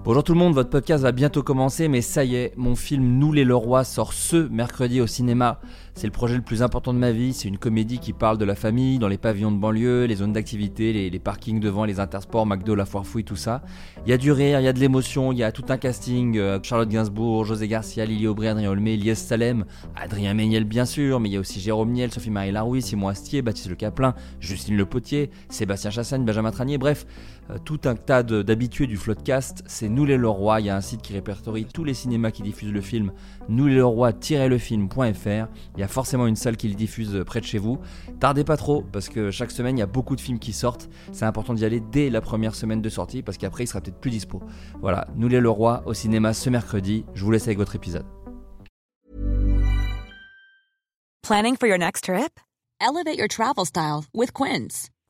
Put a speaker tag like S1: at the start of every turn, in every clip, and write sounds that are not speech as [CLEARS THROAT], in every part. S1: Bonjour tout le monde, votre podcast va bientôt commencer, mais ça y est, mon film Nous les Leroy sort ce mercredi au cinéma. C'est le projet le plus important de ma vie, c'est une comédie qui parle de la famille, dans les pavillons de banlieue, les zones d'activité, les, les parkings devant, les intersports, McDo, la foire fouille, tout ça. Il y a du rire, il y a de l'émotion, il y a tout un casting, euh, Charlotte Gainsbourg, José Garcia, Lily Aubry, Adrien Olmé, Lies Salem, Adrien Méniel bien sûr, mais il y a aussi Jérôme Niel, Sophie-Marie Larouille, Simon Astier, Baptiste Le Caplin, Justine Le Potier, Sébastien Chassagne, Benjamin Tranier, bref, euh, tout un tas de- d'habitués du Floodcast, c'est Nous les Leroy, il y a un site qui répertorie tous les cinémas qui diffusent le film, nousleroy-lefilm.fr, il y a forcément une salle qui le diffuse euh, près de chez vous. Tardez pas trop, parce que chaque semaine, il y a beaucoup de films qui sortent, c'est important d'y aller dès la première semaine de sortie, parce qu'après, il sera peut-être plus dispo. Voilà, Nous les Leroy au cinéma ce mercredi, je vous laisse avec votre épisode.
S2: Planning for your next trip? Elevate your travel style with Quince.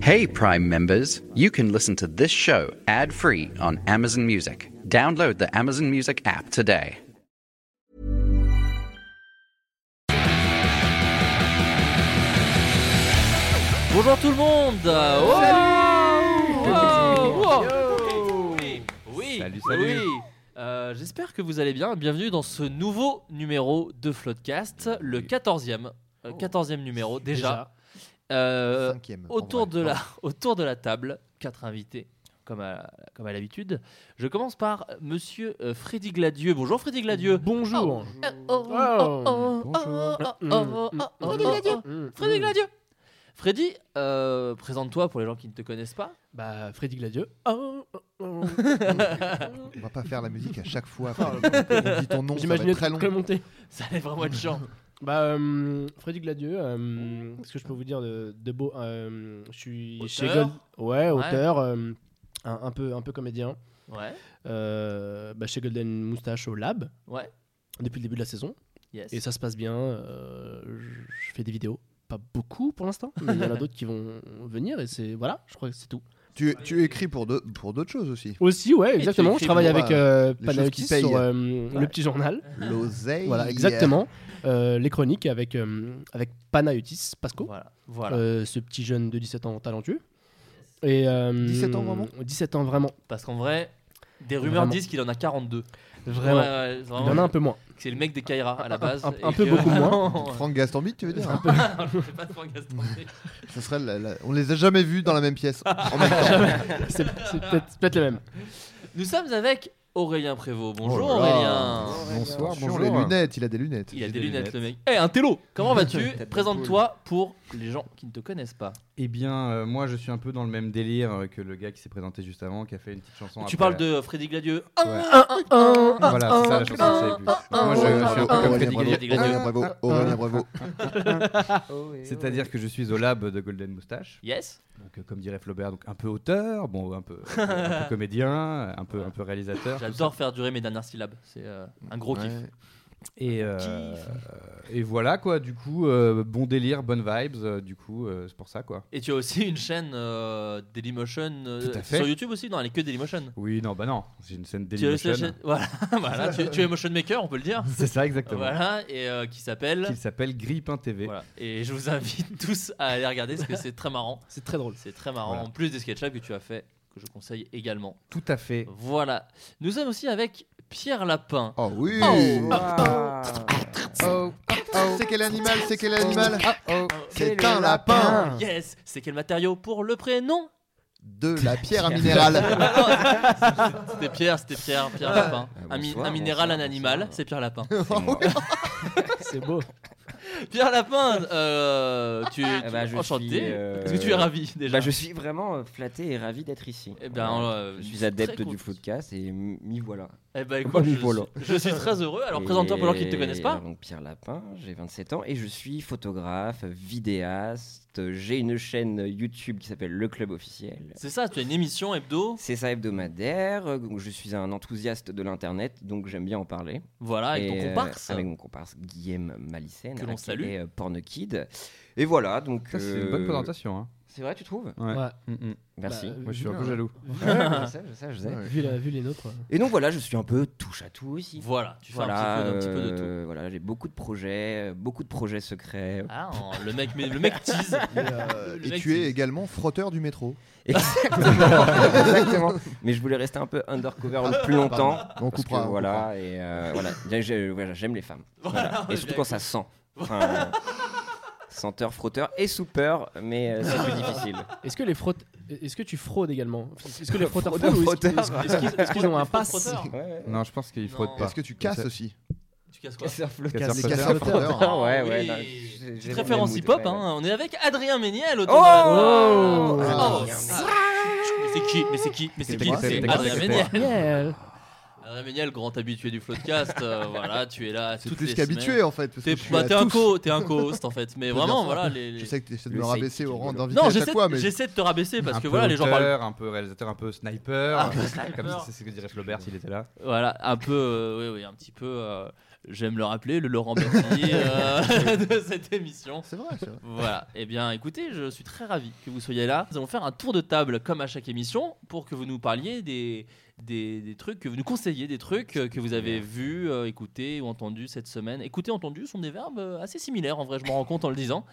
S3: Hey, Prime members, you can listen to this show ad free on Amazon Music. Download the Amazon Music app today.
S1: Bonjour tout le monde Oh Oh Oui, oui,
S4: Salut, salut.
S1: oui. Euh, J'espère que vous allez bien. Bienvenue dans ce nouveau numéro de Floodcast, le 14e. euh, 14e numéro déjà. Euh,
S5: Cinquième, en
S1: autour,
S5: vrai.
S1: de la, autour de la table, quatre invités, comme à, comme à l'habitude. Je commence par monsieur euh, Freddy Gladieux. Bonjour Freddy Gladieux.
S6: Bonjour.
S1: Oh, oh, oh, oh,
S6: Bonjour.
S1: oh, oh, oh, oh, oh,
S6: Freddy
S1: oh,
S6: Gladieux.
S1: oh. Freddy Gladieux. Freddy, euh, présente-toi pour les gens qui ne te connaissent pas. [LAUGHS]
S6: Bah, Freddy Gladieux. Oh, oh, oh.
S5: On va pas faire la musique à chaque fois. on dit ton nom, ça va
S6: J'imaginais
S5: être très
S6: très
S5: long.
S6: monter.
S1: Ça allait vraiment être chiant.
S6: Bah, euh, Freddy Gladieux, euh, qu'est-ce que je peux vous dire de, de beau euh, Je suis chez
S1: Auteur.
S6: Gold. Ouais, auteur, euh, un, un peu, un peu comédien.
S1: [LAUGHS] Ouais,
S6: Euh, bah, chez Golden Moustache au Lab
S1: ouais,
S6: depuis le début de la saison.
S1: yes.
S6: Et ça se passe bien. euh, je je fais des vidéos. Pas beaucoup pour l'instant, mais il y en a d'autres qui vont venir et c'est voilà, je crois que c'est tout.
S5: Tu, tu écris pour d'autres pour d'autres choses aussi.
S6: Aussi, ouais,
S1: tu
S6: exactement.
S1: écris
S6: Je travaille
S5: pour,
S6: avec
S5: euh,
S6: euh,
S5: les choses
S6: Panayotis
S5: qui payent.
S6: sur euh,
S1: Ouais.
S6: le petit journal.
S5: L'oseille.
S6: Voilà, exactement. Euh, les chroniques avec, euh, avec Panayotis Pasco,
S1: Voilà, voilà.
S6: euh, ce petit jeune de 17 ans talentueux. Et, euh,
S5: 17 ans vraiment
S6: 17 ans vraiment.
S1: Parce qu'en vrai, des rumeurs
S6: Vraiment.
S1: disent qu'il en a 42.
S6: Vraiment.
S1: Ouais, ouais, c'est vraiment-
S6: Il y en a un peu moins.
S1: C'est le mec des Kaira à la base.
S6: un- un
S1: et
S6: peu
S1: que- [LAUGHS] Ah
S6: beaucoup moins.
S1: Non,
S5: Franck Gastambide, tu veux dire hein.
S1: je fais pas de Franck Gaston.
S5: Ça serait la- la- On les a jamais vus dans la même pièce. En même temps.
S6: C'est c'est peut-être peut le même.
S1: Nous sommes avec Aurélien Prévost. Bonjour
S5: Oh là là.
S1: Aurélien.
S5: Bonsoir, bonjour. les lunettes, il a des lunettes.
S1: Il a des lunettes, le mec. Eh, un télo Comment
S6: [LAUGHS]
S1: vas-tu Présente-toi pour les gens qui ne te connaissent pas.
S4: Eh bien, euh, moi, je suis un peu dans le même délire euh, que le gars qui s'est présenté juste avant, qui a fait une petite chanson.
S1: Tu
S4: après
S1: parles
S4: la-
S1: de Freddy Gladieux. Oh,
S4: Ouais.
S6: Un, un,
S4: Voilà, c'est ça la chanson que j'avais plus. Moi, je, je suis un peu comme
S5: Aurélien
S4: Freddy
S5: Bravo,
S4: Gallier.
S5: Aurélien Bravo, Aurélien Bravo.
S4: C'est-à-dire que je suis au lab de Golden Moustache,
S1: Yes
S4: donc euh, comme dirait Flaubert, donc un peu auteur, bon, un peu, un
S1: [LAUGHS]
S4: peu- un peu comédien, un peu, un peu
S6: Ah,
S4: réalisateur. tout
S1: J'adore faire durer mes dernières syllabes. C'est euh, un gros kiff.
S5: Ouais.
S4: Et, euh, et voilà quoi, du coup, euh, bon délire, bonne vibes, euh, du coup, euh, c'est pour ça quoi.
S1: Et tu as aussi une chaîne euh, Dailymotion euh,
S4: Tout à fait.
S1: sur YouTube aussi Non, elle est que Dailymotion.
S4: Oui, non, bah non, c'est une scène
S1: Tu as aussi la
S4: Dailymotion.
S1: chaîne- [LAUGHS] Voilà, voilà, tu, tu es motion maker, on peut le dire.
S4: [LAUGHS] C'est ça exactement.
S1: Voilà, et euh, qui s'appelle.
S4: Qu'il s'appelle Grippin TV.
S1: Voilà. Et je vous invite [LAUGHS] tous à aller regarder parce que c'est très marrant.
S6: C'est très drôle.
S1: C'est très marrant.
S4: Voilà.
S1: En plus des SketchUp que tu as fait, que je conseille également.
S4: Tout à fait.
S1: Voilà. Nous sommes aussi avec Pierre Lapin.
S5: Oh oui
S4: Oh,
S5: C'est quel animal C'est quel animal
S4: oh.
S5: C'est un lapin
S1: Euh, Yes C'est quel matériau pour le prénom Ah,
S5: De la pierre à minérale.
S1: [LAUGHS] C'était Pierre, c'était Pierre, Pierre Lapin.
S4: Ah,
S1: un, mi-
S4: bonsoir,
S1: un minéral,
S5: [LAUGHS]
S4: bonsoir,
S5: Oh,
S1: un animal,
S4: bonsoir.
S1: c'est Pierre Lapin.
S6: C'est beau. Pierre Lapin, euh, tu,
S7: Eh
S6: tu-
S7: ben, je
S6: enchanté.
S7: suis, euh,
S6: Est-ce que tu es ravi déjà
S7: Bah, je suis vraiment euh, flatté et ravi d'être ici.
S8: Eh ben,
S7: Voilà.
S8: euh,
S7: je suis
S8: très
S7: adepte
S8: content.
S7: du footcast et m- m'y voilà.
S8: Eh ben, écoute,
S7: Bon,
S8: je,
S7: voilà.
S8: suis- je suis très heureux. Alors,
S7: Et-
S8: présente-toi pour les gens qui ne te connaissent pas.
S7: Alors, donc, Pierre Lapin, j'ai 27 ans et je suis photographe, vidéaste. J'ai une chaîne YouTube qui s'appelle Le Club Officiel.
S8: C'est ça, tu as une émission hebdo.
S7: C'est ça hebdomadaire. euh, donc Je suis un enthousiaste de l'internet, donc j'aime bien en parler.
S8: Voilà, Ah, avec
S7: Et,
S8: ton
S7: euh,
S8: comparse.
S7: Avec mon comparse Guillaume Malicène.
S8: Que l'on
S7: hein, qui
S8: salue.
S7: est, euh, Porno Kid. Et voilà, donc.
S4: Ça, c'est
S7: euh,
S4: une bonne présentation. Hein.
S7: C'est vrai, tu trouves
S4: Ouais.
S6: Ouais.
S4: Mm, mm.
S7: Merci.
S8: euh,
S6: Bah,
S4: Moi, je suis un
S5: bien.
S4: peu jaloux.
S8: [LAUGHS]
S7: Ouais, je sais, je sais, je sais.
S5: Ouais.
S6: Vu, la- vu les nôtres. ouais.
S7: Et donc voilà, je suis un peu touche à tout ici.
S8: Voilà, tu fais
S7: voilà,
S8: un, petit peu, un petit peu de tout.
S7: euh, voilà, j'ai beaucoup de projets, euh, beaucoup de
S8: [LAUGHS]
S7: projets secrets.
S8: Ah, le mec, mais le mec
S7: [LAUGHS]
S8: tease.
S5: Euh,
S8: Le
S5: et
S8: mec
S5: tu es
S8: tease.
S5: également frotteur du métro.
S7: Exactement, exactement. Mais je voulais rester un peu undercover plus longtemps.
S8: Ah,
S5: On
S7: parce
S5: coupera. on coupera.
S7: que voilà, et euh, voilà, J'ai- j'ai- voilà, j'aime les femmes.
S8: Voilà,
S7: Voilà.
S8: on est
S7: Et surtout
S8: bien
S7: quand ça sent. Enfin, euh, senteur, frotteur et soupeur, mais euh, c'est plus difficile.
S6: Est-ce que les frottes. Est-ce que tu fraudes également Est-ce
S7: [LAUGHS]
S6: que les frotteurs
S7: Fraudeur,
S6: fraudent ou est-ce qu'ils-
S7: frotteur.
S6: est-ce qu'ils est-ce qu'ils ont un pass
S7: [LAUGHS]
S8: Frotteur.
S7: Ouais, ouais.
S4: Non, je pense qu'il
S8: Non.
S4: frotte pas.
S5: Est-ce que tu casses
S4: Ça-
S5: aussi
S8: Tu casses quoi
S4: Casseur
S5: Les
S4: frotteur.
S5: casseurs frotteurs.
S7: [LAUGHS] Ah ouais, ouais,
S8: Oui.
S7: non, j'ai- j'ai
S8: Petite référence
S7: le même
S8: hip-hop,
S7: mood, ouais, ouais.
S8: hein. on est avec Adrien Méniel autour de la-
S7: Oh,
S6: Oh.
S8: Oh,
S7: Ah, merde.
S8: ça. Mais c'est qui Mais c'est qui Mais c'est
S4: C'était
S8: qui
S4: quoi,
S8: C'est
S4: c'était quoi,
S8: Adrien
S4: c'était
S8: Méniel.
S6: Miel.
S8: Adrien Méniel, grand habitué du Floodcast.
S5: [LAUGHS]
S8: euh, voilà, tu es là
S5: C'est
S8: toutes
S5: plus
S8: les semaines.
S5: qu'habitué en fait. parce que
S8: T'es
S5: je suis
S8: bah,
S5: à
S8: t'es un
S5: tous.
S8: co, t'es un co-host en
S5: [LAUGHS]
S8: fait. Mais
S5: Je peux
S8: vraiment,
S5: dire ça.
S8: voilà. Les...
S5: Je sais que tu essaies de
S7: Le
S5: me
S7: site
S5: rabaisser
S7: qui
S5: au rang
S7: rigolo.
S5: d'invité
S8: Non,
S5: à chaque
S8: j'essaie
S5: fois, mais
S8: j'essaie de te rabaisser parce
S4: un
S8: que
S4: peu
S8: voilà, les gens parlent. Ah,
S4: auteur, un peu réalisateur, un peu sniper.
S5: Ah,
S4: [LAUGHS] Comme
S8: sniper.
S4: ça, c'est ce que dirait Flaubert s'il était là.
S8: Voilà, un peu, euh, oui, oui, un petit peu. euh, J'aime le rappeler, le Laurent Berti
S5: [LAUGHS]
S8: euh, [LAUGHS] de cette émission.
S5: c'est vrai. c'est vrai.
S8: Voilà. Eh bien, écoutez, je suis très ravi que vous soyez là. Nous allons faire un tour de table, comme à chaque émission, pour que vous nous parliez des, des, des trucs, que vous nous conseilliez des trucs euh, que vous avez vus, euh, écoutés ou entendus cette semaine. Écouter, entendu sont des verbes euh, assez similaires, en vrai, je me rends compte en le disant.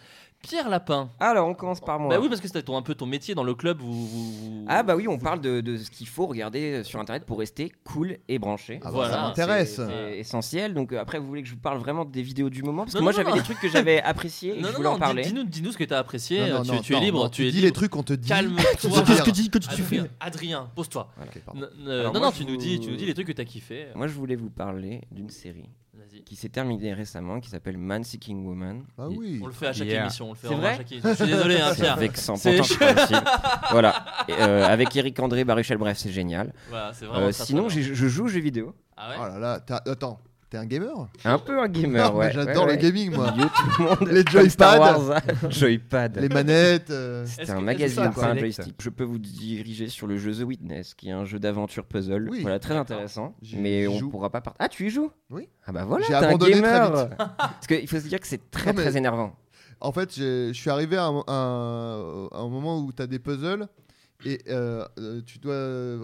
S8: Pierre Lapin.
S7: Alors, on commence par moi.
S8: Bah oui, parce que c'était ton- un peu ton métier dans le club. Vous, vous- vous-
S7: Ah bah oui, on parle de, de ce qu'il faut regarder euh, sur internet pour rester cool et branché.
S5: Ah bah,
S8: Voilà.
S5: ça
S7: C'est
S5: m'intéresse.
S7: c'est essentiel. Donc euh, après, vous voulez que je vous parle vraiment des vidéos du moment Parce que
S8: Non,
S7: moi,
S8: non,
S7: j'avais
S8: non.
S7: des trucs
S8: [LAUGHS]
S7: que j'avais appréciés et
S8: Non,
S7: je
S8: non,
S7: voulais
S8: non,
S7: en parler.
S8: dis- dis-nous dis-nous ce que t'as apprécié.
S5: Non, non,
S8: euh, tu,
S5: non,
S8: tu es
S5: non,
S8: libre.
S5: non,
S8: tu es
S5: dis les
S8: libre.
S5: trucs qu'on te dit.
S8: Calme-toi.
S5: Qu'est-ce que
S6: dis que
S8: Adrien, Adrien, pose-toi.
S5: Ok, pardon.
S8: N- euh,
S7: Alors
S8: non,
S7: moi,
S8: non,
S7: je
S8: tu nous
S7: vous-
S8: dis, tu nous dis les trucs que t'as kiffé.
S7: Moi, je voulais vous parler d'une série
S8: Vas-y.
S7: qui s'est terminée récemment, qui s'appelle Man Seeking Woman.
S5: Ah oui.
S8: Bah On le fait à chaque
S4: Yeah.
S8: émission, on le fait
S7: C'est
S8: vraiment
S7: vrai
S8: à chaque émission. Je suis désolé, hein,
S7: C'est
S8: Pierre.
S7: vexant,
S8: C'est-
S7: pourtant,
S8: [LAUGHS]
S7: c'est pas possible. Voilà. Et, euh, avec Eric André, Baruchel, bref, c'est génial.
S8: Voilà, c'est
S7: Euh,
S8: vraiment ça,
S7: sinon,
S8: très
S7: j'ai-
S8: bien.
S7: je joue aux jeux vidéo.
S8: Ah
S5: Oh
S8: ouais
S5: là là. t'as- Attends, t'es un gamer [LAUGHS]
S7: Un peu un
S5: Ah,
S7: gamer,
S5: mais
S7: ouais.
S5: J'adore le
S7: ouais, ouais.
S5: gaming, moi.
S7: Yo, tout le monde.
S5: Les
S7: Comme Star
S5: joypads.
S7: Wars.
S8: [LAUGHS]
S7: Joypad.
S5: Les manettes. euh,
S8: Est-ce
S7: C'était
S8: que-
S7: un
S8: est-ce
S7: magazine,
S4: que ça
S7: pas un
S4: collecte
S7: joystick. Je peux vous diriger sur le jeu The Witness, qui est un jeu d'aventure puzzle.
S5: Oui.
S7: Voilà, très intéressant.
S5: J'y-
S7: mais
S5: j'y
S7: on
S5: joue.
S7: pourra pas partir. Ah, tu y joues
S5: Oui.
S7: Ah bah voilà,
S5: J'ai
S7: t'es un
S5: abandonné très
S7: gamer.
S5: vite.
S7: [LAUGHS] Parce qu'il faut se dire que c'est très
S5: Non, mais-
S7: très
S5: [LAUGHS]
S7: énervant.
S5: En fait, j'ai- je suis arrivé à un, à- à un moment où t'as des puzzles. Et euh, euh, tu dois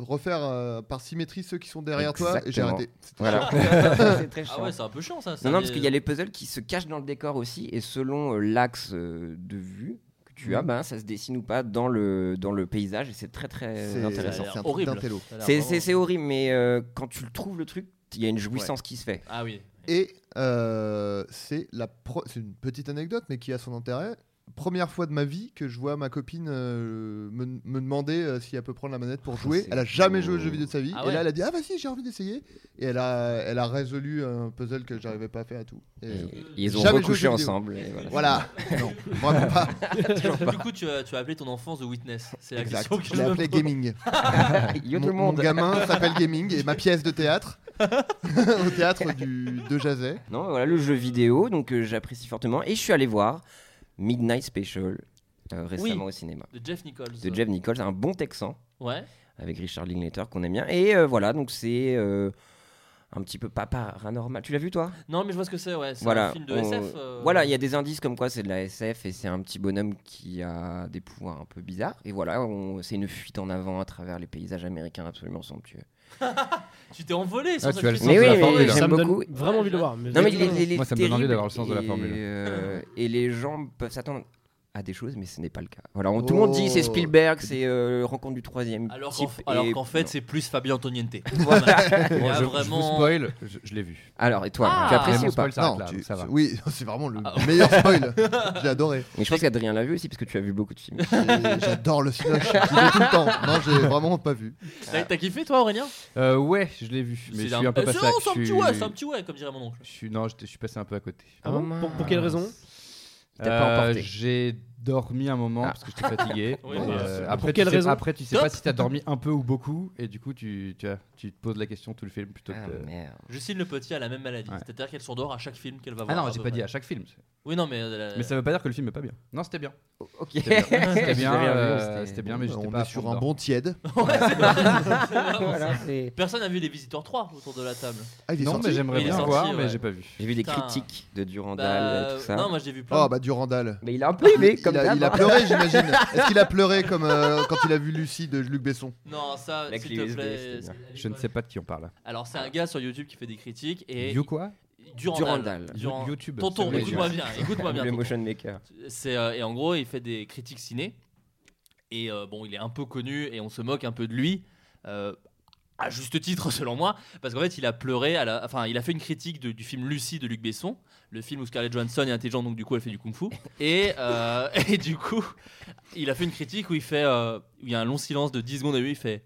S5: refaire euh, par symétrie ceux qui sont derrière toi. Et j'ai
S7: Exactement.
S5: arrêté. C'était
S7: Voilà.
S5: chiant.
S7: c'est très
S8: Ah
S7: chiant.
S8: ouais, c'est un peu chiant ça. ça
S7: non, non,
S8: met-
S7: parce qu'il y a les puzzles qui se cachent dans le décor aussi, et selon euh, l'axe euh, de vue que tu
S5: Mhm.
S7: as, ben, ça se dessine ou pas dans le, dans le paysage, et c'est très très
S5: C'est
S7: Euh, intéressant.
S8: Ça a
S5: C'est un
S8: l'air horrible.
S5: truc d'intello.
S8: ça a l'air
S7: C'est-
S8: vraiment-
S7: C'est c'est horrible, mais euh, quand tu le trouves le truc, il y a une jouissance qui se fait.
S8: Ah oui.
S5: Et euh, c'est la pro- c'est une petite anecdote, mais qui a son intérêt. Première fois de ma vie que je vois ma copine euh, me, me demander euh, si elle peut prendre la manette pour jouer.
S7: Ah, c'est
S5: Elle a jamais
S7: beau.
S5: joué aux jeux vidéo de sa vie.
S8: Ah
S5: Et
S8: ouais.
S5: là, elle a dit Ah, bah si, j'ai envie d'essayer. Et elle a, elle a résolu un puzzle que j'arrivais pas à faire et tout. Et-
S7: Et- et ils ont
S5: Jamais joué aux
S7: recouché
S5: jeux vidéo.
S7: ensemble. et voilà.
S5: Voilà. non, vraiment pas.
S8: du coup, tu as, tu as appelé ton enfance The Witness. C'est la
S5: Exact.
S8: question que
S5: Je
S8: je
S5: l'ai
S8: me
S5: appelé
S8: pose.
S5: Gaming.
S7: [LAUGHS] Yo tout
S5: Mon,
S7: le
S5: mon
S7: monde.
S5: gamin [LAUGHS] s'appelle Gaming et ma pièce de théâtre. [LAUGHS] au théâtre du, de Jazet.
S7: Non, voilà le jeu vidéo, donc euh, j'apprécie fortement. Et je suis allé voir Midnight Special euh, récemment au cinéma.
S8: De Jeff Nichols.
S7: De Jeff Nichols, un bon texan,
S8: Ouais.
S7: avec Richard Linklater qu'on aime bien. Et euh, voilà, donc c'est euh, un petit peu pas paranormal. Tu l'as vu toi
S8: Non, mais je vois ce que c'est, ouais. C'est
S7: Voilà,
S8: un film de
S7: on-
S8: SF. euh,
S7: Voilà, il y a des indices comme quoi c'est de la SF et c'est un petit bonhomme qui a des pouvoirs un peu bizarres. Et voilà, on- c'est une fuite en avant à travers les paysages américains absolument somptueux.
S8: Tu t'es envolé sur
S4: Ah,
S8: cette
S4: tu as le
S8: question.
S4: sens
S7: Mais
S4: de
S7: oui,
S4: la
S7: mais
S4: formule.
S7: j'aime
S6: Ça me
S7: beaucoup.
S6: donne vraiment envie de le voir.
S7: Non, mais il est,
S6: vraiment.
S7: il est
S4: Moi, ça me donne envie
S7: terrible
S4: d'avoir le sens de la
S7: et,
S4: formule.
S7: euh, et les gens peuvent s'attendre à des choses, mais ce n'est pas le cas. Voilà, on- tout le monde dit c'est
S5: Oh.
S7: Spielberg, c'est euh, Rencontre du troisième.
S8: Alors qu'en
S7: type,
S8: f- alors
S7: et-
S8: qu'en fait,
S7: non.
S8: c'est plus Fabien Antoniente.
S7: Voilà.
S8: Il y a
S4: je, je vous
S8: vraiment.
S4: spoil, je, je l'ai vu.
S7: Alors, et toi,
S8: Ah.
S7: tu
S4: Mais
S7: apprécies
S4: mon
S7: ou pas
S4: spoil s'arrête
S5: Non,
S4: là,
S5: tu-
S4: donc ça va.
S5: oui, [LAUGHS] c'est vraiment le meilleur spoil. J'ai adoré.
S7: Mais je pense qu'Adrien l'a vu aussi parce que tu as vu beaucoup de
S5: Ah,
S7: [LAUGHS] films.
S5: Et J'adore le cinoche, j'y vais tout le temps. Non, j'ai vraiment pas vu.
S8: T'as t'as kiffé, toi, Aurélien
S4: Euh, ouais, je l'ai vu, mais
S8: C'est
S4: je suis un peu
S8: Euh,
S4: passé
S8: c'est-
S4: à
S8: C'est un
S4: je
S8: petit
S4: suis-
S8: ouais, c'est un petit ouais, comme dirait mon oncle.
S4: je suis- Non, j'étais- je suis passé un peu à côté. Euh,
S6: Ah bon pour, pour quelle raison
S7: Il t'a pas emporté.
S4: J'ai dormi un moment
S7: Ah.
S4: parce que j'étais
S6: [LAUGHS]
S4: fatigué.
S6: Oui,
S4: Et,
S6: bah,
S4: euh,
S6: c'est-
S4: après,
S6: pour
S4: tu
S6: quelle
S4: sais,
S6: raison
S4: après, tu sais
S6: Top.
S4: pas si t'as dormi un peu ou beaucoup, et du coup, tu, tu, as- tu te poses la question tout le film plutôt
S7: Ah,
S4: que.
S7: mère.
S8: Justine Le Petit a la même maladie.
S4: Ouais.
S8: C'est-à-dire qu'elle s'endort à chaque film qu'elle va
S4: Ah
S8: voir.
S4: non,
S8: à
S4: j'ai
S8: peu
S4: pas dit
S8: près.
S4: à chaque film. c'est-
S8: Oui, non, mais. euh,
S4: Mais ça veut pas dire que le film est pas bien. Non, c'était bien.
S7: [LAUGHS] Ok.
S4: C'était
S8: [LAUGHS]
S4: bien,
S7: J'ai
S4: c'était bien,
S7: rien vu,
S4: euh,
S7: c'était-
S4: c'était bien, mais j'étais
S5: on
S4: pas
S5: est
S4: à
S5: sur
S4: fond
S5: un
S4: dedans.
S5: bon tiède.
S8: ouais, c'est vrai.
S7: Ah, Voilà, c'est-
S8: Personne n'a vu Les Visiteurs 3 autour de la table.
S5: Ah, il est
S4: Non,
S5: sorti
S4: mais
S8: Il
S4: j'aimerais
S8: est
S4: bien
S8: sorti,
S4: voir,
S8: ouais.
S4: mais j'ai pas vu.
S7: J'ai vu des
S8: Putain.
S7: critiques de Durandal
S8: Bah,
S7: et tout ça.
S8: Non, moi j'ai vu plein.
S5: Oh, bah, Durandal.
S7: Mais il a un peu aimé, comme
S5: il, a,
S7: d'hab.
S5: il a
S7: hein. [LAUGHS]
S5: pleuré, j'imagine. Est-ce qu'il a pleuré comme euh, quand il a vu Lucie de Luc Besson
S8: Non, ça,
S7: La
S8: s'il
S7: clé
S8: te
S7: USB,
S8: plaît.
S7: c'était
S4: Je ne sais pas de qui on parle.
S8: Alors, c'est un gars sur YouTube qui fait des critiques et.
S4: You quoi
S8: Durandal.
S7: Durandal.
S8: Durand-
S4: YouTube.
S8: Tonton,
S7: c'est
S8: écoute-moi bien. Écoute-moi bien.
S7: le
S8: tonton.
S7: motion maker.
S8: C'est, euh, et en gros, il fait des critiques ciné. Et euh, bon, il est un peu connu et on se moque un peu de lui. euh, à juste titre, [LAUGHS] selon moi, parce qu'en fait, il a pleuré. À la... Enfin, il a fait une critique de- du film Lucie de Luc Besson, le film où Scarlett Johansson est intelligente, donc du coup, elle fait du kung-fu. Et, euh, et du coup, il a fait une critique où il fait, euh, où il y a un long silence de 10 secondes et lui, il fait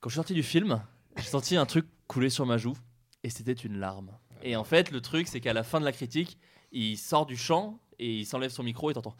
S8: quand je suis sorti du film, j'ai senti un truc couler sur ma joue et c'était une larme. Et en fait, le truc, c'est qu'à la fin de la critique, il sort du champ et il s'enlève son micro et t'entends.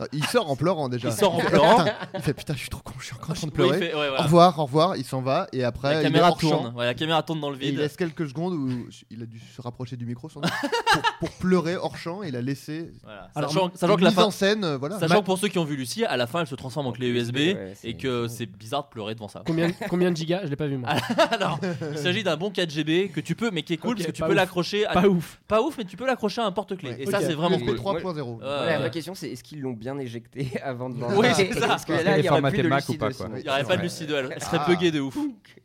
S5: Ah, Il sort en pleurant déjà.
S8: Il sort en
S5: fait,
S8: pleurant.
S5: putain, Il fait putain, je suis trop con, je suis encore en train de
S8: Oui, il
S5: pleurer.
S8: fait- ouais, voilà.
S5: Au revoir, au revoir, il s'en va et après
S8: La
S5: il
S8: caméra
S5: est hors champ.
S8: tourne. Ouais, la caméra tourne dans le
S5: Et il
S8: vide.
S5: laisse quelques secondes où il a dû se rapprocher du micro sans doute, pour, pour pleurer hors champ. et Il a laissé
S8: Voilà. [LAUGHS]
S6: Alors,
S8: sachant,
S5: une
S8: sachant que la
S5: mise
S8: fin,
S5: en scène, euh, voilà.
S8: sachant que pour ceux qui ont vu Lucie, à la fin, elle se transforme en clé USB
S7: Ouais, c'est-
S8: et que c'est bizarre de pleurer devant ça.
S6: Combien, combien de gigas Je l'ai pas vu moi.
S8: [LAUGHS] Alors, il s'agit d'un bon 4 GB que tu peux, mais qui est cool
S6: Ok,
S8: parce que tu
S6: pas
S8: peux
S6: ouf.
S8: l'accrocher. À...
S6: Pas ouf.
S8: Pas ouf, mais tu peux l'accrocher à un porte-clé.
S5: Ouais.
S8: Et ça,
S6: Ok.
S8: c'est vraiment
S5: USB
S8: cool.
S5: 3.0.
S8: Euh,
S7: Voilà, la vraie question, c'est est-ce qu'ils l'ont bien éjecté [LAUGHS] avant de vendre
S8: Oui, c'est ça.
S7: Parce que
S4: Est-ce
S7: là,
S4: qu'il
S7: il y
S4: est
S7: aurait
S4: formaté
S7: plus de
S4: Mac ou
S7: Lucie
S4: pas,
S7: dessus,
S4: quoi.
S7: donc.
S8: Il n'y aurait pas de Lucie 2, elle elle serait
S5: Ah.
S8: buggée de ouf.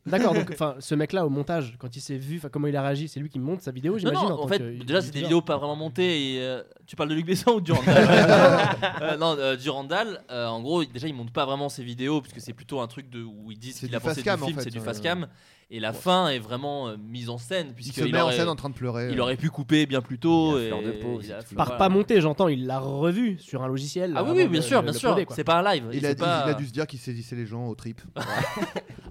S6: D'accord, donc enfin, ce mec-là au montage, quand il s'est vu, enfin, comment il a réagi, c'est lui qui monte sa vidéo,
S8: Non,
S6: j'imagine.
S8: non,
S6: tant
S8: en fait,
S6: que
S8: déjà, c'est des
S6: youtubeur.
S8: vidéos pas vraiment montées. Et, euh, tu parles de Luc Besson ou de
S5: [LAUGHS]
S8: Durandal [LAUGHS] Euh, Non, euh, Durandal, euh, en gros, déjà, il monte pas vraiment ses vidéos parce que c'est plutôt un truc de, où ils disent
S5: C'est
S8: qu'il
S5: du
S8: a pensé du
S5: facecam, en
S8: film,
S5: fait,
S8: c'est du
S5: euh,
S8: facecam. Et la fin est vraiment euh, mise en scène.
S5: Il
S8: puisque
S5: se met en
S8: aurait-
S5: scène en train de pleurer. euh.
S8: il aurait pu couper bien plus tôt.
S7: Il a
S8: et
S7: Fleur de Peau,
S8: il a-
S7: c'est tout.
S6: Par
S8: voilà.
S6: pas monté, j'entends, il l'a revu sur un logiciel.
S8: Ah oui,
S6: avant
S8: oui,
S6: de
S8: bien sûr,
S6: le-
S8: bien
S6: le
S8: sûr.
S6: poser, quoi.
S8: C'est pas un live.
S5: Il
S8: c'est
S5: a, dû-
S8: pas,
S5: il a dû se dire qu'il saisissait les gens aux tripes.
S8: à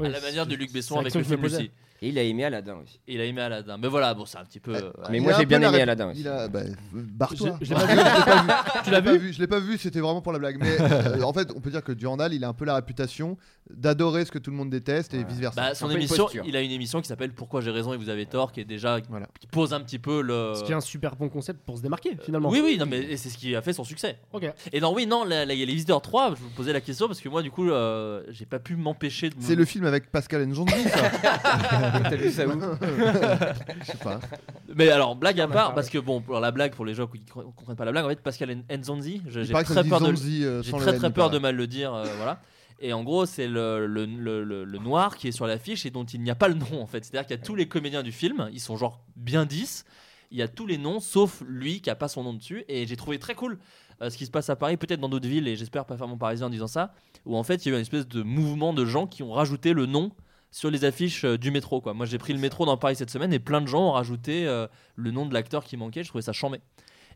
S6: Ouais,
S8: la manière de Luc
S6: c'est
S8: Besson
S6: la
S8: avec
S6: question
S8: le
S6: que je me
S8: film
S6: posais.
S8: Lucie.
S7: Et il a aimé Aladdin aussi.
S8: Il a aimé Aladdin. Mais voilà, bon, c'est un petit peu.
S5: Ouais.
S8: euh, voilà.
S5: Ah,
S7: Mais
S5: Il
S7: moi,
S5: a un
S7: j'ai
S5: peu
S7: bien
S5: la
S7: aimé
S5: ré-
S7: Aladdin aussi.
S5: Il a, bah, euh, barre-toi.
S6: Je- je l'ai pas vu, je l'ai pas vu.
S5: [LAUGHS] Tu l'as vu Je l'ai pas vu, c'était vraiment pour la blague. [LAUGHS] Mais euh, en fait, on peut dire que Durandal, il a un peu la réputation d'adorer ce que tout le monde déteste et
S7: Voilà.
S5: vice versa.
S8: Bah, son
S7: peu une
S8: émission,
S7: posture.
S8: il a une émission qui s'appelle Pourquoi j'ai raison et vous avez tort, qui est déjà
S5: Voilà.
S8: qui pose un petit peu le.
S6: Ce qui est un super bon concept pour se démarquer finalement.
S8: Euh, Oui, oui, non, mais et c'est ce qui a fait son succès.
S6: Ok.
S8: Et non, oui, non, la- la- il y a les visiteurs 3, je vous posais la question parce que moi, du coup, euh, j'ai pas pu m'empêcher de. me-
S5: C'est le film avec Pascal Njondi, ça
S7: [LAUGHS] T'as vu ça où
S5: Je sais pas.
S8: Mais alors, blague à
S6: On en
S8: part,
S6: parle.
S8: parce que bon, pour la blague, pour les gens qui ne comprennent pas la blague, en fait, Pascal En- Nzonzi, je-
S5: Il
S8: j'ai
S5: paraît que ça
S8: très
S5: dit
S8: peur de.
S5: Zonzi euh,
S8: J'ai
S5: sans le
S8: très
S5: N,
S8: très
S5: il
S8: peur de
S5: paraît.
S8: mal le dire, euh, voilà. Et en gros, c'est le, le, le- le- le noir qui est sur l'affiche et dont il n'y a pas le nom en fait. C'est-à-dire qu'il y a tous les comédiens du film, ils sont genre bien 10. Il y a tous les noms sauf lui qui a pas son nom dessus. Et j'ai trouvé très cool euh, ce qui se passe à Paris, peut-être dans d'autres villes, et j'espère pas faire mon parisien en disant ça, où en fait il y a eu une espèce de mouvement de gens qui ont rajouté le nom sur les affiches euh, du métro. Quoi. Moi j'ai pris le métro dans Paris cette semaine et plein de gens ont rajouté euh, le nom de l'acteur qui manquait. Je trouvais ça chambé.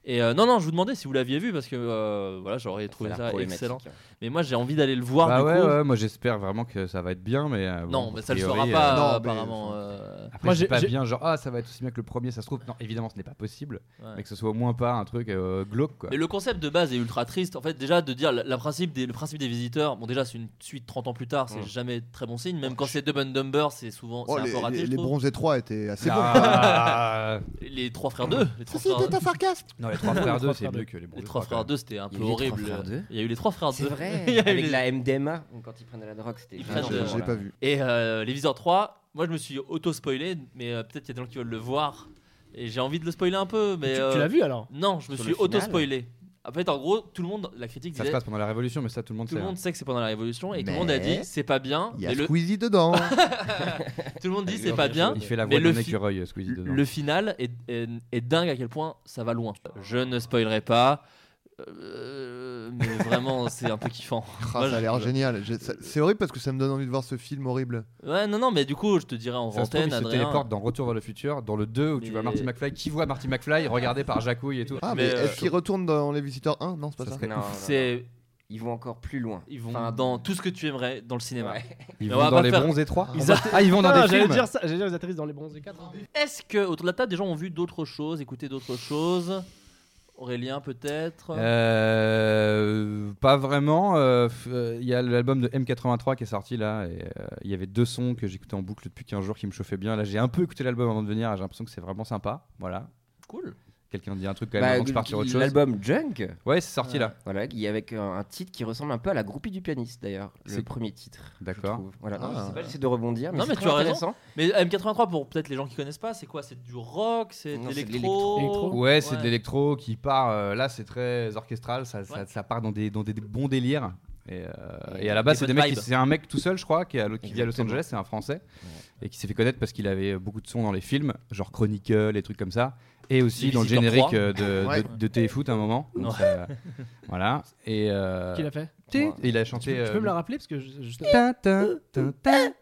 S8: Et euh, non, non, je vous demandais si vous l'aviez vu parce que euh, voilà, j'aurais trouvé
S7: Ça a l'air
S8: ça
S7: problématique,
S8: excellent.
S7: hein.
S8: Mais moi j'ai envie d'aller le voir
S4: Bah
S8: du
S4: ouais,
S8: coup.
S4: ouais, moi j'espère vraiment que ça va être bien, mais. euh,
S8: Non,
S4: bon,
S8: mais
S4: a
S8: ça le sera
S4: priori, euh,
S8: pas
S5: non, mais- bah.
S8: apparemment. euh,
S4: Après,
S6: Moi,
S4: c'est
S6: j'ai-
S4: pas
S6: j'ai-
S4: bien, genre, ah, ça va être aussi bien que le premier, ça se trouve. Non, évidemment, ce n'est pas possible,
S8: ouais.
S4: mais que ce soit au moins pas un truc euh, glauque, quoi.
S8: Mais le concept de base est ultra triste. En fait, déjà de dire la, la principe des, le principe des visiteurs. Bon, déjà c'est une suite 30 ans plus tard, c'est
S7: Mm.
S8: jamais très bon signe.
S4: Oh,
S8: Même quand c'est Dumb and Dumber, c'est souvent
S5: Oh,
S8: c'est un
S5: les,
S8: peu raté.
S5: les-
S8: je
S5: les
S8: trouve.
S5: bronzés 3 étaient assez bons.
S4: Ah.
S8: Les trois frères 2 les trois frères,
S5: sarcasme
S4: non, les trois
S6: Les
S4: frères 2,
S6: Trois
S4: c'est
S6: Frères
S4: mieux
S6: deux.
S4: que les
S8: [LAUGHS]
S4: bons.
S8: les trois frères 2 c'était un
S7: Il y
S8: peu
S7: a eu les Trois
S8: horrible.
S7: Frères deux
S8: Il y a eu les trois frères 2 [LAUGHS]
S7: C'est [LAUGHS]
S8: Il y a
S7: vrai,
S8: eu
S7: avec
S8: les-
S7: la MDMA, ou quand ils prennent de la drogue, c'était Ah,
S8: Ils
S7: vraiment
S8: prennent de-
S7: ce
S5: J'ai pas
S7: moment-là.
S5: vu.
S8: Et euh, les visiteurs 3 Moi je me suis auto spoilé, mais euh, peut-être qu'il y a des gens qui veulent le voir et j'ai envie de le spoiler un peu. Mais
S6: Tu,
S8: euh,
S6: tu l'as vu alors
S8: Non, je me
S7: Sur
S8: suis
S7: le final
S8: auto spoilé. En fait, en gros, tout le monde, la critique
S4: Ça se
S8: disait,
S4: passe pendant la Révolution, mais ça, tout le monde
S8: tout
S4: sait.
S8: le
S4: hein.
S8: monde sait que c'est pendant la Révolution et tout le
S7: Mais-
S8: monde a dit c'est pas bien.
S5: Il y a
S8: mais
S7: [LAUGHS]
S8: le- [LAUGHS]
S5: Squeezie dedans. Ah,
S8: tout le monde dit
S7: Il
S8: c'est
S7: fait
S8: pas
S7: la
S8: bien.
S4: Il fait la
S8: hein. Mais
S4: voix
S8: le
S4: d'un
S8: fi-
S4: écureuil, euh, Squeezie, dedans.
S8: Le final est, est- est dingue à quel point ça va loin. Je ne spoilerai pas. euh, mais vraiment, c'est un peu
S7: [LAUGHS]
S8: kiffant.
S7: Oh,
S5: Ah, ça a l'air génial. J'ai- ça- C'est horrible parce que ça me donne envie de voir ce film horrible.
S8: Ouais, non, non, mais du coup, je te dirais en
S4: Ça se trouve,
S8: vingtaine,
S4: il se
S8: Adrien.
S4: téléporte dans Retour vers le futur, dans le 2 où tu
S8: Mais-
S4: vois Marty McFly. Qui voit Marty McFly regardé par Jacouille et tout
S5: Ah,
S8: Mais,
S5: mais,
S8: euh,
S5: est-ce qu'il retourne dans Les Visiteurs 1 Non, c'est pas
S4: Ça
S5: ça.
S4: serait-
S7: Non,
S8: Ah
S7: non, non.
S8: C'est,
S7: Ils vont encore plus loin.
S8: ils vont
S7: Enfin,
S8: dans tout ce que tu aimerais dans le cinéma. [LAUGHS]
S7: Ouais.
S4: Ils
S8: Mais
S4: vont
S8: on va
S4: dans
S8: pas
S4: les
S8: faire-
S4: bronzes et 3
S8: Ils a-
S4: Ah, ils vont dans
S6: Ah,
S4: des
S6: J'allais
S4: films
S6: dire ça, j'allais dire vous atterrissez dans les bronzés hein, 4.
S8: Est-ce que autour de la table, des gens ont vu d'autres choses, écouté d'autres choses Aurélien peut-être
S4: Euh, pas vraiment. euh, f- euh, Il y a l'album de M83 qui est sorti là. et, euh, Il y avait deux sons que j'écoutais en boucle depuis 15 jours qui me chauffaient bien. Là, j'ai un peu écouté l'album avant de venir. et J'ai l'impression que c'est vraiment sympa. Voilà.
S8: Cool.
S4: Quelqu'un dit un truc quand même
S7: Bah,
S4: avant que je parte sur autre chose.
S7: L'album Junk,
S4: Ouais, c'est sorti là.
S7: voilà, qui- avec un, un titre qui ressemble un peu à la groupie du pianiste d'ailleurs, le
S4: C'est-
S7: premier titre. je
S4: D'accord.
S7: trouve. Voilà,
S5: Ah.
S7: non, je sais pas, j'essaie de rebondir, mais
S8: Non,
S7: c'est
S8: mais
S7: très
S8: tu as raison.
S7: intéressant.
S8: Mais M83 pour peut-être les gens qui connaissent pas, c'est quoi C'est du rock, c'est de
S7: Non, c'est de
S8: l'électro.
S6: l'électro.
S4: Ouais, c'est de l'électro qui part. euh, là, c'est très orchestral. Ça, ça-
S8: Ouais.
S4: ça part dans des, dans des bons délires. Et, euh,
S7: Et
S4: et à la base,
S8: des
S4: c'est des
S8: bonnes
S4: mecs qui-
S8: vibes.
S4: c'est un mec tout seul, je crois, qui, est à Lo- qui vit à Los
S7: Exactement.
S4: Angeles, c'est un Français, et qui s'est fait connaître parce qu'il avait beaucoup de sons dans les films, genre Chronicle, les trucs comme ça, et aussi
S8: Les
S4: dans le
S8: Visiteurs
S4: générique
S8: trois.
S4: euh, de,
S5: Ouais.
S4: de, de Téléfoot à un moment. Donc,
S8: Ouais.
S4: ça- voilà. Et euh,
S6: Qui l'a fait
S4: et
S7: Ouais.
S4: il a
S6: tu, peux-
S4: chanté.
S6: tu
S4: euh,
S6: peux me la rappeler parce que je, je-
S4: Tin, tin, tin, tin,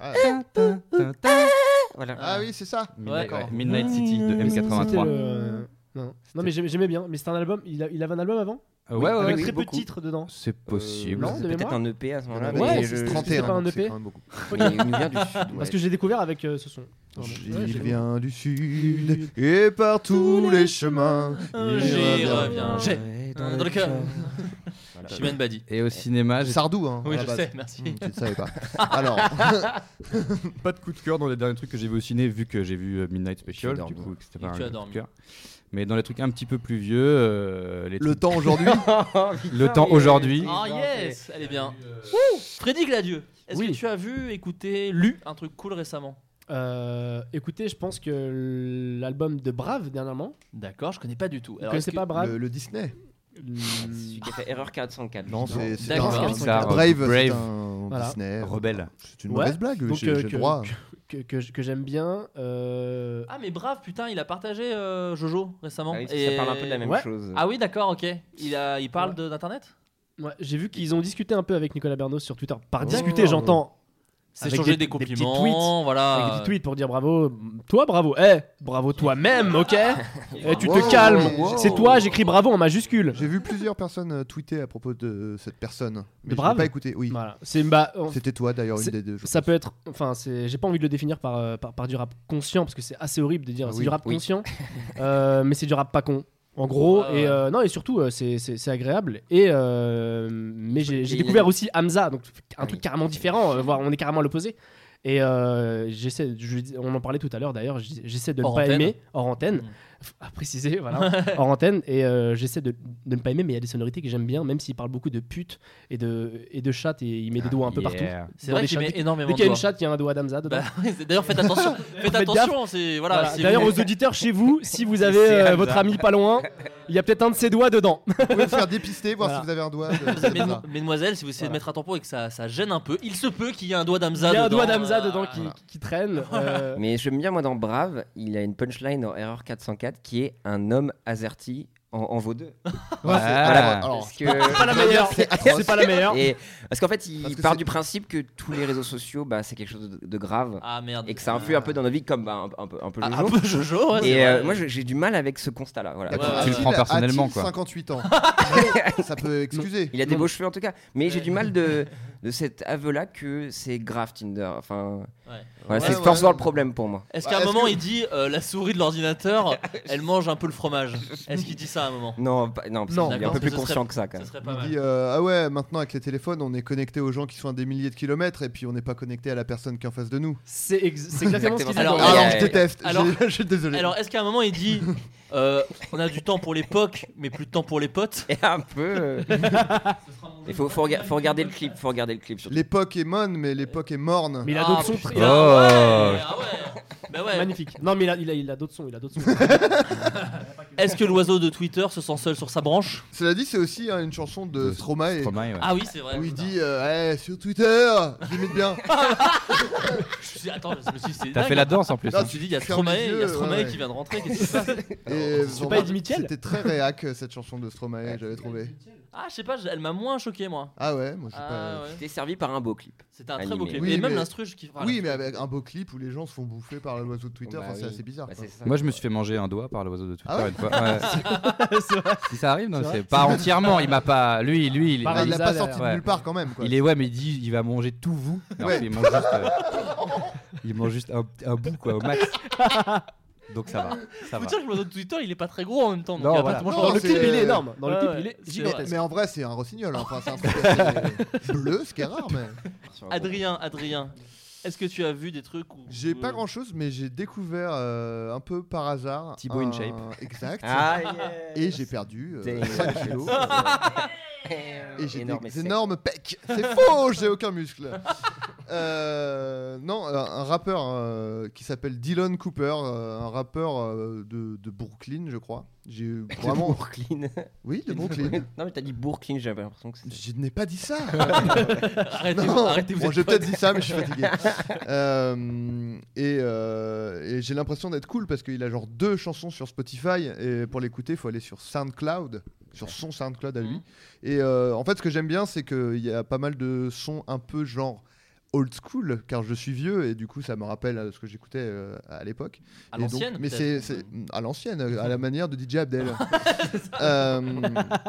S5: Ah,
S4: tin, tin, tin, tin.
S7: Voilà.
S5: ah oui, c'est ça.
S4: Midnight-
S8: D'accord.
S4: ouais, Midnight City de
S6: C'était
S4: M83.
S6: le- Non, non mais j'aimais j'aimais bien. Mais c'était un album. Il, a- il avait un album avant
S4: Euh, Ouais, ouais,
S6: avec
S4: ouais.
S6: très peu de
S7: beaucoup.
S6: titres dedans.
S4: C'est
S7: Euh,
S4: possible.
S8: Euh,
S6: non,
S7: C'est
S6: de
S7: peut-être
S6: mémoire.
S7: un EP à ce moment-là.
S6: Ouais,
S7: mais
S6: c'est
S7: je-
S6: ce
S7: je-
S5: 31,
S6: pas un E
S5: donc c'est
S6: EP.
S5: quand même beaucoup.
S7: [LAUGHS] il vient [LAUGHS] du sud. ouais.
S6: Parce que j'ai découvert avec euh, ce son. Ouais,
S5: Il
S6: j'ai-
S5: vient du sud et par tous les chemins.
S8: Euh,
S5: il
S8: J'y
S5: revient.
S8: reviens. J'ai dans le cœur. Chimène Badi. Mm.
S4: Et au cinéma, j'ai
S5: Sardou, hein.
S8: Ah, Oui,
S5: à la
S8: je
S5: base.
S8: sais, merci.
S5: [LAUGHS] Hmm, tu ne
S6: [LAUGHS]
S5: savais pas. Alors,
S4: pas de coup de cœur dans les derniers trucs que j'ai vu au ciné, vu que j'ai vu euh, Midnight
S7: Et
S4: Special,
S7: tu as
S4: du
S7: dormi.
S4: coup, que c'était
S8: Et
S4: pas
S8: tu as
S4: un coup
S8: dormi.
S4: de cœur. Mais dans les trucs un petit peu plus vieux, euh, les
S5: le
S4: trucs-
S6: [LAUGHS]
S5: temps aujourd'hui.
S4: le temps aujourd'hui. Euh,
S8: Oh yes, elle est bien. Ouh, Freddy Gladieux, est-ce que
S6: Oui.
S8: tu as vu, écouté, lu un truc cool récemment
S6: Euh, écoutez, je pense que l'album de Brave dernièrement.
S8: D'accord, je connais pas du tout.
S6: Vous
S8: Alors,
S6: connaissez
S8: est-ce que-
S6: pas Brave Hmm.
S5: Le, le Disney.
S7: Celui qui a fait Erreur 404.
S5: Non,
S7: justement.
S5: c'est c'est
S8: D'accord.
S5: un-
S4: Pixar,
S5: Brave, c'est un
S4: Brave.
S6: Ah, Voilà.
S5: Disney.
S4: Rebelle.
S5: C'est une
S6: Ouais.
S5: mauvaise blague.
S6: Donc,
S5: J'ai
S6: euh,
S5: j'ai
S6: que-
S5: le droit.
S6: que, que j- que j'aime bien. euh,
S8: Ah mais brave, putain, il a partagé euh, Jojo récemment.
S7: Ah oui, parce que Ça parle un peu de la même
S6: Ouais.
S7: chose.
S8: Ah oui, d'accord, ok. Il, a, il parle
S6: Ouais.
S8: de- d'internet
S6: ouais, J'ai vu qu'ils ont discuté un peu avec Nicolas Bernos sur Twitter. Par
S5: Oh.
S6: discuter, j'entends.
S8: C'est
S6: avec
S8: changer des,
S6: des petits
S8: compliments,
S6: tweets.
S8: voilà.
S6: Avec
S5: Ah.
S6: des petits tweets pour dire bravo, toi bravo, eh, bravo toi-même,
S5: [LAUGHS]
S6: ok Eh, Tu
S5: Wow.
S6: te calmes,
S5: Wow.
S6: c'est toi, j'écris bravo en majuscule.
S5: J'ai vu plusieurs personnes euh, tweeter à propos de cette personne. Mais je l'ai
S6: Brave
S5: pas écouté, oui.
S6: Voilà, c'est bah, en-
S5: C'était toi d'ailleurs, une
S6: C'est-
S5: des deux. je
S6: ça
S5: pense.
S6: peut être, enfin, c'est, j'ai pas envie de le définir par, euh, par, par du rap conscient parce que c'est assez horrible de dire
S5: Ah
S6: c'est
S5: oui,
S6: du rap
S7: oui.
S6: conscient, euh, mais c'est du rap pas con. En gros,
S8: Ah ouais.
S6: et euh, non, et surtout, euh, c'est, c'est, c'est agréable. Et euh, mais j'ai, j'ai
S7: Et il y a
S6: découvert
S7: des-
S6: aussi Hamza, donc un
S7: Ah
S6: truc
S7: oui.
S6: carrément différent, euh, voire on est carrément à l'opposé. Et euh, j'essaie, je lui dis- on en parlait tout à l'heure d'ailleurs, j- j'essaie de ne
S8: Hors
S6: pas
S8: antenne.
S6: aimer hors antenne, F- à préciser, voilà, hors antenne, et euh, j'essaie de, de ne pas aimer, mais il y a des sonorités que j'aime bien, même s'il parle beaucoup de putes et de, et de chattes, et il met des doigts un peu partout.
S4: Yeah.
S8: C'est
S6: Dans
S8: vrai
S6: les
S8: qu'il
S6: chats,
S8: met
S6: dès-
S8: énormément
S6: Dès
S8: de
S6: qu'il y a une
S8: doigts.
S6: chatte, il y a un doigt d'Amza dedans.
S8: Bah, oui, [LAUGHS] c'est- D'ailleurs,
S6: [LAUGHS]
S8: faites attention. faites attention. C'est voilà.
S6: Voilà.
S8: si
S6: D'ailleurs,
S8: vous-
S6: aux auditeurs chez vous, si vous avez euh, votre ami pas loin, il y a peut-être un de ses doigts dedans.
S5: Vous pouvez vous faire dépister, voir
S6: Voilà.
S5: si vous avez
S6: [LAUGHS]
S5: un doigt. de- c'est
S8: Mesdem-
S5: ça.
S8: Mesdemoiselles, si vous essayez de
S6: Voilà.
S8: mettre un tampon et que ça, ça gêne un peu, il se peut qu'il y ait un doigt
S6: Il
S8: d'Amza
S6: y
S8: dedans.
S6: a un doigt d'Amza
S8: Ah,
S6: dedans qui, qui traîne.
S7: [LAUGHS]
S6: euh,
S7: Mais j'aime bien, moi, dans Brave, il a une punchline en Erreur 404 qui est un homme azerty en, en vaut deux.
S4: Voilà.
S8: Oh.
S5: Alors,
S8: [LAUGHS]
S7: Parce que.
S6: pas la meilleure.
S7: C'est
S6: C'est pas la meilleure.
S7: Et- parce qu'en fait, il
S5: Parce que
S7: part
S5: c'est-
S7: du principe que tous les réseaux sociaux, bah, c'est quelque chose de, de grave
S8: Ah merde.
S7: et que ça influe un peu dans nos vies, comme bah, un, un peu, un peu
S8: Ah, un
S7: Jojo.
S8: peu Jojo. ouais, c'est
S7: Et euh,
S8: vrai.
S7: moi, je- j'ai du mal avec ce constat-là. Voilà.
S5: d'accord.
S8: ouais.
S5: A-t-il-
S8: Tu le
S4: prends personnellement,
S5: a-t-il
S4: quoi.
S5: 58 ans. ça
S6: [LAUGHS]
S5: peut excuser.
S7: [LAUGHS] Il a des
S6: Non.
S7: beaux cheveux en tout cas, mais j'ai
S8: Ouais.
S7: du
S8: [LAUGHS]
S7: mal de, de cet aveu-là que c'est grave Tinder. Enfin,
S8: Ouais.
S7: voilà,
S5: Ouais,
S7: c'est
S5: ouais.
S7: forcément le problème pour moi.
S8: Est-ce
S5: Bah,
S8: qu'à un
S5: est-ce
S8: moment
S5: que-
S8: il dit euh, la souris de
S7: [LAUGHS]
S8: l'ordinateur, elle mange un peu le fromage Est-ce qu'il dit ça à un moment
S7: Non, pas- non, parce
S6: Non.
S7: qu'il est un
S8: D'accord,
S7: peu
S8: parce
S7: plus
S8: que ce
S7: conscient que ça quand
S8: Ce
S7: même.
S8: serait pas
S5: Il dit
S8: mal.
S5: euh, ah ouais maintenant avec les téléphones on est connecté aux gens qui sont à des milliers de kilomètres et puis on n'est pas connecté à la personne qui est en face de nous.
S6: C'est ex- c'est exactement ce qu'ils
S7: Exactement.
S6: disent.
S8: Alors,
S6: dans-
S5: Ah non
S7: ouais.
S5: je déteste.
S8: Alors-
S5: J'ai- [LAUGHS] je suis désolé.
S8: Alors, est-ce qu'à un moment il
S5: [LAUGHS]
S8: dit euh, on a du temps pour les pocs, mais plus de temps pour les potes
S7: [LAUGHS] Et un peu. euh, Il faut, faut, rega- faut regarder le clip, faut regarder le clip surtout.
S5: les Pokémon mais les Pokémon.
S6: Mais il a
S8: Ah,
S6: d'autres sons
S8: putain,
S5: Oh.
S6: très-
S8: ouais, ah ouais. Bah ouais.
S6: magnifiques. Non, mais il a, il a, il a d'autres sons. Il a d'autres sons.
S8: Est-ce que l'oiseau de Twitter se sent seul sur sa branche
S5: Cela dit c'est aussi hein, une chanson de
S4: De
S5: Stromae.
S4: Stromae, ouais.
S8: Ah oui, c'est vrai.
S5: Où il
S8: putain.
S5: dit euh, Eh, sur Twitter,
S8: [LAUGHS]
S5: j'imite bien.
S8: Je suis- Attends, je me suis dit, c'est
S4: T'as
S8: dingue.
S4: fait la danse en plus.
S5: Non,
S4: hein.
S8: Je me suis dit, il y a
S5: Ferme les
S8: Stromae, il y a
S5: yeux,
S8: Stromae
S5: ouais, ouais.
S8: qui vient de rentrer. Qu'est-ce qui se passe
S5: Et
S6: C'est pas Eddie Mitchell
S5: C'était très réac euh, cette chanson de Stromae, j'avais trouvé.
S8: Ah, je sais pas, elle m'a moins choqué, moi.
S5: Ah ouais, moi j'ai
S8: Ah,
S5: pas.
S8: ouais.
S7: T'es servi par un beau clip.
S8: C'était un très
S7: Animé.
S8: beau clip.
S5: Oui,
S8: Et même
S5: mais-
S8: l'instru, je kiffe. Ah,
S5: oui,
S8: l'instru.
S5: mais avec un beau clip où les gens se font bouffer par l'oiseau de Twitter,
S7: Bah
S5: enfin, c'est
S7: oui.
S5: assez bizarre.
S7: Bah,
S5: quoi.
S7: c'est ça.
S4: Moi, je me suis fait manger un doigt par l'oiseau de Twitter
S5: Ah ouais
S4: une fois. Ouais.
S6: C'est vrai.
S4: si ça arrive, non,
S6: C'est
S4: c'est pas entièrement. Il m'a pas. Lui, lui, il,
S5: Ah,
S6: Pareil,
S5: il
S4: il,
S5: l'a
S6: Elsa,
S5: pas
S6: là,
S5: sorti de
S4: ouais.
S5: nulle part quand même. Quoi.
S4: il est ouais, mais il dit, il va manger tout vous. Alors
S5: Ouais.
S4: qu'il mange juste, euh, il mange juste un, un bout quoi au max. Donc ça va. Ça
S8: Faut
S4: va.
S8: dire que le oiseau de Twitter, il est pas très gros en même temps. Donc
S4: Non,
S8: il y a
S4: voilà.
S8: pas tellement changé.
S5: Non,
S6: Dans le
S5: c'est-
S6: clip, il est énorme. Dans le
S8: Ouais,
S6: clip, il
S8: ouais.
S6: est
S8: Mais-
S5: Mais,
S6: gigantesque.
S5: mais en vrai, c'est un rossignol. hein. Enfin, c'est un truc assez euh, bleu, ce qui est rare. Mais...
S7: Sur un gros-
S8: Adrien, Adrien, est-ce que tu as vu des trucs où
S5: J'ai
S8: où-
S5: pas grand chose, mais j'ai découvert euh, un peu par hasard.
S4: Thibaut
S5: un-
S4: in shape.
S5: [LAUGHS] Exact.
S7: Ah, yes.
S5: Et j'ai perdu euh,
S7: Damn.
S5: 5 kilos. Et j'ai
S7: Énorme
S5: des
S7: essai. [LAUGHS]
S5: énormes pecs. C'est faux, j'ai aucun muscle. Euh, non, un- un rappeur euh, qui s'appelle Dylan Cooper, euh, un rappeur euh, de, de Brooklyn, je crois. J'ai vraiment.
S7: Brooklyn.
S5: Oui, de Brooklyn.
S7: [LAUGHS] non, mais t'as dit Brooklyn, j'avais l'impression que c'était.
S5: Je n'ai pas dit ça.
S8: Arrêtez,
S5: Non.
S8: arrêtez, vous
S5: Bon,
S8: êtes
S5: j'ai
S8: pas-
S5: peut-être dit
S8: [LAUGHS]
S5: ça, mais je suis fatigué. Euh, et euh, et j'ai l'impression d'être cool parce qu'il a genre deux chansons sur Spotify. Et pour l'écouter, il faut aller sur SoundCloud, sur son SoundCloud à lui.
S8: Mhm.
S5: Et euh, en fait, ce que j'aime bien, c'est qu'il y a pas mal de sons un peu genre old school, car je suis vieux et du coup, ça me rappelle euh, ce que j'écoutais euh, à l'époque.
S8: à
S5: Et donc-
S8: l'ancienne.
S5: Mais c'est
S8: peut-être.
S5: c'est- à l'ancienne,
S8: [LAUGHS]
S5: à la manière de DJ Abdel. Euh,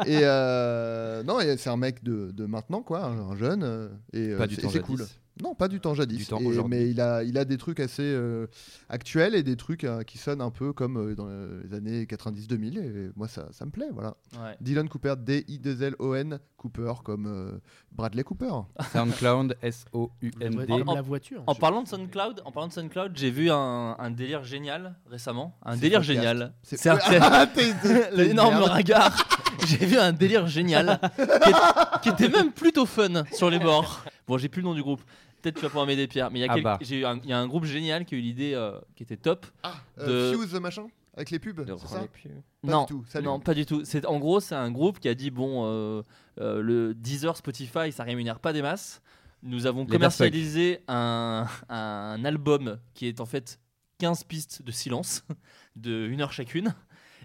S5: et euh, non, et c'est un mec de, de maintenant, quoi, un jeune. euh, Et, euh,
S4: Pas du
S5: c'est-
S4: temps
S5: et c'est
S4: jadis.
S5: cool. Non, pas du temps jadis.
S4: Du temps
S5: Et-
S4: aujourd'hui.
S5: mais il a, il a des trucs assez euh, actuels et des trucs euh, qui sonnent un peu comme euh, dans les années 90-2000. Et moi, ça, ça me plaît, voilà.
S8: Mm. Ouais.
S5: Dylan Cooper, D-I-2-L-O-N, Cooper, comme euh, Bradley Cooper.
S4: SoundCloud, S-O-U-N-D.
S6: Comme la voiture.
S8: En parlant de SoundCloud, en parlant de SoundCloud, j'ai vu un, un délire génial récemment. Un
S5: C'est
S8: délire
S5: podcast.
S8: génial.
S5: C'est-
S8: C'est un
S5: [LAUGHS] Ah, t'es-
S4: [LAUGHS]
S5: t'es- t'es
S8: l'énorme
S5: merde.
S8: ringard. [LAUGHS] J'ai vu un délire génial qui, est- qui était même plutôt fun sur les bords. Bon, j'ai plus le nom du groupe. Peut-être tu vas pouvoir m'aider, Pierre. Mais il y, a
S4: Ah
S8: quel-
S4: bah.
S8: j'ai eu un- il y a un groupe génial qui a eu l'idée euh, qui était top.
S5: Ah, euh,
S8: de-
S5: Fuse, machin Avec les pubs,
S7: de
S5: c'est ça
S7: reprendre les pieux.
S5: Pas
S8: non,
S5: du tout, salut.
S8: non, pas du tout. C'est en gros, c'est un groupe qui a dit bon, euh, euh, le Deezer, Spotify, ça rémunère pas des masses. Nous avons
S4: Les
S8: commercialisé un, un album qui est en fait 15 pistes de silence [LAUGHS] de une heure chacune.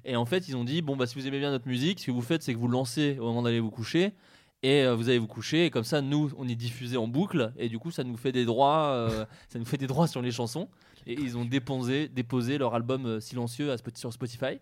S8: Et en fait, ils ont dit bon bah si vous aimez bien notre musique, ce que vous faites, c'est que vous le lancez au moment d'aller vous coucher. Et euh, vous allez vous coucher, et comme ça, nous, on est diffusé en boucle, et du coup, ça nous fait des droits, euh, ça nous fait des droits sur les chansons. Et ils ont déposé, déposé leur album euh, silencieux à Spot- sur Spotify.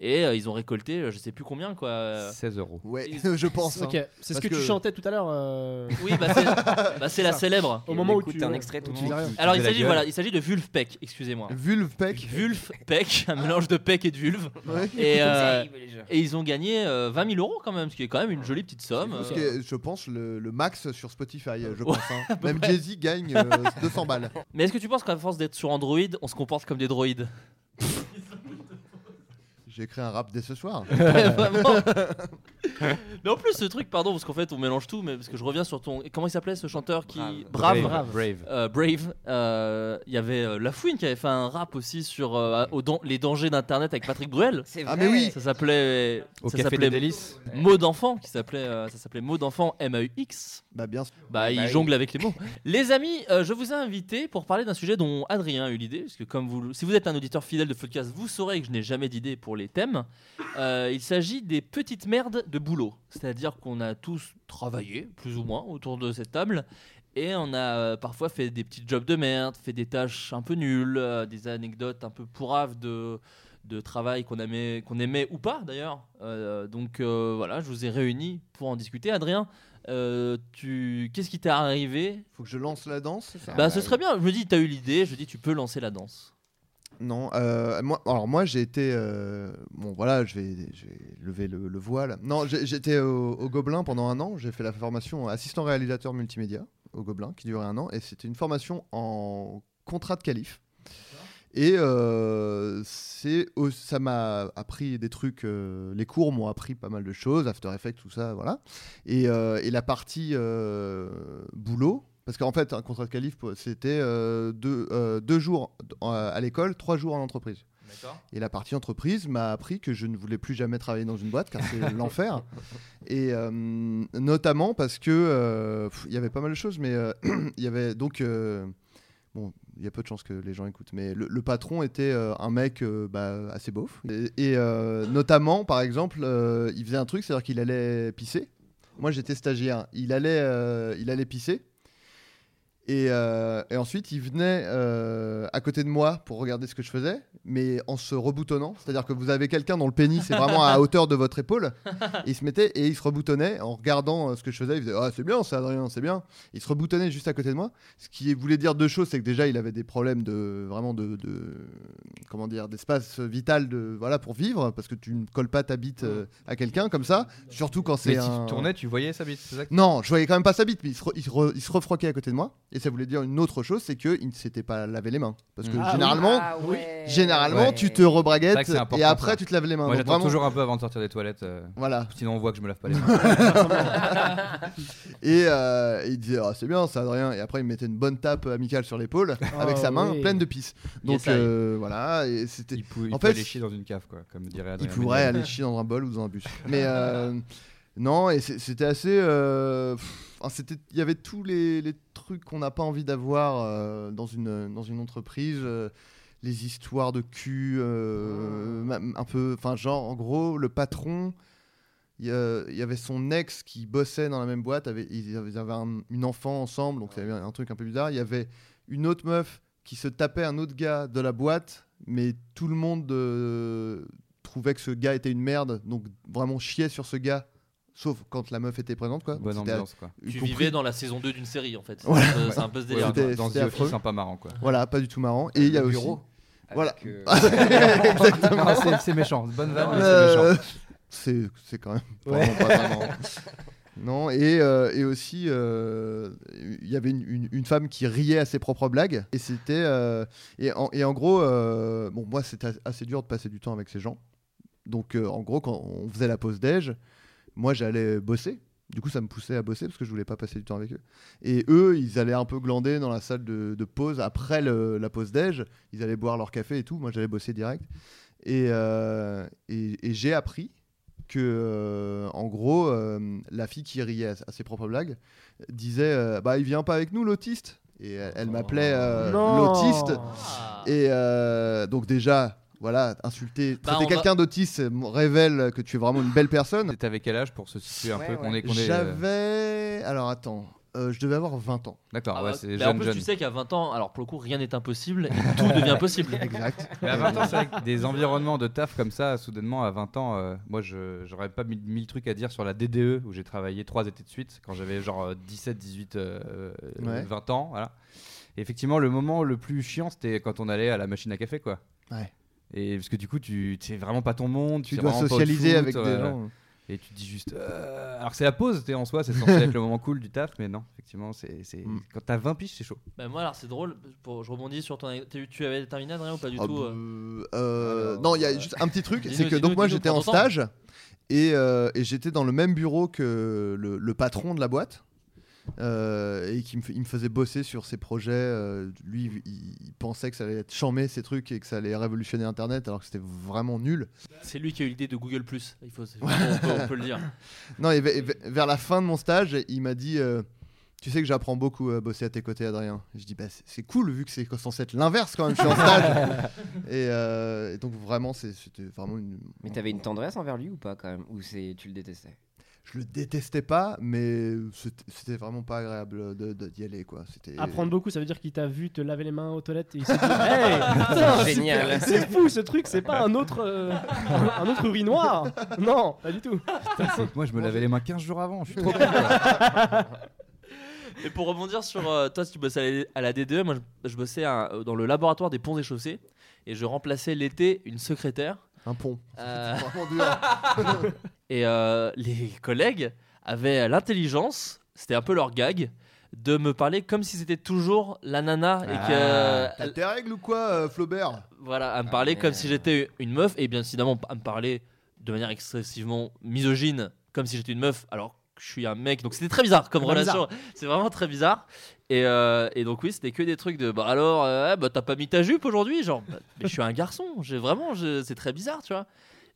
S8: Et euh, ils ont récolté, euh, je sais plus combien, quoi.
S4: [LAUGHS]
S8: euh.
S4: 16 euros.
S5: Ouais,
S8: Ils-
S5: je pense. hein.
S6: Ok, c'est ce
S5: Parce
S6: que,
S5: que-
S6: tu chantais tout à l'heure euh,
S8: Oui, bah c'est, bah, c'est la
S6: Ça.
S8: célèbre.
S6: au moment où
S7: écoute
S6: tu. euh,
S7: un extrait tout de
S6: tu
S7: suite.
S6: dis rien.
S8: Alors, il
S4: faisait la
S8: s'agit,
S4: gueule.
S8: voilà, il s'agit de Vulve Peck, excusez-moi.
S5: Vulve pec.
S8: [LAUGHS] Vulve Peck, un mélange de Peck et de Vulve.
S5: Ouais.
S8: Et, euh,
S7: Terrible, les gens.
S8: et ils ont gagné euh, 20 000 euros quand même, ce qui est quand même une jolie petite somme.
S5: Parce
S8: euh.
S5: que je pense le, le max sur Spotify,
S8: Ouais,
S5: je pense. hein. Même Jay-Z gagne euh, 200 balles.
S8: Mais est-ce que tu penses qu'à force d'être sur Android, on se comporte comme des droïdes
S5: J'ai écrit un rap dès ce soir.
S8: Ouais, vraiment. Mais en plus, ce truc, pardon, parce qu'en fait, on mélange tout, mais parce que je reviens sur ton. Comment il s'appelait ce chanteur qui.
S7: Brave.
S8: Brave.
S6: Brave.
S4: Brave.
S8: Euh, Brave, euh, il y avait euh, Lafouine qui avait fait un rap aussi sur euh, aux dan- les dangers d'internet avec Patrick Bruel.
S7: C'est
S5: Ah,
S7: vrai.
S5: mais oui.
S8: Ça s'appelait
S4: Au
S8: ça
S4: café des
S8: s'appelait
S4: délices.
S8: Mot d'enfant qui s'appelait euh, ça s'appelait Mot d'enfant M A U X.
S5: Bah bien sûr.
S8: Bah, il
S7: oui.
S8: jongle avec les mots. les amis, euh, je vous ai invités pour parler d'un sujet dont Adrien a eu l'idée, parce que comme vous, si vous êtes un auditeur fidèle de Floodcast, vous saurez que je n'ai jamais d'idée pour les thèmes. Euh, il s'agit des petites merdes de boulot, c'est-à-dire qu'on a tous travaillé plus ou moins autour de cette table. Et on a euh, parfois fait des petits jobs de merde, fait des tâches un peu nulles, euh, des anecdotes un peu pourraves de, de travail qu'on aimait, qu'on aimait ou pas d'ailleurs. Euh, donc euh, voilà, je vous ai réunis pour en discuter. Adrien, euh, tu... qu'est-ce qui t'est arrivé
S5: Faut que je lance la danse, c'est ça
S8: Bah, ce serait bien. Je me dis, t'as eu l'idée. Je me dis, tu peux lancer la danse.
S5: Non. euh, moi, alors moi j'ai été. euh, bon voilà, je vais, je vais lever le, le voile. Non, j'ai- j'étais au, au Gobelin pendant un an. J'ai fait la formation assistant réalisateur multimédia au Gobelin qui durait un an et c'était une formation en contrat de qualif. Et euh, c'est au- ça m'a appris des trucs. euh, les cours m'ont appris pas mal de choses, After Effects, tout ça, voilà. Et, euh, et la partie euh, boulot, parce qu'en fait, un contrat de qualif, c'était euh, deux, euh, deux jours euh, à l'école, trois jours en entreprise. Et la partie entreprise m'a appris que je ne voulais plus jamais travailler dans une boîte car c'est l'enfer. Et euh, notamment parce que euh, pff, il y avait pas mal de choses, mais euh, [CLEARS THROAT] il y avait donc. euh, Bon, il y a peu de chances que les gens écoutent, mais le, le patron était euh, un mec euh, bah, assez beauf. Et, et, euh, notamment, par exemple, euh, il faisait un truc, c'est-à-dire qu'il allait pisser. Moi, j'étais stagiaire. Il allait, euh, il allait pisser. Et, euh, et ensuite, il venait euh, à côté de moi pour regarder ce que je faisais, mais en se reboutonnant. C'est-à-dire que vous avez quelqu'un dont le pénis est vraiment à hauteur de votre épaule. Et il se mettait et il se reboutonnait en regardant euh, ce que je faisais. Il faisait Ah, c'est bien, ça, Adrien, c'est bien. Il se reboutonnait juste à côté de moi. Ce qui voulait dire deux choses c'est que déjà, il avait des problèmes de. Vraiment de. de- comment dire, d'espace vital de, voilà, pour vivre, parce que tu ne colles pas ta bite euh, à quelqu'un comme ça, surtout quand
S4: Mais
S5: c'est
S4: si
S5: un...
S4: tu tournais, tu voyais sa bite, c'est ça que-
S5: Non, je voyais quand même pas sa bite, mais il se, re- il se re- il se refroquait à côté de moi. Et ça voulait dire une autre chose, c'est qu'il ne s'était pas lavé les mains. Parce que
S6: Ah,
S5: généralement,
S7: Ah ouais.
S5: généralement
S4: Ouais.
S5: tu te
S4: C'est vrai
S5: rebraguettes
S4: que c'est important,
S5: et après
S4: ça.
S5: tu te laves les mains.
S4: Moi,
S5: Donc
S4: j'attends
S5: vraiment,
S4: toujours un peu avant de sortir des toilettes. euh,
S5: Voilà.
S4: Sinon, on voit que je me lave pas
S5: [LAUGHS]
S4: les mains.
S5: Et euh, il disait, Ah, c'est bien ça, Adrien. Et après, il me mettait une bonne tape amicale sur l'épaule avec sa main
S6: oui.
S5: pleine de pisse. Donc
S8: Yes, I.
S5: euh, voilà, et c'était.
S4: il pou- il
S5: En
S4: peut
S5: fait,
S4: aller chier dans une cave, quoi, comme dirait
S5: Il
S4: Adrien.
S5: pourrait
S4: Méniel.
S5: aller chier dans un bol ou dans un bus. Mais
S4: [LAUGHS]
S5: euh, non, et c'est- c'était assez. euh, pff, enfin, c'était, il y avait tous les, les trucs qu'on n'a pas envie d'avoir euh, dans une dans une entreprise. euh, les histoires de cul, euh,
S4: Ah.
S5: ma- un peu, enfin genre en gros le patron, il y, a- il y avait son ex qui bossait dans la même boîte, avait, ils avaient ils avaient un- une enfant ensemble, donc il y avait un truc un peu bizarre. Il y avait une autre meuf qui se tapait un autre gars de la boîte, mais tout le monde euh, trouvait que ce gars était une merde, donc vraiment chiait sur ce gars, sauf quand la meuf était présente, quoi. Donc
S4: Bonne
S5: c'était-
S4: ambiance, quoi.
S5: y
S8: Tu
S5: compris-
S8: vivais dans la saison 2 d'une série en fait. C'est
S5: Voilà.
S8: un peu- c'est un peu ce délire.
S5: Ouais,
S8: quoi.
S5: c'était-
S4: Dans The
S5: c'était affreux.
S4: Office, sympa
S5: [LAUGHS]
S4: marrant, quoi.
S5: Voilà, pas du tout marrant. Et il y a
S7: Le
S5: aussi.
S7: bureau.
S5: Voilà.
S7: Avec, euh,
S5: [LAUGHS]
S4: Ah, c'est- c'est méchant, bonne vanne, mais c'est méchant.
S5: Euh, [LAUGHS] C'est c'est quand même vraiment pas vraiment. Non, et, euh, et aussi, euh, il y avait une, une- une femme qui riait à ses propres blagues. Et c'était. euh, et, en, et en gros, euh, bon, moi, c'était assez dur de passer du temps avec ces gens. Donc, euh, en gros, quand on faisait la pause déj, moi, j'allais bosser. Du coup, ça me poussait à bosser parce que je voulais pas passer du temps avec eux. Et eux, ils allaient un peu glander dans la salle de, de pause après le- la pause déj. Ils allaient boire leur café et tout. Moi, j'allais bosser direct. Et, euh, et, et j'ai appris que, euh, en gros, euh, la fille qui riait à, à ses propres blagues disait euh, Bah, il vient pas avec nous, l'autiste. Et elle, elle m'appelait euh, l'autiste.
S8: Ah.
S5: Et euh, donc, déjà, voilà, insulter,
S8: Bah,
S5: traiter
S8: on va-
S5: quelqu'un d'autiste euh, révèle que tu es vraiment une belle personne.
S4: T'étais avec quel âge pour se situer un
S7: Ouais,
S4: peu qu'on
S7: ouais.
S4: est, qu'on est euh,
S5: J'avais. Alors, attends, euh, je devais avoir
S8: [LAUGHS]
S5: 20 ans.
S4: D'accord,
S8: Ah
S4: ouais,
S8: bah,
S4: c'est
S8: mais en
S4: jeune,
S8: plus,
S4: jeune.
S8: tu sais qu'à 20 ans, alors pour le coup, rien n'est impossible et tout
S5: [LAUGHS]
S8: devient possible.
S5: Exact. Euh,
S4: Mais à 20 ans, c'est vrai que des environnements de taf comme ça, soudainement, à 20 ans, euh, moi, je, j'aurais pas mille, mille trucs à dire sur la DDE où j'ai travaillé trois étés de suite quand j'avais genre euh, 17, 18, euh,
S5: Ouais.
S4: 20 ans. Voilà. Et effectivement, le moment le plus chiant, c'était quand on allait à la machine à café, quoi.
S5: Ouais.
S4: Et parce que du coup, tu c'est vraiment pas ton monde,
S5: Tu
S4: sais
S5: dois
S4: vraiment pas au
S5: socialiser
S4: foot,
S5: avec des
S4: euh,
S5: gens.
S4: Et tu te dis juste. euh, Alors, que c'est la pause, t'es en soi, c'est censé être le moment cool du taf, mais non, effectivement, c'est, c'est...
S5: Mm.
S4: quand t'as 20 piges, c'est chaud.
S8: Bah, moi, alors c'est drôle, pour- je rebondis sur ton. Tu tu avais terminé Adrien ou pas du
S5: Ah
S8: tout
S5: bah,
S8: euh
S5: euh,
S8: Alors,
S5: non, il y a
S8: euh,
S5: juste un petit truc,
S8: dis-nous,
S5: c'est que
S8: dis-nous,
S5: donc moi
S8: dis-nous,
S5: j'étais
S8: prends
S5: en
S8: ton temps.
S5: stage et, euh, et j'étais dans le même bureau que le, le patron de la boîte. euh, et qui me, f- il me faisait bosser sur ses projets. euh, lui, il, il pensait que ça allait être chambé ces trucs et que ça allait révolutionner Internet, alors que c'était vraiment nul.
S8: C'est lui qui a eu l'idée de Google. Il faut,
S5: [LAUGHS]
S8: on, peut, on peut le dire.
S5: Non, et ve- ve- vers la fin de mon stage, il m'a dit euh, Tu sais que j'apprends beaucoup à bosser à tes côtés, Adrien. Je dis bah, c'est- C'est cool, vu que c'est censé être l'inverse quand même, je suis en stage. et, euh, et donc, vraiment, c'est- c'était vraiment une,
S7: Mais t'avais une tendresse envers lui ou pas quand même Ou c'est tu le détestais
S5: je le détestais pas, mais c'était c'était vraiment pas agréable de- de- d'y aller, quoi. C'était.
S6: Apprendre beaucoup, ça veut dire qu'il t'a vu te laver les mains aux toilettes et il s'est dit [LAUGHS] Hey, putain,
S7: Génial.
S6: super, C'est fou ce truc, c'est pas un autre, euh, un autre urinoir Non, pas du tout
S4: moi, je me lavais les mains 15 jours avant,
S5: [LAUGHS]
S4: je suis trop
S8: Et pour rebondir sur euh, toi, si tu bossais à la, à la DDE, moi je, je bossais à- euh, dans le laboratoire des ponts et chaussées et je remplaçais l'été une secrétaire.
S5: Un pont.
S8: Euh,
S5: C'était vraiment dur.
S8: [LAUGHS] et euh, les collègues avaient l'intelligence, c'était un peu leur gag, de me parler comme si c'était toujours la nana et que.
S4: Ah,
S5: T'as tes règles ou quoi, euh, Flaubert
S8: voilà, à me parler
S7: Ah,
S8: comme
S7: mais-
S8: si j'étais une meuf, et bien évidemment à me parler de manière excessivement misogyne, comme si j'étais une meuf, alors que je suis un mec. Donc c'était très bizarre comme
S6: Ah,
S8: relation. C'est vraiment très bizarre. Et, euh, et donc oui, c'était que des trucs de bah alors, euh, bah t'as pas mis ta jupe aujourd'hui, genre. bah, mais je suis un garçon. J'ai vraiment, je- c'est très bizarre, tu vois.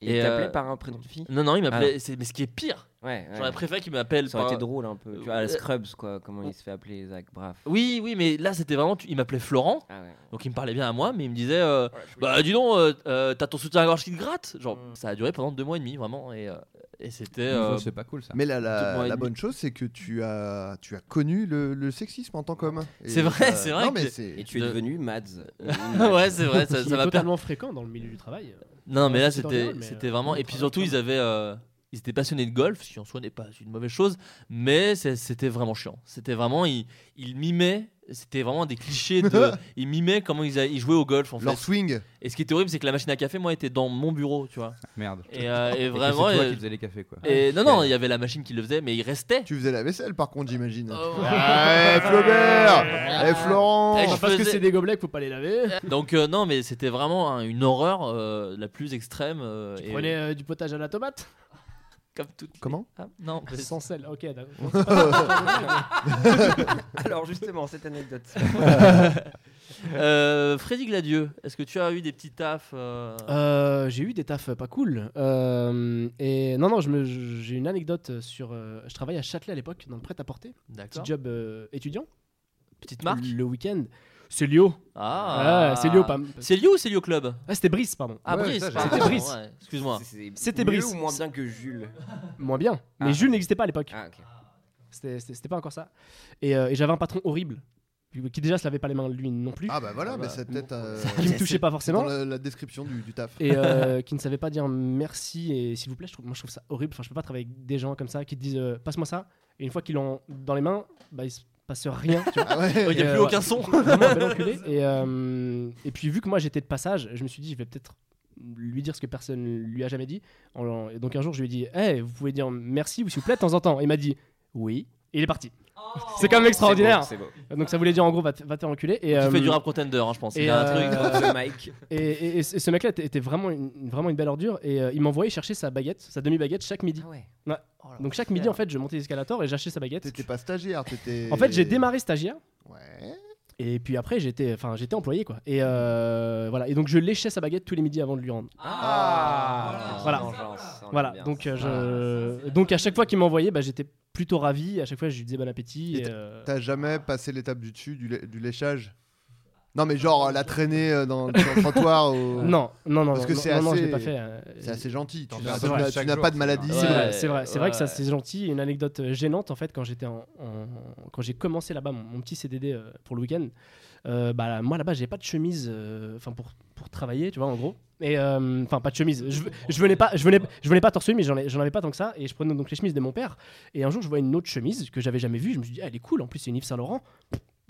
S7: Et
S8: Et,
S7: il
S8: euh,
S7: t'appelait par un prénom de fille
S8: Non non, il
S7: Ah,
S8: m'appelait. c'est- Mais ce qui est pire,
S7: Ouais. ouais.
S8: j'aurais préféré qu'il m'appelle.
S7: Ça aurait
S8: par-
S7: été drôle un peu. Tu vois, à la
S8: Euh,
S7: Scrubs quoi, comment il se fait appeler Zach Braff.
S8: Oui oui, mais là c'était vraiment, tu- il m'appelait Florent,
S7: Ah ouais.
S8: donc il me parlait bien à moi, mais il me disait. euh, Bah dis donc, euh, euh, t'as ton soutien-gorge qui te gratte Genre,
S7: Mm.
S8: ça a duré pendant deux mois et demi, vraiment, et, euh, et c'était... euh,
S4: C'est pas cool ça.
S5: Mais la, la-
S8: Deux mois et
S5: la
S8: demi.
S5: bonne chose, c'est que tu as, tu as connu le, le sexisme en tant qu'homme. Et euh,
S8: C'est vrai, c'est vrai
S5: Non,
S8: que
S5: mais
S8: j'ai-
S5: c'est.
S7: Et tu es
S8: de-
S7: devenu
S8: [LAUGHS]
S7: Mads.
S8: ouais, c'est vrai, ça
S6: Il
S8: ça
S6: est
S8: m'a perdu.
S6: totalement fréquent dans le milieu du travail.
S8: Non, mais là,
S6: Ouais, c'est
S8: c'était
S6: original, mais,
S8: c'était
S6: euh,
S8: vraiment...
S6: on
S8: Et puis
S6: travaille
S8: surtout,
S6: quand
S8: ils avaient... euh, Ils étaient passionnés de golf, ce qui en soi n'est pas une mauvaise chose, mais c'est- c'était vraiment chiant. C'était vraiment, ils, ils mimaient c'était vraiment des clichés
S6: [LAUGHS]
S8: de. ils mimaient comment ils, a- ils jouaient au golf en fait.
S5: Leur swing,
S8: Et ce qui était horrible, c'est que la machine à café, moi, était dans mon bureau, tu vois.
S4: Merde.
S8: Et, euh, et
S4: Et que
S8: vraiment.
S4: C'est toi
S8: euh,
S4: qui faisais les cafés, quoi.
S8: et non, non, il y avait la machine qui le faisait, mais il restait.
S5: tu faisais la vaisselle par contre, j'imagine.
S8: Oh.
S5: Eh Flaubert Eh Florent
S8: Eh, je
S6: Parce que
S8: faisais-
S6: c'est des gobelets, faut pas les laver.
S8: Donc euh, non, mais c'était vraiment hein, une horreur euh, la plus extrême. euh,
S6: Tu
S8: et-
S6: prenais euh, du potage à la tomate
S8: comme toutes les-
S5: Comment
S8: Ah, Non. mais-
S6: [LAUGHS] Sans sel, ok. d'accord.
S7: Alors justement, cette anecdote.
S8: Euh, Freddy Gladieux, est-ce que tu as eu des petits tafs euh,
S6: Euh, j'ai eu des tafs pas cool. Euh, et non, non, je me- j'ai une anecdote sur. euh, je travaillais à Châtelet à l'époque, dans le prêt-à-porter. Petit
S8: D'accord.
S6: job euh, étudiant.
S8: Petite marque
S6: Le week-end. C'est Lio.
S8: Ah.
S6: Ah, c'est Lio, pas.
S8: C'est Lio ou c'est Lio Club
S6: Ah, c'était Brice, pardon.
S8: Ah,
S4: Ouais,
S8: Brice.
S4: ça, j'ai-
S8: pardon,
S6: C'était Brice.
S8: ouais, Excuse-moi.
S7: C'est- c'est
S6: C'était
S7: mieux
S6: Brice.
S7: ou moins bien que Jules
S6: Moins bien. Mais
S7: Ah.
S6: Jules n'existait pas à l'époque.
S7: Ah, ok.
S6: C'était- C'était c'était pas encore ça. Et, euh, et j'avais un patron horrible. Qui déjà se lavait pas les mains, lui non plus.
S5: Ah bah voilà,
S6: Ah
S5: mais
S6: bah,
S5: c'est peut-être euh,
S6: qui me touchait pas forcément.
S5: dans la, la description du, du taf.
S6: et euh, qui ne savait pas dire merci et s'il vous plaît. Je trouve, moi, je trouve ça horrible. Enfin, je peux pas travailler avec des gens comme ça qui te disent euh, passe-moi ça. Et une fois qu'ils l'ont dans les mains, bah, il se passe rien. Tu vois.
S5: Ah ouais.
S8: Il n'y a
S6: euh,
S8: plus
S6: ouais.
S8: aucun son.
S6: Vraiment un bel enculé. Et, euh, et puis, vu que moi j'étais de passage, je me suis dit, je vais peut-être lui dire ce que personne lui a jamais dit. En- Et donc, un jour, je lui ai dit Eh, vous pouvez dire merci ou s'il vous plaît de temps en temps. Et il m'a dit Oui. Et il est parti. c'est quand même extraordinaire.
S7: C'est beau.
S6: Donc, ça voulait dire en gros, va te, va te faire enculer.
S8: [LAUGHS]
S6: Et,
S8: Tu
S6: euh,
S8: fais du rap contender, hein, je pense.
S6: et,
S8: Il y a un
S6: euh,
S8: truc.
S7: c'est beau. Mike.
S6: et, et- et ce mec-là était- était vraiment une, vraiment une belle ordure. Et euh, il m'envoyait chercher sa baguette, sa demi-baguette chaque midi.
S7: Ah ouais.
S6: Donc, chaque midi, en fait, je montais l'escalator et j'achetais sa baguette.
S5: T'étais pas stagiaire, t'étais.
S6: En fait, j'ai démarré stagiaire.
S5: Ouais.
S6: Et puis après, j'étais, enfin, j'étais employé quoi. Et euh, voilà. Et donc, je léchais sa baguette tous les midis avant de lui rendre.
S7: Ah,
S6: Voilà.
S7: vengeance, on
S6: Voilà.
S7: aime bien
S6: Donc,
S7: ça.
S6: euh, je... donc à chaque fois qu'il m'envoyait, bah, j'étais plutôt ravi. À chaque fois, je lui disais bon appétit.
S5: Et
S6: et, euh,
S5: T'as jamais passé l'étape du dessus, du, lé- du léchage Non, mais genre euh, la traînée euh, dans, sur le trottoir.
S6: [LAUGHS]
S5: au-
S6: Non, non, non.
S5: Parce que
S6: non,
S5: c'est
S6: non, non, je l'ai
S5: assez-
S6: pas fait. euh,
S5: C'est assez gentil. Tu
S4: C'est
S5: n'as-
S4: vrai,
S5: tu n'as tu
S4: chaque
S5: n'as
S4: jour,
S5: pas de
S4: c'est
S5: maladie.
S6: C'est
S8: Ouais,
S6: vrai, c'est vrai, c'est vrai que ça
S8: ouais.
S6: c'est gentil. Une anecdote euh, gênante en fait quand j'étais en, en- quand j'ai commencé là-bas mon, mon petit CDD euh, pour le week-end. euh, bah moi là-bas j'ai pas de chemise, euh, enfin pour pour travailler tu vois en gros. Et euh, enfin pas de chemise. Je, je venais pas, je venais, je venais pas torse nu mais j'en ai- j'en avais pas tant que ça et je prenais donc les chemises de mon père. Et un jour je vois une autre chemise que j'avais jamais vue. Je me suis dit Ah, elle est cool en plus c'est une Yves Saint Laurent.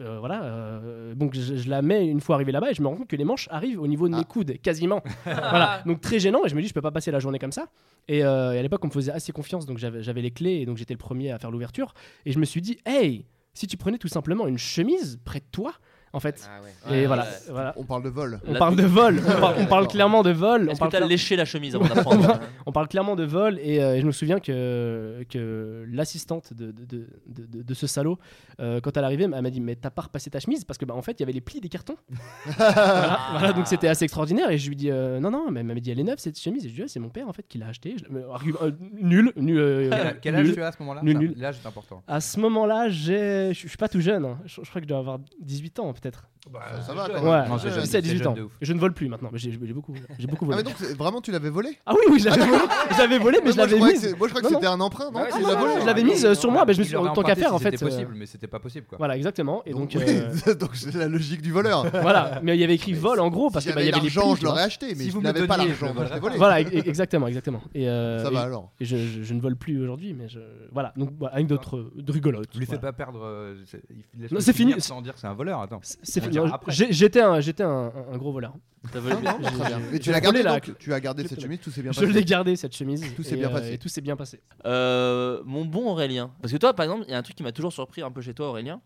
S6: Euh, voilà, euh, donc je, je la mets une fois arrivé là-bas et je me rends compte que les manches arrivent au niveau de
S8: Ah.
S6: mes coudes,
S8: [LAUGHS]
S6: quasiment. voilà, donc très gênant et je me dis je peux pas passer la journée comme ça. Et, euh, et à l'époque, on me faisait assez confiance, donc j'avais j'avais les clés, et donc j'étais le premier à faire l'ouverture. Et je me suis dit, hey, si tu prenais tout simplement une chemise près de toi, en fait.
S7: Ah ouais.
S8: ouais,
S6: et voilà,
S8: ouais.
S6: voilà.
S5: On parle de vol.
S6: On
S8: Là,
S6: parle de
S8: [LAUGHS]
S6: vol, on, par- on parle
S5: D'accord.
S6: clairement de vol, on
S8: Est-ce que
S6: parle,
S8: t'as
S6: cla-
S8: léché la chemise avant
S6: [LAUGHS]
S8: d'apprendre
S6: on parle clairement de vol. Et, euh, et je me souviens que, que l'assistante de, de, de, de- de- de ce salaud, euh, quand elle arrivait, elle m'a dit Mais t'as pas repassé ta chemise Parce que, bah, en fait, il y avait les plis des cartons.
S4: [LAUGHS]
S6: voilà, voilà, donc c'était assez extraordinaire. Et je lui dis euh, Non, non, mais elle m'a dit Elle est neuve cette chemise. Et je lui dis Ouais, C'est mon père, en fait, qui l'a achetée. Je- mais, argument- euh, nul, nul. euh,
S4: Quel, quel âge
S6: nul.
S4: tu as à ce moment-là
S6: Nul,
S4: Ça,
S6: nul.
S4: L'âge est important.
S6: À ce moment-là, j'ai- je je suis pas tout jeune. hein. Je, je crois que je dois avoir 18 ans peut-être.
S5: Ça, ça va quand même.
S6: Ouais,
S4: Ah non, Bah, c'est jeune,
S6: 17 18
S4: jeune
S6: ans.
S4: de ouf.
S6: Je ne vole plus maintenant, mais j'ai j'ai beaucoup,
S4: [LAUGHS]
S6: j'ai beaucoup
S5: Ah,
S6: volé.
S5: mais donc c'est- vraiment, tu l'avais volé
S6: Ah oui, oui, je l'avais volé, je l'avais
S4: [LAUGHS]
S6: volé, mais
S5: Ouais,
S6: je
S5: moi,
S6: l'avais
S5: croyais que
S6: mise.
S5: c'est- Moi, je crois que
S6: Ah Non,
S5: c'était un emprunt, non
S7: Ouais,
S5: Tu
S7: c'est
S5: l'as
S7: ça,
S5: volé
S7: ouais,
S6: Je l'avais mise euh, sur moi, mais je me suis
S4: Il
S6: en
S4: aurait
S6: tant qu'à
S4: emprunté
S6: faire
S4: si
S6: en fait.
S4: C'était
S6: euh,
S4: possible, mais c'était pas possible quoi.
S6: Voilà, exactement. Et donc,
S5: oui,
S6: euh,
S5: [LAUGHS] donc c'est la logique du voleur.
S6: voilà. Mais il y avait écrit vol en gros parce
S5: si
S6: que bah, il
S5: j'avais
S6: y avait les prix,
S5: l'argent, je
S6: tu vois.
S5: l'aurais acheté, mais
S4: Si
S5: je
S4: vous me
S5: n'avais pas
S4: donniez,
S5: l'argent,
S4: je
S5: moi je l'ai
S4: volerais
S5: volé.
S6: Voilà, e- exactement, exactement. Et, euh,
S5: Ça
S6: et-
S5: va alors.
S6: et je, je- je ne vole plus aujourd'hui, mais je voilà. Donc voilà, anecdote euh, de rigolote.
S4: Je lui fais
S6: voilà.
S4: pas perdre. euh, c'est- il- laisse-le
S6: Non, c'est
S4: finir
S6: fini.
S4: Sans dire que c'est un voleur, attends.
S6: C'est- c'est
S4: On
S6: fini.
S4: dira
S6: Non,
S4: après.
S6: j'ai- J'étais un, j'étais un, un gros voleur.
S8: T'as volé-
S5: Non, non,
S6: J'ai-
S5: très bien.
S6: j'ai-
S5: Mais tu
S6: j'ai
S5: l'as gardé,
S6: volé la-
S5: donc tu as gardé cette
S6: Exactement.
S5: chemise, tout s'est bien
S6: Je
S5: passé.
S6: l'ai gardé cette chemise.
S5: Tout s'est
S6: et,
S5: bien
S6: euh,
S5: passé.
S6: Et tout s'est bien passé.
S8: Euh, mon bon Aurélien. Parce que toi, par exemple, il y a un truc qui m'a toujours surpris un peu chez toi, Aurélien.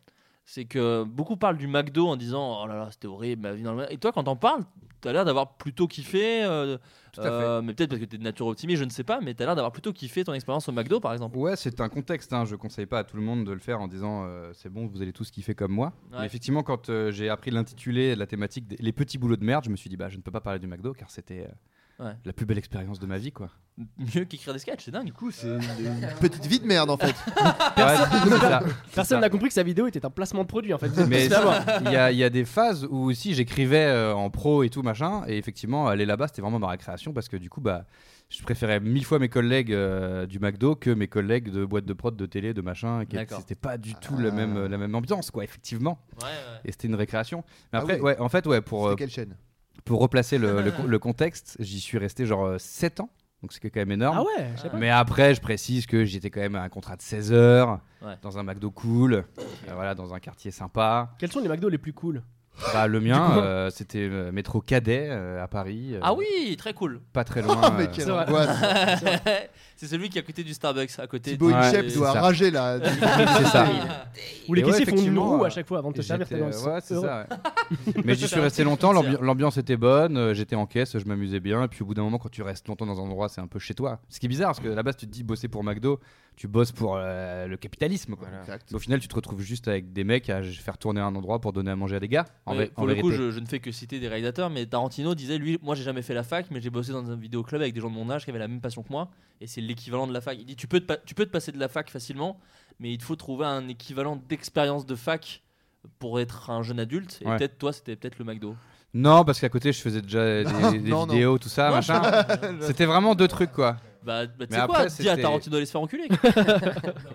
S8: C'est que beaucoup parlent du McDo en disant Oh là là, c'était horrible, ma vie dans le McDo. Et toi, quand t'en parles, t'as l'air d'avoir plutôt kiffé. euh,
S4: Tout à fait.
S8: euh, mais peut-être parce que t'es de nature optimiste, je ne sais pas, mais t'as l'air d'avoir plutôt kiffé ton expérience au McDo, par exemple. [LAUGHS]
S4: Ouais, c'est un contexte. Hein. Je conseille pas à tout le monde de le faire en disant euh, c'est bon, vous allez tous kiffer comme moi.
S8: Ouais.
S4: Mais effectivement, quand euh, j'ai appris l'intitulé de la thématique des- les petits boulots de merde, je me suis dit bah je ne peux pas parler du McDo car c'était euh,
S8: Ouais.
S4: la plus belle expérience de ma vie quoi.
S8: Mieux qu'écrire des sketchs, c'est dingue.
S5: Du coup,
S6: [LAUGHS]
S5: c'est une une petite vie de merde en fait.
S4: Ouais, c'est ça.
S6: Ah, Personne
S4: ça.
S6: n'a compris que sa vidéo était un placement de produit en fait.
S4: Mais
S6: C'est avoir.
S4: il y, a- il y a des phases où aussi j'écrivais euh, en pro et tout machin, et effectivement aller là-bas c'était vraiment ma récréation parce que du coup bah je préférais mille fois mes collègues euh, du McDo que mes collègues de boîte de prod, de télé, de machin, qui
S8: D'accord.
S4: c'était pas du tout la même euh, la même ambiance quoi effectivement.
S8: Ouais, ouais.
S4: Et c'était une récréation. Mais
S5: Ah
S4: après
S5: oui.
S4: ouais en fait ouais pour
S5: C'était
S4: euh,
S5: quelle chaîne
S4: pour replacer le, le co- le contexte, j'y suis resté genre 7 ans donc c'est quand même énorme.
S6: Ah ouais, je sais pas.
S4: Mais après, je précise que j'étais quand même à un contrat de 16 heures,
S8: Ouais.
S4: dans un McDo cool, euh, voilà, dans un quartier sympa.
S6: Quels sont les McDo les plus cool
S4: Bah, le mien, euh, c'était euh, métro Cadet euh, à Paris. euh,
S8: Ah oui, très cool.
S4: Pas très loin.
S5: Ah,
S4: euh,
S5: mais quelle
S6: c'est vrai.
S5: angoisse.
S8: [LAUGHS] c'est celui qui est à côté du Starbucks, à côté.
S5: Thibaut
S8: du-
S4: Ouais,
S5: Inchep
S8: des-
S5: doit
S4: ça.
S5: rager là.
S4: [LAUGHS] c'est ça.
S6: Où les
S4: Et ouais,
S6: caissiers font une
S4: effectivement,
S6: roue à
S4: euh,
S6: chaque fois avant de te
S4: Et
S6: servir
S4: j'étais-
S6: tellement ils sont
S4: ouais, c'est
S6: heureux.
S4: ça,
S5: [LAUGHS]
S4: ouais. Mais j'y suis resté longtemps, l'ambi- l'ambiance était bonne, euh, j'étais en caisse, je m'amusais bien. Et puis au bout d'un moment, quand tu restes longtemps dans un endroit, c'est un peu chez toi. Ce qui est bizarre, parce que à la base, tu te dis bosser pour McDo, tu bosses pour euh, le capitalisme. Quoi. Au final, tu te retrouves juste avec des mecs à faire tourner un endroit pour donner à manger à des gars. En,
S8: Mais
S4: vé- en
S8: pour le coup,
S4: vérité.
S8: je, je ne fais que citer des réalisateurs, mais Tarantino disait lui, moi j'ai jamais fait la fac, mais j'ai bossé dans un vidéoclub avec des gens de mon âge qui avaient la même passion que moi, et c'est l'équivalent de la fac. Il dit tu peux te, pa- tu peux te passer de la fac facilement, mais il te faut trouver un équivalent d'expérience de fac pour être un jeune adulte. Et
S4: Ouais.
S8: peut-être toi, c'était peut-être le McDo.
S4: Non, parce qu'à côté, je faisais
S5: [LAUGHS]
S4: déjà des, des
S5: Non, non.
S4: vidéos, tout ça,
S8: Non,
S4: machin. C'était vraiment deux trucs, quoi.
S8: Bah, bah, tu sais
S4: Mais après,
S8: quoi Dis à
S4: c'était-
S8: Tarantino d'aller se faire
S4: [LAUGHS]
S8: enculer.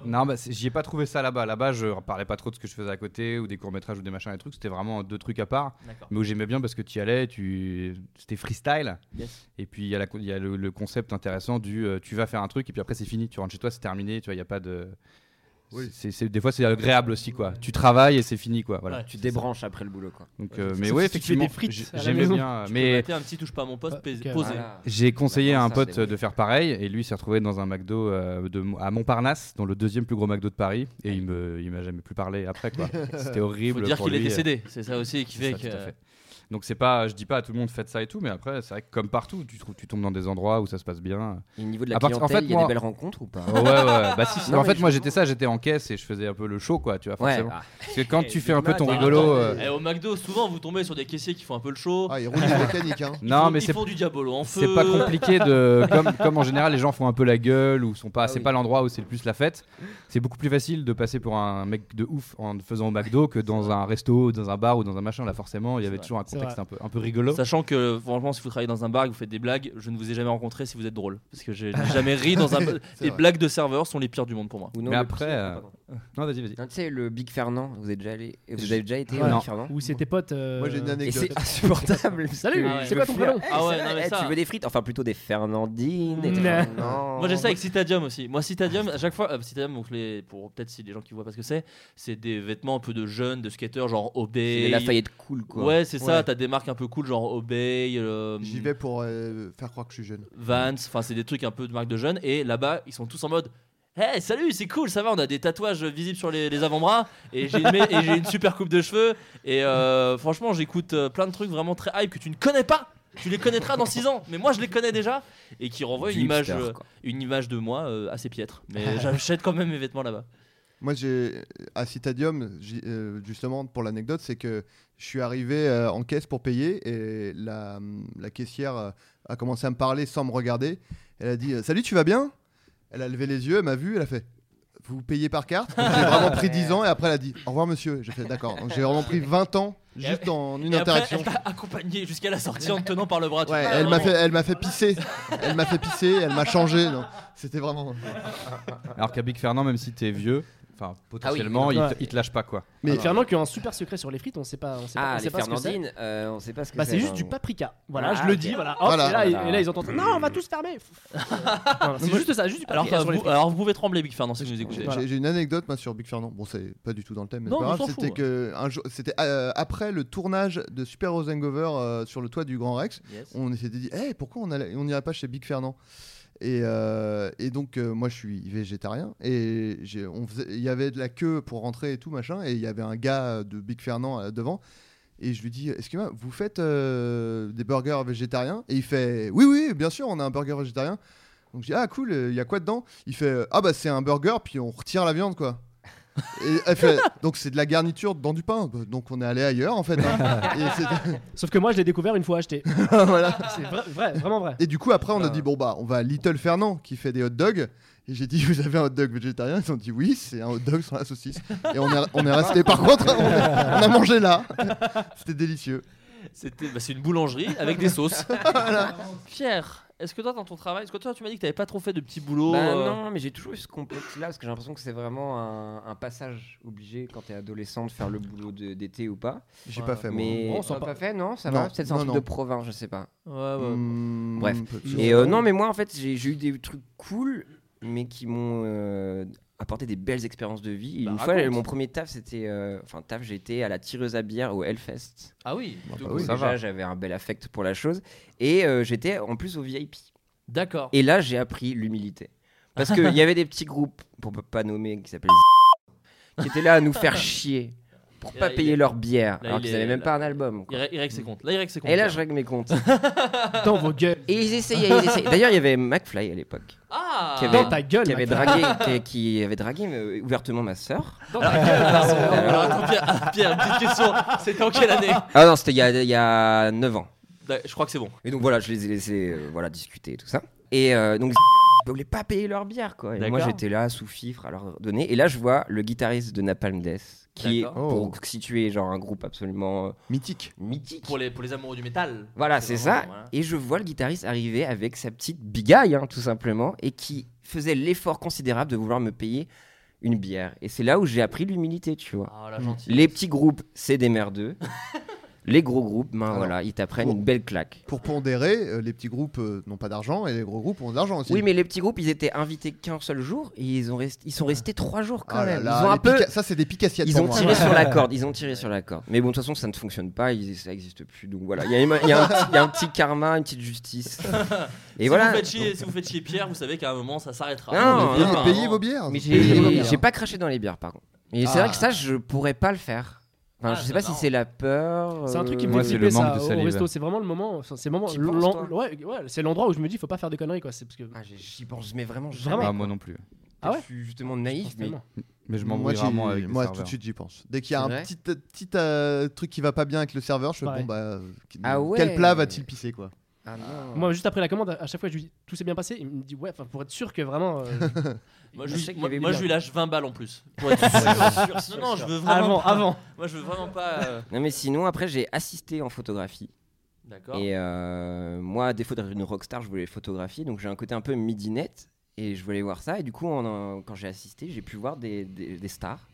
S4: Non, bah, c'est- j'y ai pas trouvé ça là-bas. Là-bas, je parlais pas trop de ce que je faisais à côté, ou des courts-métrages, ou des machins et trucs. C'était vraiment deux trucs à part.
S8: D'accord.
S4: mais où j'aimais bien parce que tu y allais, tu... c'était freestyle.
S8: Yes.
S4: Et puis il y a, la- il y a le, le concept intéressant du euh, tu vas faire un truc et puis après c'est fini, tu rentres chez toi, c'est terminé, tu vois, il n'y a pas de.
S5: Oui.
S4: C'est- c'est- des fois c'est agréable aussi quoi. Tu travailles et c'est fini quoi. Voilà.
S8: Ouais.
S7: Tu débranches après le boulot, quoi.
S4: Donc, euh,
S6: Ouais,
S4: mais
S6: sauf
S4: oui,
S6: si tu fais des
S4: effectivement,
S6: frites
S4: j'ai-
S6: à la
S4: j'aimais
S6: maison.
S4: bien.
S8: Tu peux
S4: Mais
S8: mater un petit touche pas à mon poste, pais-
S6: Ok,
S8: posé.
S7: Voilà.
S4: j'ai conseillé à
S7: Maintenant,
S4: un
S7: ça,
S4: pote
S7: c'est
S4: euh, de faire pareil et lui s'est retrouvé dans un McDo euh, de, à Montparnasse, dans le deuxième plus gros McDo de Paris et il me il m'a jamais plus parlé après quoi. C'était horrible.
S8: Faut dire
S4: pour
S8: qu'il est
S4: lui. euh,
S8: décédé, c'est ça aussi qui
S4: C'est
S8: fait
S4: ça, tout à
S8: que.
S4: fait. Donc c'est pas, je dis pas à tout le monde faites ça et tout, mais après c'est vrai que comme partout, tu, trouves, tu tombes dans des endroits où ça se passe bien.
S7: Et au niveau de la
S4: À partir- en
S7: clientèle,
S4: fait,
S7: il y a
S4: moi-
S7: des belles rencontres ou pas
S4: ouais ouais. Bah si. si.
S7: Non,
S4: en
S7: mais
S4: fait moi j'étais ça, j'étais en caisse et je faisais un peu le show quoi, tu vois.
S7: Ouais.
S4: Forcément. Parce que quand
S8: Eh,
S4: tu
S8: des
S4: fais un peu
S6: blagues,
S4: ton
S6: hein.
S4: rigolo.
S5: Attends,
S4: euh,
S5: mais-
S8: Eh, au McDo, souvent vous tombez sur des caissiers qui font un peu le show.
S5: Ah, il roule
S6: [LAUGHS]
S5: des mécaniques. Hein.
S8: Ils
S4: Non
S8: font-
S4: mais
S8: ils
S4: c'est
S8: font du diabolo en feu.
S4: c'est pas compliqué de
S6: [LAUGHS]
S4: comme, comme en général les gens font un peu la gueule ou sont pas
S7: Ah
S4: c'est
S7: oui.
S4: pas l'endroit où c'est le plus la fête c'est beaucoup plus facile de passer pour un mec de ouf en le faisant au McDo que dans un resto dans un bar ou dans un machin là forcément il y
S8: C'est
S4: avait
S8: vrai.
S4: toujours un
S6: C'est
S4: contexte
S6: vrai.
S4: un peu un peu rigolo
S8: Sachant que franchement, si vous travaillez dans un bar et que vous faites des blagues, je ne vous ai jamais rencontré si vous êtes drôle. Parce que j'ai jamais ri dans un. Les
S5: vrai.
S8: blagues de serveur sont les pires du monde pour moi.
S7: Ou non,
S4: Mais
S7: le
S4: après,
S7: pire,
S4: euh,
S7: pardon.
S4: non vas-y vas-y
S7: Non, tu sais, le Big Fernand, vous êtes déjà allé, vous
S4: Je-
S7: avez déjà été
S6: Ouais.
S7: au
S6: Non.
S7: Big Fernand
S6: Ou c'était potes. euh,
S5: Moi j'ai une
S6: [LAUGHS]
S7: Et
S5: anecdote.
S7: c'est insupportable. parce
S6: Salut,
S7: que
S8: Ah ouais.
S7: je
S6: c'est quoi ton
S7: veux
S6: prénom
S7: faire,
S8: Ah ouais,
S7: eh,
S8: non, mais
S7: eh,
S8: ça-
S7: Tu veux des frites Enfin, plutôt des Fernandines. et
S6: Non.
S7: tout. Non.
S8: Moi j'ai ça avec Citadium aussi. Moi Citadium, à chaque fois, euh, Citadium, donc les, pour peut-être si les gens qui voient pas ce que c'est, c'est des vêtements un peu de jeunes, de skateurs, genre Obey.
S7: Et la faillite cool, quoi.
S8: Ouais, c'est ça,
S5: Ouais.
S8: t'as des marques un peu cool, genre Obey, euh,
S5: J'y vais pour euh, faire croire que je suis jeune.
S8: Vans, enfin c'est des trucs un peu de marques de jeunes. Et là-bas, ils sont tous en mode. Hey, salut, c'est cool, ça va, on a des tatouages visibles sur les, les avant-bras et j'ai une, et j'ai une super coupe de cheveux. Et euh, franchement, j'écoute euh, plein de trucs vraiment très hype que tu ne connais pas. Tu les connaîtras dans 6 ans, mais moi je les connais déjà et qui renvoie une
S7: Du
S8: image,
S7: hipster,
S8: euh,
S7: quoi.
S8: une image de moi euh, assez piètre. Mais j'achète quand même mes vêtements là-bas.
S5: Moi, j'ai à Citadium, j'y- euh, justement, pour l'anecdote, c'est que je suis arrivé euh, en caisse pour payer et la, la caissière euh, a commencé à me parler sans me regarder. Elle a dit euh, Salut, tu vas bien Elle a levé les yeux, elle m'a vu, elle a fait Vous payez par carte
S8: [LAUGHS]
S5: Donc, J'ai vraiment pris 10 ans et après elle a dit Au revoir, monsieur. J'ai fait D'accord. Donc j'ai vraiment pris 20 ans juste en une
S8: et après,
S5: interaction.
S8: elle t'a accompagné jusqu'à la sortie en te tenant par le bras. tu
S5: Ouais,
S8: vois,
S5: elle m'a
S8: vraiment.
S5: fait, elle m'a fait pisser. Elle m'a fait pisser, elle m'a changé. Non, C'était vraiment.
S4: Alors qu'à Big Fernand, même si t'es vieux, enfin potentiellement,
S6: Ah. oui,
S4: il,
S6: non.
S4: te, il te lâche pas quoi.
S5: Mais-
S6: Mais Fernand qui a un super secret sur les frites, on sait pas. On sait pas,
S7: Ah,
S6: on
S7: les
S6: sait pas ce que c'est.
S7: Fernandines, euh, on sait pas ce que
S6: Bah
S7: c'est.
S6: c'est juste
S7: non.
S6: du paprika. Voilà,
S7: Ah,
S6: je le
S7: ok.
S6: dis, voilà. Hop,
S5: Voilà.
S6: et, là,
S7: Voilà.
S6: et là, ils entendent non, on va tous fermer. Non, non, c'est juste ça, juste du
S8: Alors, euh,
S6: paprika sur les
S8: vous,
S6: frites.
S8: alors, vous pouvez trembler, Big Fernand, si vous nous écoutez.
S5: J'ai
S6: Voilà.
S5: j'ai une anecdote moi, sur Big Fernand. Bon, c'est pas du tout dans le thème, mais c'est
S8: Non,
S5: pas
S8: on
S5: grave.
S8: s'en
S5: C'était
S8: fout,
S5: que un jour, c'était euh, après le tournage de Super Rosengover sur le toit du Grand Rex.
S8: Yes.
S5: On s'était dit, Eh, pourquoi on allait- on n'irait pas chez Big Fernand et, euh, et donc euh, moi je suis végétarien et j'ai- on faisait- il y avait de la queue pour rentrer et tout machin et il y avait un gars de Big Fernand euh, devant et je lui dis excusez-moi vous faites euh, des burgers végétariens et il fait oui oui bien sûr on a un burger végétarien donc je dis ah cool euh, il y a quoi dedans il fait ah bah c'est un burger puis on retire la viande quoi et elle fait, donc c'est de la garniture dans du pain Bah, donc on est allé ailleurs en fait hein. et c'est- [LAUGHS]
S6: Sauf que moi, je l'ai découvert une fois acheté.
S5: voilà
S6: c'est vrai, vrai, vraiment vrai.
S5: et du coup, après, on a
S7: Ah.
S5: dit bon bah, on va à Little Fernand qui fait des hot dogs. Et j'ai dit [LAUGHS] vous avez un hot dog végétarien Ils ont dit oui, c'est un hot dog sans la saucisse. Et on est, on est resté. Par contre, on, on a mangé là. [LAUGHS] C'était délicieux.
S7: [LAUGHS]
S8: C'était, bah, c'est une boulangerie avec des sauces. Pierre, Est-ce que toi, dans ton travail, est-ce que toi, tu m'as dit que t'avais pas trop fait de petits boulots
S7: Bah
S8: euh,
S7: non, mais j'ai toujours eu ce complexe-là parce que j'ai l'impression que c'est vraiment un, un passage obligé quand t'es adolescent de faire le boulot de- d'été ou pas.
S5: J'ai
S8: Ouais.
S5: pas fait, moi.
S7: Mais
S8: Oh,
S6: on s'en
S7: Ah,
S6: pas-
S7: pas fait, non, ça
S5: Non,
S7: va. Peut-être c'est un
S5: non,
S7: truc
S5: non.
S7: de province, je sais pas.
S8: Ouais,
S6: Euh,
S7: Mm.
S8: ouais.
S5: Hmm,
S7: Bref.
S5: peu de
S7: Et
S5: choses.
S7: euh, non, mais moi en fait, j'ai j'ai eu des trucs cool, mais qui m'ont euh, apporté des belles expériences de vie. Et
S8: Bah,
S7: une fois,
S8: raconte.
S7: mon premier taf, c'était, euh, enfin taf, j'étais à la tireuse à bière au Hellfest.
S8: Ah oui,
S5: Bah,
S8: du
S5: bah
S8: coup,
S5: oui.
S7: Déjà,
S4: ça va.
S7: j'avais un bel affect pour la chose, et euh, j'étais en plus au VIP.
S8: D'accord.
S7: Et là, j'ai appris l'humilité. Parce
S8: [LAUGHS]
S7: qu'il y avait des petits groupes, pour ne pas nommer, qui s'appelaient [LAUGHS] qui étaient là à nous faire chier pour
S8: Là,
S7: pas
S8: il
S7: payer
S8: est-
S7: leur bière,
S8: là,
S7: alors
S8: il
S7: qu'ils
S8: est-
S7: n'avaient même
S8: là.
S7: pas un album. quoi.
S8: Il, rè- il règle ses comptes. Là, il règle ses comptes.
S7: Et là, je règle mes comptes.
S6: Dans vos gueules.
S7: Et ils essayaient, ils essayaient. D'ailleurs, il y avait McFly à l'époque,
S8: Ah
S7: qui avait-
S6: Dans ta gueule.
S7: qui avait
S6: Max.
S7: dragué, qui, qui avait dragué euh, ouvertement ma sœur.
S6: Dans
S8: Alors,
S6: ta
S8: Pierre,
S7: [LAUGHS]
S6: gueule.
S8: pardon. Alors, attends, Pierre, ah, Pierre, une petite question. C'était en quelle année
S7: Ah non, c'était il y a, il y a 9 ans.
S8: [LAUGHS] Bah, Je crois que c'est bon.
S7: Et donc voilà, je les ai laissés euh, voilà, discuter et tout ça. Et euh, donc, ils voulaient pas payer leur bière, quoi. Et moi,
S8: D'accord.
S7: j'étais là, sous fifre, à leur donner. Et là, je vois le guitariste de Napalm Death, qui est,
S5: D'accord.
S7: pour situer, genre, un groupe absolument euh,
S5: Mythique.
S7: Oh. mythique.
S8: Pour les, pour les amoureux du métal.
S7: Voilà, c'est ça.
S8: vraiment,
S5: hein.
S8: hein. voilà.
S7: Et je vois le guitariste arriver avec sa petite bigaille, hein, tout simplement, et qui faisait l'effort considérable de vouloir me payer une bière. Et c'est là où j'ai appris l'humilité, tu vois.
S8: Ah, la gentille.
S7: Les petits groupes, c'est
S5: [LAUGHS]
S7: des merdeux. les gros groupes, ben
S5: Alors,
S7: voilà, ils t'apprennent
S5: pour-
S7: une belle claque.
S5: Pour pondérer, euh, les petits groupes euh, n'ont pas d'argent et les gros groupes ont de l'argent aussi.
S7: Oui, mais les petits groupes, ils étaient invités qu'un seul jour et ils, ont rest- ils sont restés trois jours quand
S5: Ah là
S7: même.
S5: là,
S7: ils ont un
S5: les
S7: peu.
S5: pica- Ça, c'est des picassiettes
S7: Ils
S5: pour
S7: ont
S5: moi. [LAUGHS]
S7: tiré sur la corde. Ils ont tiré sur la corde. Mais bon, de toute façon, ça ne fonctionne pas. ils- Ça n'existe plus. Donc voilà. Il y,
S5: [LAUGHS]
S7: a une- il y a un petit- il y a un petit karma, une petite justice. Et
S8: si
S7: voilà.
S8: Vous faites chier, si vous faites chier Pierre, vous savez qu'à un moment, ça s'arrêtera.
S7: Non,
S8: On est
S5: Payez,
S8: bien,
S7: non,
S8: hein,
S5: payez
S8: vraiment.
S5: vos bières.
S7: Mais
S5: Payez vos
S7: j'ai
S5: bières.
S7: j'ai pas craché dans les bières, par contre. Et c'est
S5: Ah.
S7: vrai que ça, je pourrais pas le faire. Enfin,
S8: Ah,
S7: je
S8: c'est
S7: sais pas si
S8: marrant.
S7: c'est la peur.
S6: C'est un truc qui
S7: euh,
S6: me
S4: Moi,
S6: fait
S4: c'est
S6: flipper,
S4: le manque
S6: ça,
S4: de
S6: au
S4: salive.
S6: resto. C'est vraiment le moment. enfin, C'est le moment.
S7: T'y penses,
S6: l'en-
S7: toi
S6: ouais, ouais, c'est l'endroit où je me dis, faut pas faire de conneries, quoi. C'est parce que.
S7: Ah, j'ai- J'y pense, mais vraiment, je
S6: Vraiment.
S4: Ah, moi non plus.
S6: Ah ouais
S7: Je suis justement
S6: Je
S7: naïf,
S6: pense
S7: mais
S6: tellement.
S4: Mais je
S5: moi,
S4: m'embrouille
S5: j'y-
S4: rarement avec des
S5: moi tout
S4: serveurs.
S5: de suite j'y pense. Dès qu'il y a
S7: C'est
S5: un
S7: vrai
S5: petit, euh, petit euh, truc qui va pas bien avec le serveur, je fais
S6: Pareil.
S5: bon bah euh,
S7: Ah ouais.
S5: quel plat va-t-il pisser quoi
S7: Ah non.
S6: Moi, juste après la commande, à à chaque fois, je lui dis tout s'est bien passé. Il me dit ouais, enfin, pour être sûr que vraiment. euh,
S8: Moi,
S7: Je
S8: je,
S7: sais qu'il y
S8: moi,
S7: avait
S8: moi,
S7: bien.
S8: je lui lâche 20 balles en plus. Pour
S7: [LAUGHS]
S8: être sûr, sûr, sûr, non, non, je veux vraiment.
S6: avant,
S8: pas-
S6: avant.
S8: Moi, je veux vraiment pas.
S7: [LAUGHS]
S8: euh,
S7: Non, mais sinon, après, j'ai assisté en photographie.
S8: D'accord.
S7: Et euh, moi, à défaut d'être une rockstar, je voulais photographier, donc j'ai un côté un peu midinette et je voulais voir ça. Et du coup, en- en- quand j'ai assisté, j'ai pu voir des, des- des stars.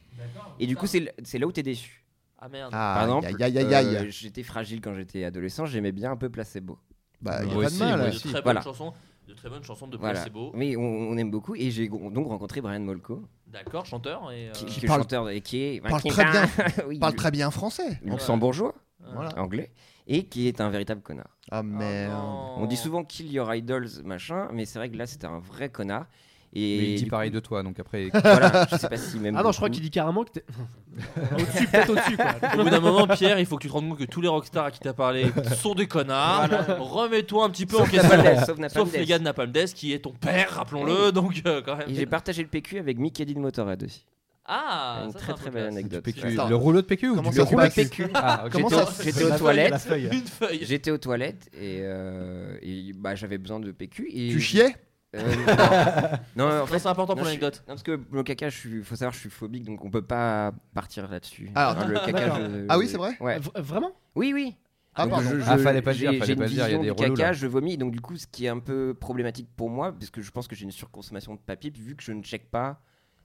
S7: Et du coup, c'est l- c'est là où t'es déçu.
S8: Ah merde.
S5: Ah,
S7: Par exemple,
S5: aïe, aïe, aïe, aïe.
S7: euh, j'étais fragile quand j'étais adolescent, j'aimais bien un peu placebo.
S5: Bah, y a
S4: euh, moi
S5: pas
S4: aussi,
S5: de mal.
S8: de
S4: moi aussi.
S8: très bonnes
S7: Voilà.
S8: chansons, de très bonnes chansons de
S7: Voilà.
S8: placebo.
S7: Mais on, on aime beaucoup et j'ai donc rencontré Brian Molko,
S8: D'accord, chanteur et. euh,
S7: qui, qui est
S5: parle-
S7: chanteur et qui est
S5: parle
S7: qui est
S5: très
S7: un-
S5: bien.
S7: oui,
S5: Parle très bien français.
S7: luxembourgeois,
S5: Voilà.
S7: anglais, et qui est un véritable connard.
S5: Ah
S8: Oh
S5: merde.
S8: non.
S7: euh, On dit souvent kill your idols, machin, mais c'est vrai que là c'était un vrai connard. Et
S4: Mais il dit
S7: du
S4: pareil
S7: coup,
S4: de toi,
S5: [LAUGHS]
S4: donc après.
S7: [LAUGHS] Voilà, je sais pas si même.
S6: Ah non, je crois
S7: beaucoup.
S6: qu'il dit carrément que t'es. [LAUGHS] au-dessus, peut-être au-dessus, quoi.
S8: [LAUGHS] Au bout d'un moment, Pierre, il faut que tu te rendes compte que tous les rockstars à qui t'as
S7: [LAUGHS]
S8: parlé sont des connards. Remets-toi un petit peu en
S7: Sauf
S8: question.
S7: Napalm Death, sauf Napalm
S8: Sauf les
S7: Death.
S8: gars de Napalm Death, qui est ton père, rappelons-le, donc euh, quand même.
S7: Et j'ai partagé le PQ avec Mick Eddy de Motorhead aussi.
S8: Ah,
S7: Une
S8: ça,
S7: très,
S8: c'est un
S7: très
S8: peu
S7: belle
S8: classe.
S7: anecdote.
S4: Du PQ.
S5: Attends.
S4: Le rouleau de PQ ou
S5: Comment
S4: du
S5: ça
S7: Le
S5: se
S7: rouleau
S5: passe
S7: de PQ.
S4: Ah, ok.
S5: Comment
S7: J'étais
S5: ça
S7: au-
S5: se-
S8: La
S7: J'étais aux
S8: feuille, la
S7: toilettes.
S8: feuille. Une feuille.
S7: J'étais aux toilettes et, euh, et bah, j'avais besoin de PQ. Et
S5: Tu chiais
S7: Euh, Non,
S8: [LAUGHS]
S7: non, en
S8: Non,
S7: fait.
S8: c'est important pour
S7: non, je suis-
S8: l'anecdote.
S7: non, parce que le caca, je suis, faut savoir, je suis phobique, donc on peut pas partir là-dessus.
S5: Ah.
S7: Hein, le caca,
S6: D'accord.
S7: je-
S5: Ah oui, c'est vrai
S7: Ouais.
S6: V- Vraiment
S7: Oui, oui.
S5: Ah
S7: Donc,
S5: pardon.
S7: je-
S4: Ah,
S7: je-
S4: fallait pas le
S7: j'ai-
S4: dire, fallait
S7: j'ai
S4: pas
S7: une
S4: le dire, il y a
S7: vision
S4: des
S7: du
S4: relous,
S7: caca,
S4: là.
S7: je vomis, donc du coup, ce qui est un peu problématique pour moi, parce que je pense que j'ai une surconsommation de papier, vu que je ne check pas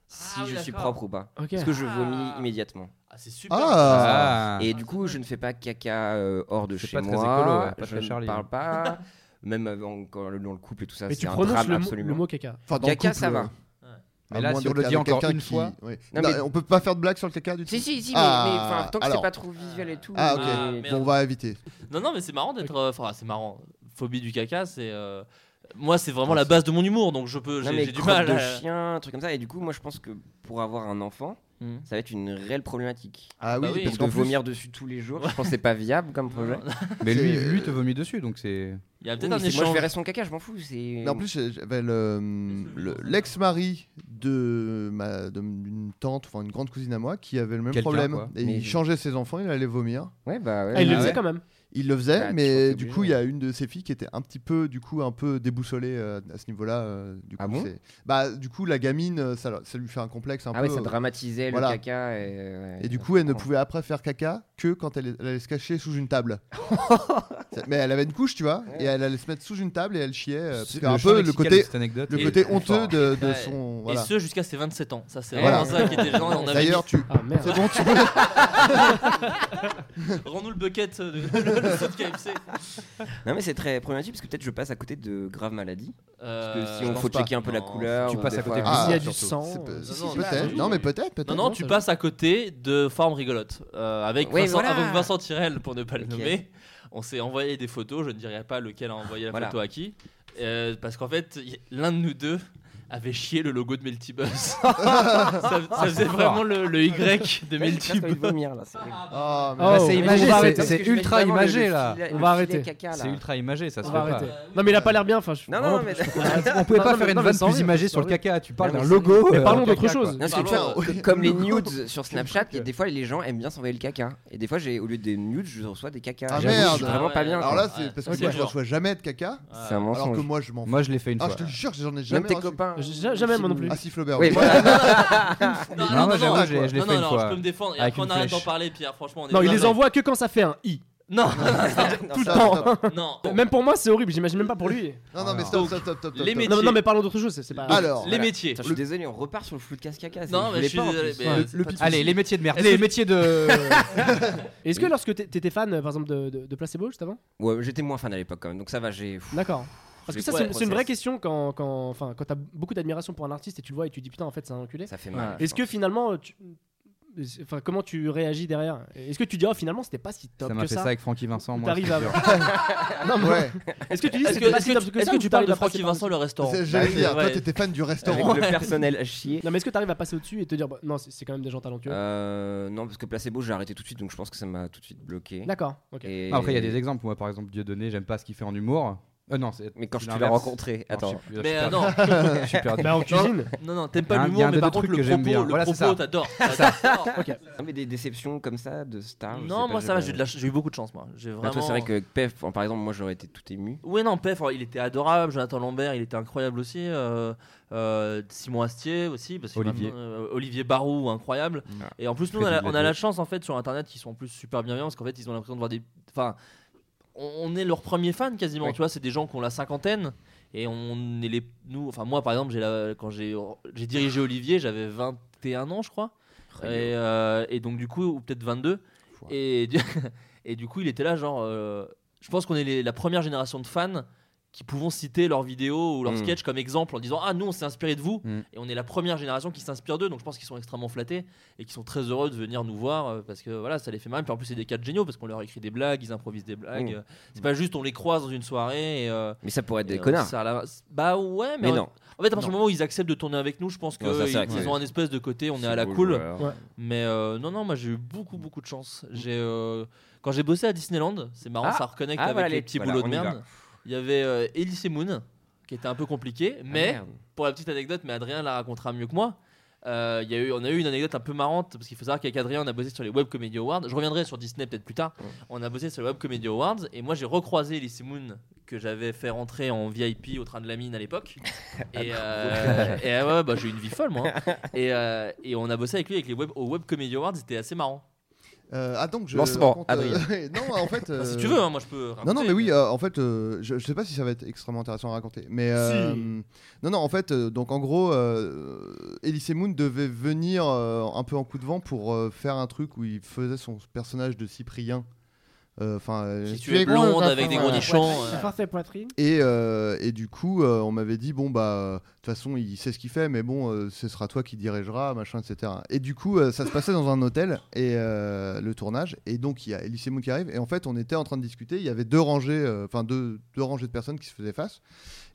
S7: si
S8: Ah oui,
S7: je suis
S8: d'accord.
S7: propre ou pas.
S6: Ok.
S7: Parce que je vomis
S8: Ah.
S7: immédiatement.
S8: Ah, c'est super.
S5: Ah.
S7: Et du coup, je ne fais pas caca euh, hors de
S4: C'est
S7: chez
S4: pas
S7: moi.
S4: très écolo, ouais, pas
S7: je
S4: très Charlie.
S7: ne parle pas. Même avant, quand, dans le couple et tout ça,
S6: Mais tu
S7: c'est un
S6: prononces
S7: drame
S6: le, mo-
S7: absolument.
S6: le mot caca.
S5: Enfin, dans le
S7: Caca,
S5: couple,
S7: ça va.
S5: euh,
S4: Mais
S5: à
S4: là,
S5: moins
S4: si on
S5: d'être
S4: le dit
S5: avec
S4: encore
S5: quelqu'un
S4: une
S5: qui-
S4: fois-
S5: oui.
S7: Non,
S5: Non,
S7: mais-
S5: On peut pas faire de blague sur le caca du tout
S7: Si, si, si, mais,
S5: Ah,
S7: mais, enfin, tant que
S5: alors.
S7: c'est pas trop visuel et tout.
S5: Ah,
S7: mais-
S5: ok.
S8: Ah, merde.
S5: Bon, on va éviter.
S8: Non, non, mais c'est marrant d'être. euh, Enfin, c'est marrant. Phobie du caca, c'est. euh, Moi, c'est vraiment la base de mon humour, donc je peux.
S7: Non,
S8: J'ai
S7: mais
S8: j'ai du
S7: crotte
S8: mal. hein.
S7: de
S8: à-
S7: chien, un truc comme ça. Et du coup, moi, je pense que pour avoir un enfant,
S8: Mhm.
S7: ça va être une réelle problématique.
S5: Ah
S8: bah
S5: oui,
S8: oui.
S5: parce
S7: de
S5: qu'en plus-
S7: vomir dessus tous les jours, je pense que c'est pas viable comme projet.
S8: Non,
S4: Mais lui,
S5: C'est-
S4: lui te vomit dessus, donc c'est.
S8: Il y a
S7: Oui,
S8: peut-être un
S7: mais c'est- moi, je
S8: échange.
S7: verrai son caca, je m'en fous. C'est.
S5: Mais en plus, j'avais le- le- l'ex-mari de ma de- d'une tante, enfin une grande cousine à moi, qui avait le même
S4: Quelqu'un,
S5: problème.
S4: quoi.
S5: Et
S7: Mais-
S5: il changeait ses enfants, il allait vomir.
S7: Ouais, bah ouais.
S6: Ah, il le
S4: Ah
S6: faisait
S4: ouais.
S6: quand même.
S5: Il le faisait,
S7: Bah, tu vois,
S5: mais
S7: t'es
S5: du
S7: obligé,
S5: coup, il y a une de ses filles qui était un petit peu, du coup, un peu déboussolée euh, à ce niveau-là. euh, du coup,
S7: Ah bon
S5: c'est- bah, du coup, la gamine, euh, ça, ça lui fait un complexe un
S7: Ah
S5: peu.
S7: ouais, ça
S5: euh,
S7: dramatisait le
S5: Voilà.
S7: caca. Et, ouais,
S5: Et du
S7: je
S5: coup, elle ne
S7: comprends. [LAUGHS]
S5: pouvait après faire caca que quand elle, elle allait se cacher sous une table. Mais elle avait une couche, tu vois, et elle allait se mettre sous une table et elle chiait. euh, parce
S4: C'est
S5: que un peu le côté,
S4: cette anecdote.
S5: le
S8: est
S5: côté
S8: très
S5: honteux
S4: fort.
S5: de, de
S8: Ouais.
S5: son. Voilà.
S8: Et ce jusqu'à ses 27 ans. Ça, c'est
S5: Voilà.
S8: vraiment ça qui était gênant. et
S7: [LAUGHS]
S8: on avait
S5: D'ailleurs, tu.
S6: Ah merde.
S5: C'est bon, tu peux.
S8: mis- Rends-nous le bucket euh, de [LAUGHS] le, le saut de KFC.
S7: Non, mais c'est très problématique parce que peut-être je passe à côté de graves maladies.
S8: Euh,
S7: Parce que si
S8: je
S7: on
S8: pense
S7: faut
S8: pas.
S7: checker un peu la
S8: Non,
S7: couleur.
S4: tu
S7: ou
S4: passes
S7: des
S4: à côté
S7: fois- hein.
S4: de-
S5: Ah,
S6: S'il y a du
S5: surtout.
S6: sang,
S5: C'est pe-
S6: euh,
S5: si,
S8: non,
S5: si,
S8: non,
S5: peut-être.
S8: bah,
S5: Non,
S8: oui.
S5: mais peut-être, peut-être.
S8: Non, non,
S6: Non,
S8: tu
S6: ça-
S8: passes à côté de formes rigolotes. Euh, avec,
S7: Oui,
S8: Vincent,
S7: voilà.
S8: avec Vincent Tirel, pour ne pas le
S7: Ok.
S8: nommer, on s'est envoyé des photos. Je ne dirai pas lequel a envoyé la
S7: Voilà.
S8: photo à qui. euh, parce qu'en fait, y- l'un de nous deux avait chié le logo de Meltibus. [LAUGHS] ça, ça faisait
S4: fort.
S8: vraiment le, le Y de
S7: Ouais, j'ai presque envie
S8: Meltibus.
S7: de vomir, là, c'est horrible.
S5: Ah, mais-
S6: Oh,
S4: Bah, c'est
S6: mais
S4: imagé,
S6: on va
S4: c'est-
S6: arrêter.
S7: Parce que
S4: c'est
S7: je mets
S4: ultra
S7: vraiment le- le
S4: imagé, là.
S7: filet-
S6: On
S7: le
S6: va
S7: filet
S6: arrêter.
S7: caca, là.
S4: C'est ultra imagé, ça se
S6: On
S4: fait
S6: va
S4: pas.
S6: arrêter. Non, mais il a pas l'air bien. Enfin, je-
S7: Non,
S6: vraiment,
S7: non, mais.
S4: On pouvait pas
S6: Non,
S4: faire
S6: mais-
S4: une
S6: non, mais
S4: vanne
S6: sans
S4: plus
S6: rire,
S4: imagée sur
S6: sans
S4: le
S6: rire.
S4: caca. Tu parles
S7: Non,
S4: d'un
S7: mais
S4: logo.
S6: Mais
S4: euh,
S6: parlons
S4: caca,
S6: d'autre
S4: quoi.
S6: chose.
S7: Non, parce que tu
S8: Pardon,
S7: vois, que- comme les nudes sur Snapchat, et des fois les gens aiment bien s'envoyer le caca. Et des fois, j'ai au lieu des nudes, je reçois des caca.
S5: Ah,
S7: J'avoue, Je suis
S5: merde.
S7: vraiment
S8: Ah,
S7: pas
S8: ouais.
S7: bien.
S5: Alors
S7: quoi.
S5: là, c'est
S8: Ouais.
S5: parce que
S8: C'est
S5: moi, je
S8: genre.
S5: reçois jamais de caca.
S7: C'est un
S5: Alors que
S7: mensonge.
S5: moi, je m'en fous.
S4: Moi, je l'ai fait une
S5: Ah,
S4: fois.
S5: je te jure, j'en ai
S7: Même
S5: jamais. hein,
S7: tes
S5: reçu.
S7: copains.
S6: J'ai- Jamais, moi non plus.
S5: Ah, si Flaubert.
S7: [LAUGHS] Oui,
S5: oui.
S8: Non,
S7: voilà.
S4: Non,
S8: non,
S4: moi,
S8: non,
S4: j'avoue,
S8: non,
S4: je l'ai- je l'ai
S8: non,
S4: fait
S8: non,
S4: une
S8: non,
S4: fois.
S8: je peux me défendre. Et
S4: Avec
S8: après, on
S4: une
S8: arrête d'en
S4: flèche.
S8: parler, Pierre. Franchement, on est
S6: Non, il
S8: bien
S6: les
S8: dans-
S6: envoie que quand ça fait un i. [LAUGHS]
S8: Non, [LAUGHS]
S5: Tout le
S8: non, non.
S6: Même pour moi, c'est horrible. J'imagine même pas pour lui.
S5: Non, non, mais stop,
S4: Alors.
S5: stop, stop, stop.
S8: Les
S5: stop.
S8: métiers.
S6: Non, non, mais parlons d'autre chose. c'est- C'est pas.
S5: Alors,
S8: Les métiers.
S7: Putain, je suis désolé, on repart sur le flou de casse caca. c'est-
S8: Non, mais je
S7: l'ai
S8: suis
S7: pas, en
S8: désolé,
S7: plus.
S8: mais-
S7: Ouais, c'est pas-
S4: Allez, les métiers de merde.
S8: Est-ce
S4: Les
S8: que-
S4: métiers de.
S6: [LAUGHS] Est-ce que lorsque t'é- t'étais fan, euh, par exemple, de, de- de placebo juste avant
S7: Ouais, j'étais moins fan à l'époque quand même, donc ça va, j'ai. pff,
S6: D'accord. Parce que
S7: j'ai-
S6: ça,
S7: ouais,
S6: c'est une- c'est une vraie
S7: process.
S6: question quand, quand, enfin, quand t'as beaucoup d'admiration pour un artiste et tu le vois et tu dis putain, en fait, c'est un enculé.
S7: Ça fait mal.
S6: Est-ce que finalement, tu- enfin, comment tu réagis derrière Est-ce que tu dis oh finalement c'était pas si top
S4: Ça
S6: que
S4: m'a fait
S6: ça,
S4: ça avec Francky Vincent. moi,
S6: T'arrives
S4: je te
S6: à-
S4: jure.
S6: Non, mais-
S5: Ouais,
S6: Est-ce que tu dis
S8: Est-ce que,
S6: c'était pas
S8: est-ce
S6: si
S8: que
S6: top
S8: tu,
S6: que
S8: est-ce
S6: ça
S8: que
S6: ou
S8: tu
S6: tu
S8: parles
S6: arrives
S8: de
S6: à passer
S8: Francky
S6: par-
S8: Vincent le restaurant
S5: C'est- j'allais
S8: Ouais.
S5: dire,
S4: hein,
S5: toi, t'étais fan du
S7: Avec
S5: restaurant.
S7: le personnel
S6: [LAUGHS]
S7: à chier.
S6: Non, mais est-ce que t'arrives à passer au-dessus et te dire bah, non, c'est c'est quand même des gens talentueux
S8: Ah
S7: Euh, non, parce que placebo, j'ai arrêté tout de suite, donc je pense que ça m'a tout de suite bloqué.
S6: D'accord, ok.
S7: Et-
S4: Après, il y a des exemples. Moi, par exemple, Dieudonné, j'aime pas ce qu'il fait en humour. Euh, non, c'est.
S7: Mais quand
S4: c'est
S7: je te l'ai
S4: l'inverse.
S7: rencontré,
S4: Non, je sais
S7: attends.
S4: plus, là, je
S8: Mais
S4: suis
S8: euh,
S4: perdu.
S8: non,
S4: Je suis perdu.
S6: Bah en cuisine
S8: non, non, t'aimes
S4: Il y
S8: pas
S4: a un- il y a
S8: l'humour,
S4: un
S8: mais par
S4: deux
S8: contre
S4: trucs
S8: le
S4: que j'aime bien.
S8: propos, le
S4: Voilà, [LAUGHS] c'est
S8: propos,
S4: ça.
S8: t'adores.
S6: Ok.
S7: Non, mais des déceptions comme ça de stars. je sais
S8: Non,
S7: Ah pas,
S8: moi
S7: je-
S8: ça va, j'ai eu de la ch- j'ai eu beaucoup de chance, moi. J'ai
S7: Ah,
S8: vraiment.
S7: toi, c'est vrai que Pef, en- par exemple, moi j'aurais été tout ému.
S8: Ouais, non, Pef, alors, il était adorable. Jonathan Lambert, il était incroyable aussi. euh, euh, Simon Astier aussi. Parce que
S4: Olivier.
S8: maintenant, euh, Olivier Barou, incroyable.
S7: Ah.
S8: Et en plus, nous, on a, la- on a la chance, en fait, sur Internet, qu'ils sont en plus super bienveillants. Parce qu'en fait, ils ont l'impression de voir des. Enfin, on, on est leur premier fan quasiment.
S7: Ouais.
S8: Tu vois, c'est des gens qui ont la cinquantaine. Et on est les. Nous, enfin, moi, par exemple, j'ai la- quand j'ai j'ai dirigé Olivier, j'avais 21 ans, je crois. Et, euh, et donc, du coup, ou peut-être 22.
S4: Fouah.
S8: Et du, [LAUGHS] et du coup, il était là, genre. euh, je pense qu'on est les- la première génération de fans qui pouvons citer leurs vidéos ou leurs
S7: Mm.
S8: sketchs comme exemple en disant Ah, nous, on s'est inspiré de vous.
S4: Mm.
S8: Et on est la première génération qui s'inspire d'eux. Donc, je pense qu'ils sont extrêmement flattés et qui sont très heureux de venir nous voir euh, parce que voilà, ça les fait marrer. Puis en plus, c'est des cas de géniaux parce qu'on leur écrit des blagues, ils improvisent des blagues.
S7: Mm.
S8: Euh, C'est pas juste on les croise dans une soirée et. euh,
S7: Mais ça pourrait être
S8: et
S7: des
S8: on
S7: connards.
S8: serre la main. Bah ouais, mais,
S7: mais
S8: en-
S7: non.
S8: En fait, à partir du
S7: Non.
S8: moment où ils acceptent de tourner avec nous, je pense qu'ils
S7: Ouais, ça, c'est vrai que c'est-
S8: ont un espèce de côté, on est,
S7: C'est
S8: à la
S7: beau
S8: cool.
S7: joueur.
S6: Ouais.
S8: Mais euh, non, non, moi j'ai eu beaucoup,
S7: Mm.
S8: beaucoup de chance. J'ai euh, quand j'ai bossé à Disneyland, c'est marrant,
S7: Ah.
S8: ça reconnecte
S7: Ah,
S8: avec
S7: voilà,
S8: les
S7: les-
S8: petits
S7: voilà,
S8: boulots de
S7: on y
S8: merde.
S7: va.
S8: Il y avait euh, Elise et Moon, qui était un peu compliqué,
S7: Ah,
S8: mais
S7: merde.
S8: pour la petite anecdote, mais Adrien la racontera mieux que moi. euh, il y a eu, on a eu une anecdote un peu marrante parce qu'il faut savoir qu'avec Adrien on a bossé sur les Web Comedy Awards. Je reviendrai sur Disney peut-être plus tard. On a bossé sur les Web Comedy Awards et moi j'ai recroisé Elise Moon que j'avais fait rentrer en VIP au train de la mine à
S5: [LAUGHS]
S8: l'époque.
S5: Ah,
S8: et euh, et, euh, ouais, bah, j'ai eu une vie folle moi. hein. Et, euh, et on a bossé avec lui avec les web, au Web Comedy Awards, c'était assez marrant.
S5: Euh, ah, donc je.
S7: Lancement,
S5: raconte, euh, [LAUGHS] non, en fait.
S8: Enfin, si
S5: euh,
S8: tu veux, hein, moi je peux.
S5: Non,
S8: raconter,
S5: non, mais oui, euh, en fait, euh, je, je sais pas si ça va être extrêmement intéressant à raconter. Mais euh, non, non, en fait, euh, donc en gros, euh, Elise Moon devait venir euh, un peu en coup de vent pour euh, faire un truc où il faisait son personnage de Cyprien. Euh, Enfin, euh,
S8: Si tu es blonde avec des
S6: Ah,
S8: gros nichons. euh,
S6: Parfait poitrine
S5: Et, euh, et du coup, euh, on m'avait dit, bon, bah, euh, de toute façon, il sait ce qu'il fait, mais bon, euh, ce sera toi qui dirigeras, machin, etc. Et du coup, euh, ça se passait dans un hôtel, et euh, le tournage, et donc il y a Elise Moon qui arrive, et en fait, on était en train de discuter, il y avait deux rangées, euh, enfin, deux, deux rangées de personnes qui se faisaient face,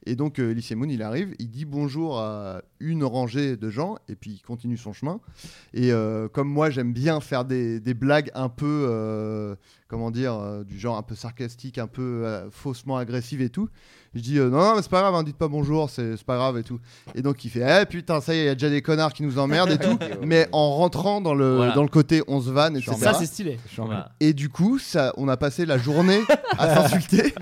S5: et donc euh, Elise Moon, il arrive, il dit bonjour à une rangée de gens, et puis il continue son chemin, et euh, comme moi, j'aime bien faire des, des blagues un peu, euh, comment dire, euh, du genre un peu sarcastique, un peu euh, faussement agressive et tout, je dis euh, non, non, mais c'est pas grave, hein, dites pas bonjour, c'est c'est pas grave et tout. Et donc il fait eh putain, ça y est, il y a déjà des connards qui nous
S6: [LAUGHS]
S5: emmerdent et tout. mais en rentrant dans le,
S8: Voilà.
S5: dans le côcôté 11 vannes, etc.
S6: Ça, c'est stylé.
S4: Je suis en-
S8: voilà.
S5: Et du coup, ça, on a passé la journée
S6: [LAUGHS]
S5: à s'insulter.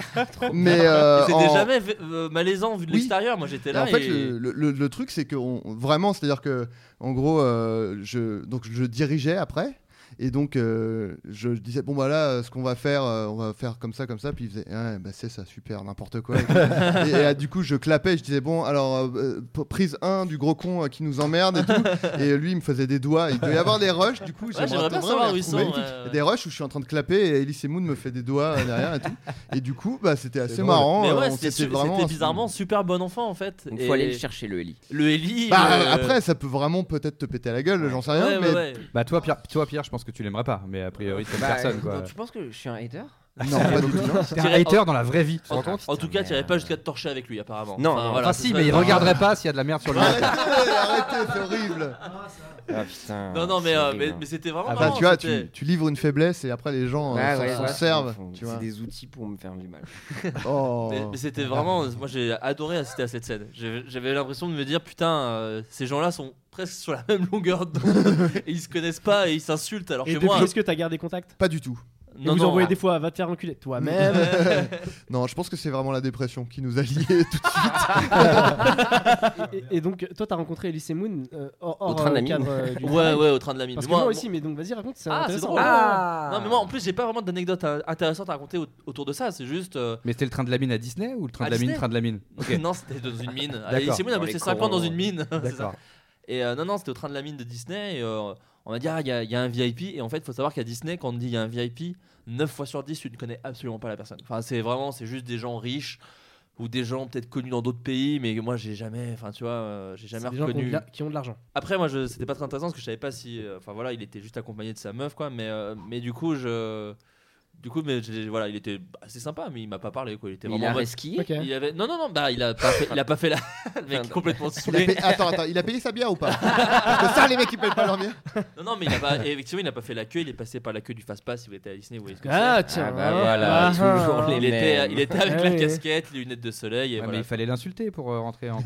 S5: mais euh,
S8: C'était
S5: en-
S8: jamais euh, malaisant vu de
S5: Oui.
S8: l'extérieur. Moi j'étais
S5: et
S8: là.
S5: en fait,
S8: et-
S5: le, le- le- le truc, c'est que on- vraiment, c'est-à-dire que, en gros, euh, je, donc, je dirigeais après. Et donc, euh, je, je disais, bon, bah là, euh, ce qu'on va faire, euh, on va faire comme ça, comme ça. Puis il faisait, ouais, bah c'est ça, super, n'importe quoi. et,
S8: [LAUGHS]
S5: et, euh, du coup, je clapais, je disais, bon, alors, euh, p- prise 1 du gros con euh, qui nous emmerde et tout. et lui, il me faisait des doigts. Il devait y avoir des rushs, du coup, j'aimerais
S8: j'aimerais bien
S5: vraiment
S8: savoir
S5: les
S8: où ils sont,
S5: retrouver.
S8: ouais, ouais.
S5: Des rushs où je suis en train de clapper et Elise et Moon me fait des doigts euh, derrière et tout. Et du coup, bah, c'était assez
S4: drôle.
S5: marrant.
S8: Mais
S5: euh,
S8: ouais,
S5: on
S8: c'était
S5: s'était
S8: su-
S5: vraiment
S8: c'était bizarrement super bon enfant en fait.
S7: Donc
S8: Et
S7: faut aller le chercher le Eli.
S8: Le Ellie.
S5: Bah,
S8: euh,
S5: Après, ça peut vraiment peut-être te péter à la gueule, j'en sais rien.
S8: ouais,
S5: mais
S8: ouais, ouais.
S4: Bah toi Pierre, toi Pierre, je pense que tu l'aimerais pas, mais a priori t'aimes personne quoi.
S7: Donc, Bah, tu penses que je suis un hater Ah,
S5: non, pas du tout.
S4: T'es un
S8: dirais-
S4: hater dans la vraie vie, tu te
S8: En,
S4: rends compte
S8: en tout cas,
S7: Putain,
S8: t'irais
S7: merde.
S8: pas jusqu'à te torcher avec lui apparemment.
S7: Non,
S8: Enfin,
S7: non.
S8: voilà,
S4: Enfin
S8: ce
S4: si,
S8: serait-
S4: mais il regarderait pas s'il y a de la merde sur le net.
S5: Arrêtez, [LAUGHS] arrêtez, c'est horrible.
S7: Ah putain.
S8: [LAUGHS] Non, non, mais,
S7: c'est
S8: euh,
S7: horrible,
S8: mais,
S7: hein.
S8: mais c'était vraiment.
S5: Ah bah,
S8: marrant,
S5: tu vois,
S8: c'était-
S5: tu, tu livres une faiblesse et après les gens euh,
S7: Ouais,
S5: s'en
S7: Ah, ouais,
S5: s'en
S7: ouais,
S5: servent. Tu
S7: c'est- C'est
S5: vois.
S7: des outils pour me faire du mal.
S5: Oh.
S8: Mais, mais c'était vraiment. euh, Moi, j'ai adoré assister à cette scène. J'ai- J'avais l'impression de me dire, putain, euh, ces gens-là sont presque sur la même longueur d'onde et ils se connaissent pas et ils s'insultent alors
S6: Et
S8: que
S6: depuis,
S8: moi. euh.
S6: est-ce que t'as gardé contact
S5: Pas du tout.
S6: Et vous envoyez des fois, va te faire enculer
S8: [LAUGHS]
S7: Ah,
S6: toi-même.
S5: [LAUGHS] non, je pense que c'est vraiment la dépression qui nous a liés. tout-
S6: et, et donc, toi, t'as rencontré Elise Moon euh, hors,
S7: Au
S6: hors,
S7: train de
S6: euh,
S7: la mine.
S6: cadre euh, du
S8: Ouais,
S6: travail.
S8: ouais, au train de la mine.
S6: Parce que
S8: Moi,
S6: moi
S8: moi-
S6: aussi, mais donc vas-y, raconte, c'est
S8: Ah, c'est
S6: intéressant.
S8: drôle. Non, mais moi, en plus, j'ai pas vraiment d'anecdote euh, intéressante à raconter au- autour de ça. C'est juste. euh,
S4: Mais c'était le train de la mine à Disney ou le train
S8: À
S4: de la mine,
S8: Disney
S4: train de la mine Ok,
S8: [LAUGHS] non, c'était dans une mine.
S4: D'accord.
S8: Allez, c'est moi, on a
S7: Dans
S8: bossé
S7: les
S8: 5 ans dans
S7: corons.
S8: une mine. [LAUGHS] c'est ça.
S4: d'accord.
S8: Et euh, non, non, c'était au train de la mine de Disney. Et, euh, on m'a dit, ah, il y, a- il y a un VIP. Et en fait, il faut savoir qu'à Disney, quand on dit il y a un VIP, 9 fois sur 10, tu ne connais absolument pas la personne. Enfin, c'est vraiment, c'est juste des gens riches ou des gens peut-être connus dans d'autres pays, mais moi, j'ai jamais, enfin, tu vois, euh, j'ai jamais
S6: C'est des gens qui ont de
S8: reconnu.
S6: la- qui ont de l'argent.
S8: Après, moi, je- c'était pas très intéressant parce que je savais pas si. euh, Enfin, voilà, il était juste accompagné de sa meuf, quoi. Mais, euh, mais du coup, je. Du coup, mais j'ai- voilà, il était assez sympa, mais il m'a pas parlé, quoi. Il était
S7: Il
S8: vraiment. en
S7: a
S8: mode-
S7: resquillé.
S6: Ok.
S8: il avait... Non, non, non, bah, il a pas fait, il a pas fait la. [LAUGHS] le mec
S7: [LAUGHS]
S8: complètement
S5: Il a
S8: saoulé.
S5: payé...
S8: [LAUGHS]
S5: Attends, attends, il a payé sa bière ou pas Parce que ça, les mecs, ils payent pas leur bière.
S8: Non, non, mais il a pas. [LAUGHS] et Effectivement, il n'a pas fait la queue, il est passé par la queue du fast-pass, si vous étiez à Disney, vous voyez ce que
S6: Ah,
S7: Ah
S6: tiens.
S7: bah voilà,
S6: Ah,
S7: toujours
S6: ah,
S8: c'est.
S7: les
S8: Il était,
S7: mêmes.
S8: il était avec
S6: Ah
S8: la
S6: oui.
S8: casquette, les lunettes de soleil, et
S4: Ouais, mais
S8: voilà.
S4: il fallait l'insulter pour euh,
S6: [LAUGHS]
S4: rentrer en.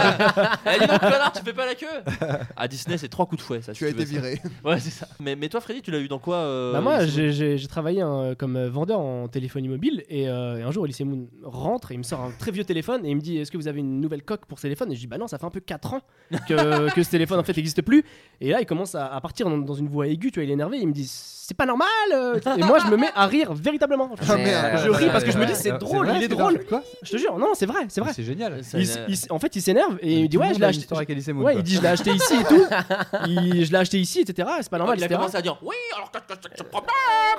S8: Eh, dis donc, connard, tu fais pas la queue À Disney, c'est trois coups de fouet, ça. si
S5: Tu as
S8: veux,
S5: été
S8: ça.
S5: viré.
S8: Ouais, c'est ça. Mais, mais toi, Freddy, tu l'as eu dans quoi euh,
S6: Bah moi,
S8: Disney
S6: j'ai- j'ai j'ai travaillé hein, comme euh, vendeur en téléphonie mobile et, euh, et un jour, Elise Moon rentre et il me sort un très vieux téléphone et il me dit Est-ce que vous avez une nouvelle coque pour ce téléphone Et je dis Bah non, ça fait un peu 4 ans que, que ce téléphone en fait n'existe plus. Et là, il commence à, à partir dans, dans une voix aiguë, tu vois, il est énervé. Il me dit C'est pas normal euh. Et moi, je me mets à rire véritablement. Je,
S5: Ah, [LAUGHS] merde.
S6: je ris parce que je me
S4: Ouais,
S6: dis C'est
S4: ouais,
S6: drôle,
S4: vrai,
S6: il est
S4: c'est
S6: drôle.
S4: dingue, Quoi
S6: Je te jure, non, c'est vrai, c'est vrai.
S4: C'est génial.
S8: Ça,
S6: Il
S8: il
S6: s-
S8: a-
S6: il s- en fait, il s'énerve et il me dit Ouais, je l'ai acheté.
S4: avec Alice et Moon,
S6: Ouais,
S4: quoi.
S6: il dit je l'ai acheté ici
S8: [LAUGHS]
S6: et tout. Il- je l'ai acheté ici, etc. C'est pas
S8: Ah,
S6: normal,
S8: il a
S6: etc.
S8: commencé à dire oui, alors que tu problème.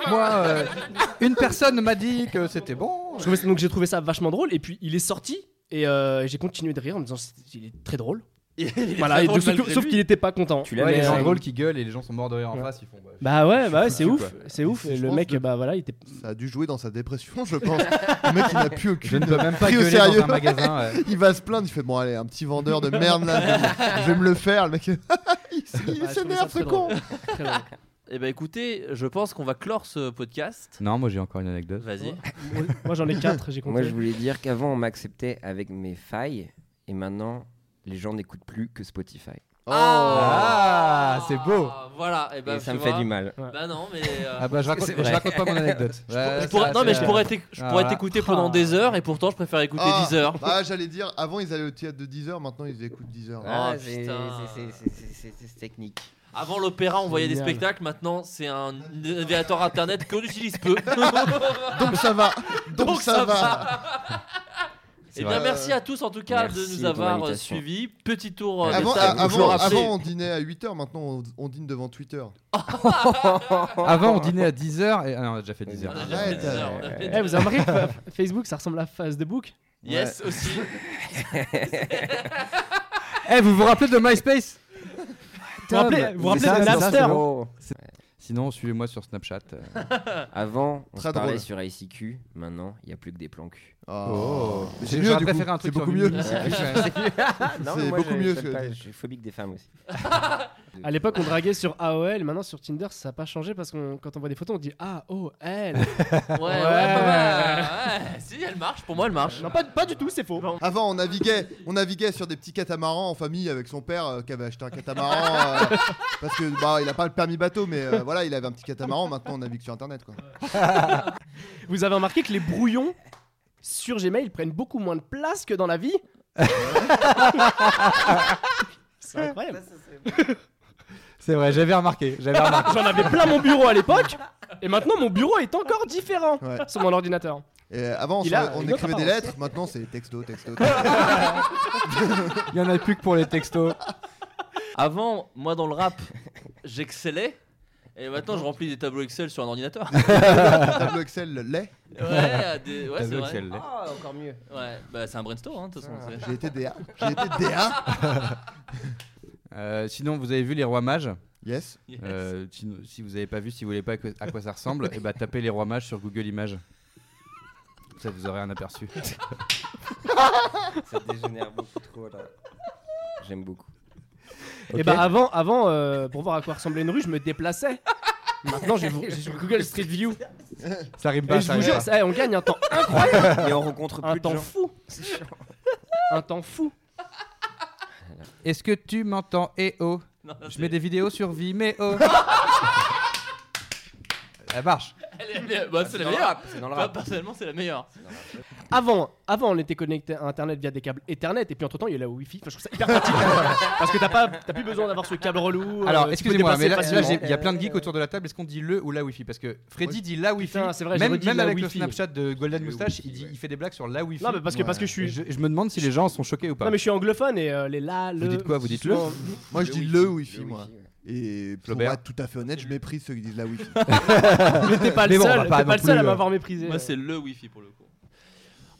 S4: Moi, euh, [LAUGHS] une personne m'a dit que c'était bon.
S6: Je trouvais ça- donc j'ai trouvé ça vachement drôle et puis il est sorti et euh, j'ai continué de rire en me disant C'est- il est
S8: [LAUGHS]
S6: très drôle. Voilà, et donc, sauf, sauf qu'il était pas content.
S7: Tu l'as
S4: Ouais,
S7: mis,
S4: les gens
S7: euh,
S4: drôles qui gueulent et les gens sont morts de rire en
S6: Ouais.
S4: face, ils font. bah,
S6: Bah ouais, bah ouais,
S4: Je
S6: c'est
S4: suis
S6: ouf,
S4: fou, quoi.
S6: c'est ouf.
S5: Je
S6: Et le
S5: pense
S6: mec,
S5: que-
S6: bah voilà, il était.
S5: Ça a dû jouer dans sa dépression, je pense. Le mec, il n'a plus
S4: Je
S5: aucune.
S4: ne peux
S6: [LAUGHS]
S4: même pas
S5: Pris au
S4: gueuler dans
S5: sérieux.
S4: un magasin. ouais.
S5: Il va se plaindre, il fait bon allez un petit vendeur de merde là, je vais me le faire, le mec [LAUGHS] il il
S6: Ouais, je trouvais ça
S5: s'énerve ce
S6: très
S5: con.
S6: drôle. Très drôle.
S8: Eh ben écoutez, je pense qu'on va clore ce podcast.
S4: Non, moi j'ai encore une anecdote.
S8: Vas-y.
S6: Moi- Moi j'en ai quatre, j'ai
S7: Moi,
S6: compté.
S7: je voulais dire qu'avant, on m'acceptait avec mes failles, et maintenant, les gens n'écoutent plus que Spotify.
S5: Oh.
S4: Ah, c'est beau.
S8: Voilà, et ben
S7: et ça
S8: tu
S7: me fait
S8: vois.
S7: du mal.
S8: Bah non, mais. euh,
S4: Ah bah je raconte,
S7: C'est
S4: je
S7: vrai.
S4: raconte pas
S6: [LAUGHS]
S4: mon anecdote. Ouais,
S8: je
S4: ça,
S8: pourrais- non
S4: c'est-
S8: mais je pourrais t'éc- je
S4: Ah,
S8: pourrais
S4: voilà.
S8: t'écouter pendant des heures et pourtant je préfère écouter
S5: Ah,
S8: 10 heures.
S5: Ah, j'allais dire, avant ils allaient au théâtre de 10h, maintenant ils écoutent 10h.
S7: Ah,
S8: Oh, putain.
S7: c'est- c'est- c'est- c'est- c'est- c'est- c'est technique.
S8: Avant l'opéra, on voyait des
S6: Génial.
S8: spectacles, maintenant c'est un navigateur internet qu'on utilise peu.
S5: Donc ça va, donc, ça, va.
S8: Eh
S4: C'est
S8: bien
S5: vrai.
S8: merci à tous en tout cas de
S7: Merci
S8: nous
S7: de ton
S8: avoir euh,
S7: invitation.
S8: suivis. Petit tour euh,
S5: Avant,
S8: de table,
S5: avant-
S8: je vous rappelle.
S5: avant, on dînait à 8h, maintenant on, on dîne devant Twitter.
S4: Avant on
S6: hein.
S4: dînait à 10h et ah non, on a déjà fait 10h.
S8: On a déjà fait
S5: Arrête.
S8: des heures, on a fait des
S6: Eh, vous avez remarqué que fa- Facebook ça ressemble à Facebook
S8: Yes, aussi.
S4: Eh, vous vous rappelez de MySpace
S6: Vous vous rappelez,
S4: Tom,
S6: vous vous rappelez
S4: ça,
S6: de
S4: ça,
S6: Napster
S4: c'est
S6: hein
S4: bon. Sinon, suivez-moi sur Snapchat. euh.
S7: Avant, on
S5: Très
S7: se parlait
S5: drôle.
S7: sur ICQ, maintenant, il n'y a plus que des plans
S8: [LAUGHS]
S7: cul.
S5: Oh. Mais C'est
S4: J'ai-
S5: mieux
S4: j'aurais
S5: du
S4: préféré
S5: coup.
S4: un truc
S5: C'est
S4: sur
S5: beaucoup
S4: Mimi.
S5: mieux.
S8: Ah,
S7: Non,
S5: C'est
S7: mais moi,
S5: beaucoup
S7: je-
S5: mieux
S7: j'aime
S5: que-
S7: pas, Je suis phobique des
S8: [LAUGHS]
S7: femmes aussi.
S6: À l'époque, on draguait sur AOL, maintenant sur Tinder, ça n'a pas changé parce qu'on quand on voit des photos, on dit AOL.
S8: Ouais, ouais, pas mal. Ouais, Si elle marche, pour moi elle marche.
S6: non, pas, pas du tout, c'est faux.
S5: Avant, on naviguait, on naviguait sur des petits catamarans en famille avec son père euh, qui avait acheté un catamaran euh, parce que bah il a pas le permis bateau, mais euh, voilà, il avait un petit catamaran. Maintenant, on navigue sur Internet quoi.
S6: Vous avez remarqué que les brouillons sur Gmail prennent beaucoup moins de place que dans la vie C'est incroyable.
S4: C'est vrai, j'avais remarqué. J'avais remarqué.
S6: J'en avais plein mon bureau à l'époque, et maintenant mon bureau est encore différent
S5: Ouais.
S6: sur mon ordinateur.
S5: Et avant, on,
S6: Il
S5: se-
S6: a
S5: on
S6: une autre
S5: écrivait des
S6: apparence.
S5: lettres, maintenant c'est texto, texto, texto.
S4: Il y en a plus que pour les textos.
S8: Avant, moi dans le rap, j'excellais. Et maintenant, je remplis des tableaux Excel sur un ordinateur.
S5: tableau Excel, lait.
S8: Ouais, à des- ouais, c'est
S4: Tableau
S8: vrai.
S4: Excel, là.
S7: Ah, encore mieux.
S8: Ouais, bah, c'est un brainstorm, hein, de toute façon. c'est-
S5: J'ai été DA. J'ai été DA.
S4: Euh, sinon, vous avez vu les rois mages
S5: Yes.
S8: Yes.
S4: Euh, si, si vous n'avez pas vu, si vous voulez pas à quoi, à quoi ça ressemble, et bah tapez les rois mages sur Google Images. Ça vous aurez un aperçu.
S7: Ça dégénère beaucoup trop là. J'aime beaucoup.
S6: Et bah avant, avant euh, pour voir à quoi ressemblait une rue, je me déplaçais. Maintenant, j'ai j'ai sur Google Street View.
S4: [LAUGHS] Ça rime
S6: Et
S4: pas,
S6: je
S4: ça
S6: vous
S4: rime
S6: jure,
S4: pas.
S6: ça- eh, on gagne un temps,
S7: Et on rencontre
S6: un
S7: plus de
S6: temps
S7: gens.
S6: fou, un temps fou.
S4: Est-ce que tu m'entends Eh oh
S8: [LAUGHS] Non,
S4: Je
S8: c'est-
S4: mets des vidéos sur [LAUGHS] Vimeo. Ça marche.
S8: Elle est- elle est- bah, c'est la
S7: dans le
S8: meilleure.
S7: rap, C'est dans le
S8: Bah,
S7: rap.
S8: personnellement, c'est la meilleure.
S6: Avant, avant, on était connecté à Internet via des câbles Ethernet, et puis entre temps, il y a la Wi-Fi. Enfin, je trouve ça hyper pratique hein.
S8: [LAUGHS]
S6: parce que t'as pas, t'as plus besoin d'avoir ce câble relou. euh,
S4: Alors,
S6: tu peux
S4: excusez-moi,
S6: déplacer
S4: mais là, là,
S6: facilement.
S4: j'ai- il y a plein de geeks autour de la table. Est-ce qu'on dit le ou la Wi-Fi Parce que Freddy dit la Wi-Fi.
S6: Putain, c'est vrai, j'ai
S4: même
S6: redit
S4: même
S6: la
S4: avec le
S6: Wi-Fi.
S4: Snapchat de Golden
S5: Le
S4: Moustache,
S5: Wi-Fi,
S4: il, dit-
S5: ouais.
S4: il fait des blagues sur la Wi-Fi.
S6: Non, mais parce que parce que je suis.
S4: Et je, je me demande si les gens sont choqués ou pas.
S6: Non, mais je suis anglophone et euh, les là, le.
S4: Vous dites quoi Vous dites le
S6: souvent-
S5: Moi, je dis le wifi, moi. Et pour
S4: Flaubert.
S5: être tout à fait honnête, je méprise ceux qui disent la wifi.
S6: Mais t'es pas
S4: Mais
S6: le
S4: bon, on
S6: seul,
S4: va pas
S6: t'es
S4: non
S6: pas le seul à
S4: plus, euh,
S6: m'avoir méprisé.
S8: Moi, c'est le Wi-Fi pour le coup.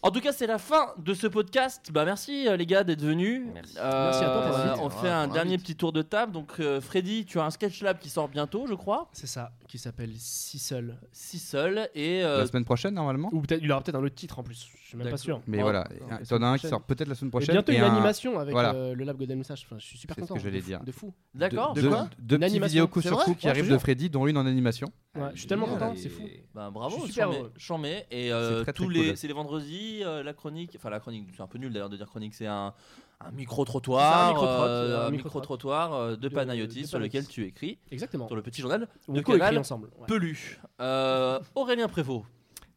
S8: En tout cas, c'est la fin de ce podcast. Bah, merci euh, les gars d'être venus. Euh,
S7: Merci.
S6: Merci à toi pour l'invite.
S8: On fait
S5: Ouais,
S8: un
S5: pour
S8: dernier
S5: l'invite.
S8: petit tour de table. Donc, euh, Freddy, tu as un sketch lab qui sort bientôt, je crois.
S6: C'est ça, qui s'appelle Si Seul.
S8: Si seul. Et euh,
S4: La semaine prochaine, normalement.
S6: Ou peut-être, il aura peut-être un autre titre en plus, je suis même pas
S8: D'accord.
S6: sûr.
S4: Mais
S8: Oh,
S4: voilà,
S6: la
S4: t'en
S6: semaine
S4: as un qui
S6: prochaine.
S4: sort peut-être la semaine
S6: Et
S4: prochaine.
S6: bientôt
S4: et
S6: une
S4: un-
S6: animation avec
S4: voilà.
S6: euh, le Lab Godin Moustache. Enfin, je suis super
S4: C'est ce
S6: content.
S4: que j'allais
S6: de-
S4: dire.
S6: De fou.
S8: d'accord.
S5: De
S4: deux,
S5: quoi
S6: Une
S4: deux petites
S6: animation.
S4: vidéos coup
S5: C'est
S4: sur
S5: vrai
S4: coup qui
S6: Ouais, je
S4: arrivent
S6: te
S4: de
S6: jure.
S4: Freddy, dont une en animation.
S8: Ah,
S6: Ouais, je suis tellement
S7: génial.
S6: content,
S7: Et-
S6: c'est fou.
S8: Bah, bravo,
S6: Je suis super
S8: chambé-
S6: heureux.
S8: chambé. Et euh,
S4: C'est très,
S8: tous
S4: très
S8: les,
S4: cool.
S8: c'est les vendredis, euh, la chronique. Enfin, la chronique, c'est un peu nul d'ailleurs de dire chronique, c'est un, un
S6: C'est un
S8: micro-trottoir.
S6: micro-trot,
S8: euh,
S6: un
S8: un micro-trottoir euh, de
S6: De-
S8: Panayotis
S6: de
S8: sur lequel
S6: Panayotis.
S8: tu écris,
S6: Exactement.
S8: sur le petit journal
S6: On
S8: de
S6: co-écrit
S8: Canal.
S6: ensemble. ouais.
S8: Pelu. Euh, Aurélien Prévost,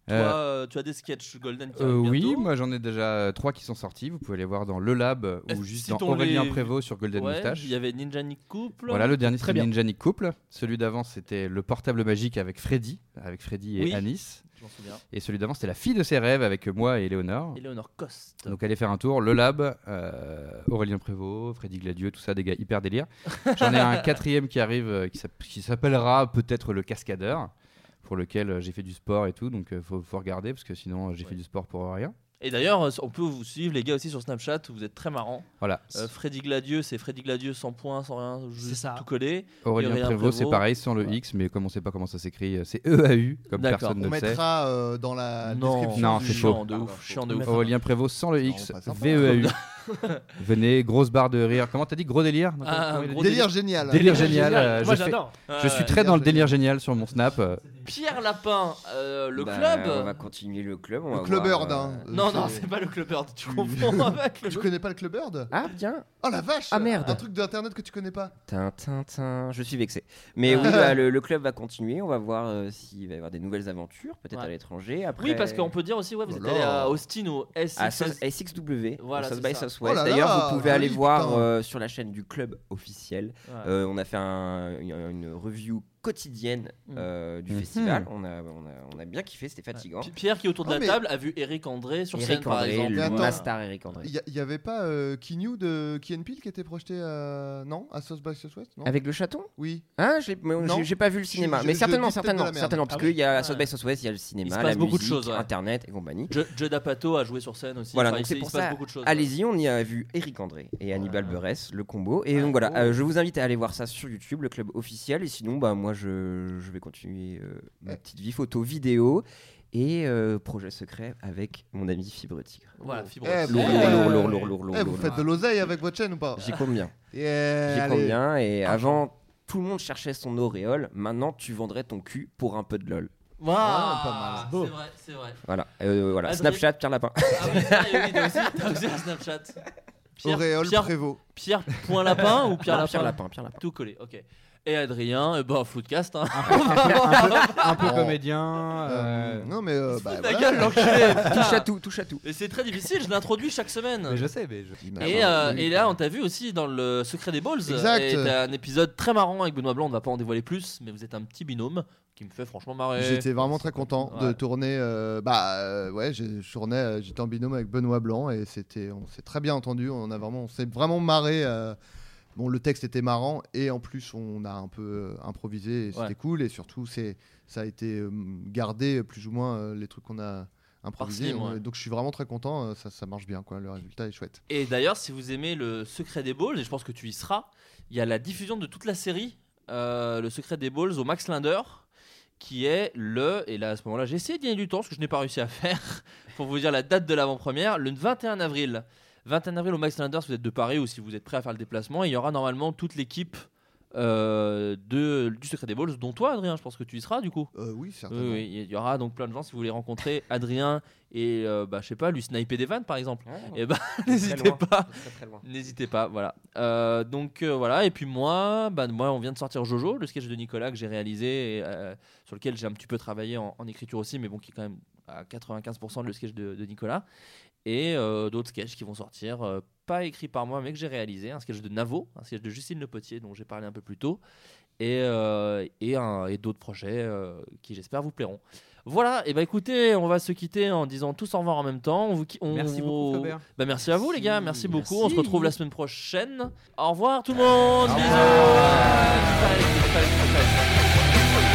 S8: toi,
S4: Euh,
S8: euh, tu as des sketchs Golden qui
S4: Euh,
S8: arrivent
S4: oui,
S8: bientôt.
S4: moi j'en ai déjà euh, trois qui sont sortis. Vous pouvez les voir dans Le Lab euh,
S8: Est-ce
S4: ou juste
S8: si
S4: dans
S8: on
S4: Aurélien
S8: les-
S4: Prévost sur Golden
S8: Ouais,
S4: Moustache.
S8: Il y avait Ninja Nick Couple.
S4: Voilà, le dernier
S6: Très
S4: c'était
S6: bien.
S4: Ninja Nick Couple. Celui d'avant c'était Le Portable Magique avec Freddy, avec Freddy et
S8: Oui.
S4: Anis.
S8: Je m'en souviens.
S4: Et celui d'avant c'était La fille de ses rêves avec moi et Léonore.
S8: Eleonore Coste.
S4: Donc allez faire un tour, Le Lab, euh, Aurélien Prévost, Freddy Gladieux, tout ça, des gars hyper délire. J'en ai un quatrième qui arrive euh, qui s'app- qui s'appellera peut-être Le Cascadeur, pour lequel euh, j'ai fait du sport et tout, donc euh, faut, faut regarder parce que sinon euh, j'ai
S8: Ouais.
S4: fait du sport pour rien.
S8: Et d'ailleurs, euh, on peut vous suivre, les gars, aussi sur Snapchat. Vous êtes très marrants.
S4: Voilà.
S8: Euh, Freddy Gladieux, c'est Freddy Gladieux sans point, sans rien, juste
S6: C'est ça.
S8: tout collé.
S4: Aurélien
S8: Aurélien
S4: Prévost, c'est
S8: Prévost.
S4: pareil, sans le
S8: Voilà.
S4: X, mais comme on sait pas comment ça s'écrit, euh, c'est EAU, comme
S8: D'accord.
S4: personne ne
S5: On
S4: le sait.
S5: mettra euh, dans la
S8: Non,
S5: description.
S4: Non,
S5: du-
S4: c'est
S8: chiant
S4: faux.
S8: de ouf, chiant de
S6: On
S8: ouf.
S6: mettra-
S4: Aurélien Prévost, sans le X,
S5: pas sympa. [LAUGHS]
S4: VEAU. Venez, grosse barre de rire. Comment t'as dit Gros délire Non,
S8: Ah,
S4: comment il a
S8: gros
S4: dit
S5: Délire génial.
S4: Délire génial. euh,
S6: Moi
S4: je, fais-
S6: j'adore.
S4: je
S8: Ouais,
S4: suis
S8: ouais.
S4: très dans le
S5: Délire
S4: délire génial sur mon Snap. euh.
S8: Pierre Lapin, euh, le
S7: Bah, On va
S8: club.
S7: continuer le club. On
S5: Le
S7: va
S5: Clubbird.
S7: voir,
S5: hein.
S7: euh,
S5: Euh,
S8: Non, non, c'est pas le clubbird. Tu confonds avec le.
S5: Tu connais pas le Clubbird
S7: Ah, bien.
S5: Oh la vache
S7: Ah, merde.
S5: Un truc d'internet que tu connais pas
S7: Tin, tin, tin. Je suis vexé.
S5: Ah.
S7: Mais oui, bah, le, le club va continuer. On va voir euh, s'il va y avoir des nouvelles aventures, peut-être
S8: Ouais.
S7: à l'étranger. Après...
S8: Oui, parce qu'on peut dire aussi, ouais, vous êtes
S5: Voilà.
S8: allé à Austin au S.
S4: Ah,
S7: À South- SXW,
S8: Voilà,
S7: au South
S8: c'est
S7: by
S8: ça.
S7: Southwest.
S5: Oh là là,
S7: D'ailleurs, vous pouvez aller
S5: joli,
S7: voir
S5: putain.
S7: euh, sur la chaîne du club officiel. Euh, on a fait un- une, une review quotidienne
S8: Mm.
S7: euh, du
S4: Mhm.
S7: festival. On a, on, a, on a bien kiffé, c'était fatigant.
S8: Pierre qui est autour de
S5: Oh,
S8: la
S5: mais-
S8: table a vu Eric André sur scène
S7: Eric
S8: par
S7: André,
S8: exemple.
S7: le
S5: Attends.
S7: master Eric André.
S5: Il y, a- y avait pas euh, Kinyu de Key and Peele qui était projeté à... Non À South by Southwest non
S7: Avec le chaton
S5: Oui.
S7: Hein, je l'ai- mais
S5: Non.
S7: j'ai- j'ai pas vu le cinéma,
S5: je-
S7: mais
S5: je
S7: certainement,
S5: dis peut-être de la
S7: certainement,
S5: merde.
S7: certainement,
S8: Ah
S7: parce
S8: oui.
S7: qu'il y a
S8: Ouais.
S7: la South by Southwest, il y a le
S8: Il se
S7: cinéma,
S8: passe
S7: la
S8: beaucoup de
S7: musique,
S8: choses, ouais.
S7: Internet et compagnie.
S8: Je- Judd Apatow a joué sur scène aussi.
S7: Voilà,
S8: Enfin, il
S7: donc c'est
S8: se-
S7: pour
S8: il se passe
S7: ça.
S8: beaucoup de choses.
S7: Allez-y, on y a vu Eric André et Hannibal Buress, le combo. Et donc voilà, euh, je vous invite à aller voir ça sur YouTube, le club officiel. Et sinon, bah moi, je, je vais continuer euh, ma petite vie photo, vidéo et euh, projet secret avec mon ami Fibre Tigre.
S8: Voilà, fibre.
S5: Eh,
S7: Lourd,
S5: Eh,
S7: lourd, lourd, lourd, lourd, lourd,
S5: Eh, vous
S7: lourd,
S5: faites de
S7: lourd.
S5: l'oseille avec votre chaîne ou pas
S7: J'y compte bien.
S5: Yeah,
S7: J'y
S5: allez.
S7: compte bien. Et avant, tout le monde cherchait son auréole. Maintenant, tu vendrais ton cul pour un peu de lol.
S8: Waouh,
S5: Ah,
S6: pas mal.
S8: C'est vrai, c'est vrai.
S7: Voilà, euh, voilà.
S8: Adrien-
S7: Snapchat, Pierre Lapin.
S8: Ah oui, c'est vrai, oui, t'as aussi, t'as aussi un Snapchat. Pierre,
S5: Auréole
S8: Pierre,
S5: Prévost.
S8: Pierre Point Lapin ou Pierre
S7: Non,
S8: Lapin
S7: [LAUGHS] Pierre Lapin, Pierre Lapin.
S8: Tout collé, ok. et Adrien, eh ben Floodcast.
S5: Ah,
S8: [LAUGHS] Hein.
S4: Un peu
S5: Oh.
S4: comédien. euh,
S5: Non, mais. euh, bah,
S8: Ta
S5: voilà.
S8: gueule, l'enculé
S7: Touche à
S8: putain.
S7: tout, touche à tout.
S8: Et c'est très difficile, je l'introduis chaque semaine.
S4: Mais je sais, mais je-
S8: Et, euh, et là, on t'a vu aussi dans le Secret des Balls.
S5: Bah, Exact.
S8: Et t'as un épisode très marrant avec Benoît Blanc. On va pas en dévoiler plus, mais vous êtes un petit binôme qui me fait franchement marrer.
S5: J'étais vraiment très content de
S8: Ouais.
S5: tourner. euh, bah euh, ouais, j'ai- je tournais, euh, j'étais en binôme avec Benoît Blanc et c'était, on s'est très bien entendu. On a vraiment, on s'est vraiment marré. euh, bon, le texte était marrant et en plus on a un peu euh, improvisé. et C'était
S8: Ouais.
S5: cool et surtout c'est, ça a été euh, gardé plus ou moins euh, les trucs qu'on a improvisés.
S8: Par Slim,
S5: On-
S8: ouais.
S5: Donc je suis vraiment très content. euh, Ça, ça marche bien quoi. Le résultat est chouette.
S8: Et d'ailleurs, si vous aimez le Secret des Balls, et je pense que tu y seras, il y a la diffusion de toute la série, euh, le Secret des Balls au Max Linder, qui est le. Et là, à ce moment-là, j'ai essayé de gagner du temps, ce que je n'ai pas réussi à faire, [LAUGHS] pour vous dire la date de l'avant-première, le 21 avril. 21 avril au Max Linder, si vous êtes de Paris ou si vous êtes prêt à faire le déplacement, il y aura normalement toute l'équipe euh, de, du Secret des Balls, dont toi, Adrien, je pense que tu y seras du coup.
S5: Euh, oui,
S8: Oui,
S5: certainement.
S8: oui, il y aura donc plein de gens si vous voulez rencontrer Adrien et euh, bah, je sais pas lui sniper des vannes par exemple.
S5: Ah.
S8: Et bah [LAUGHS] n'hésitez pas. N'hésitez pas, voilà. Euh, donc euh, voilà, et puis moi, bah, moi, on vient de sortir Jojo, le sketch de Nicolas que j'ai réalisé, et, euh, sur lequel j'ai un petit peu travaillé en, en écriture aussi, mais bon, qui est quand même à 95% de le sketch de, de Nicolas, et euh, d'autres sketchs qui vont sortir, euh, pas écrits par moi, mais que j'ai réalisé, un sketch de Navo, un sketch de Justine Le Potier dont j'ai parlé un peu plus tôt, et, euh, et, un- et d'autres projets euh, qui j'espère vous plairont. Voilà, et bah écoutez, on va se quitter en disant tous au revoir en même temps. On vous, qui- on
S4: Merci beaucoup,
S8: vous-
S4: Flaubert.
S8: bah merci à vous les gars, merci
S7: Merci.
S8: beaucoup. On
S7: Merci.
S8: se retrouve la semaine prochaine. Au revoir tout le monde. Bisous. Ouais, je fais pas les- je fais pas les- je fais pas les-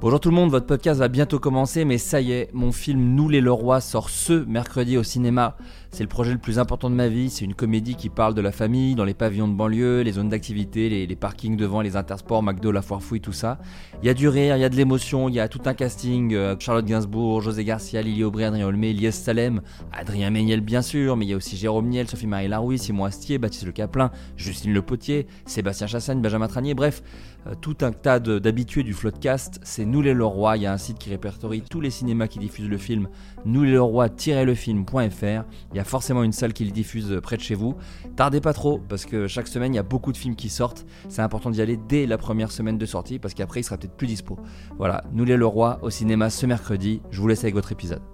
S1: Bonjour tout le monde, votre podcast va bientôt commencer, mais ça y est, mon film Nous les Leroy sort ce mercredi au cinéma. C'est le projet le plus important de ma vie, c'est une comédie qui parle de la famille, dans les pavillons de banlieue, les zones d'activité, les, les parkings devant, les intersports, McDo, la foire fouille, tout ça. Il y a du rire, il y a de l'émotion, il y a tout un casting, euh, Charlotte Gainsbourg, José Garcia, Lily Aubry, Adrien Olmé, Elias Salem, Adrien Méniel bien sûr, mais il y a aussi Jérôme Niel, Sophie-Marie Larouille, Simon Astier, Baptiste Le Caplin, Justine Le Potier, Sébastien Chassagne, Benjamin Tranier, bref, euh, tout un tas de- d'habitués du Floodcast, c'est Nous les Leroy. Il y a un site qui répertorie tous les cinémas qui diffusent le film, nous les Leroy-lefilm.fr. Il y a forcément une salle qui le diffuse euh, près de chez vous. Tardez pas trop, parce que chaque semaine, il y a beaucoup de films qui sortent. C'est important d'y aller dès la première semaine de sortie, parce qu'après, il sera peut-être plus dispo. Voilà, Nous les Leroy au cinéma ce mercredi. Je vous laisse avec votre épisode.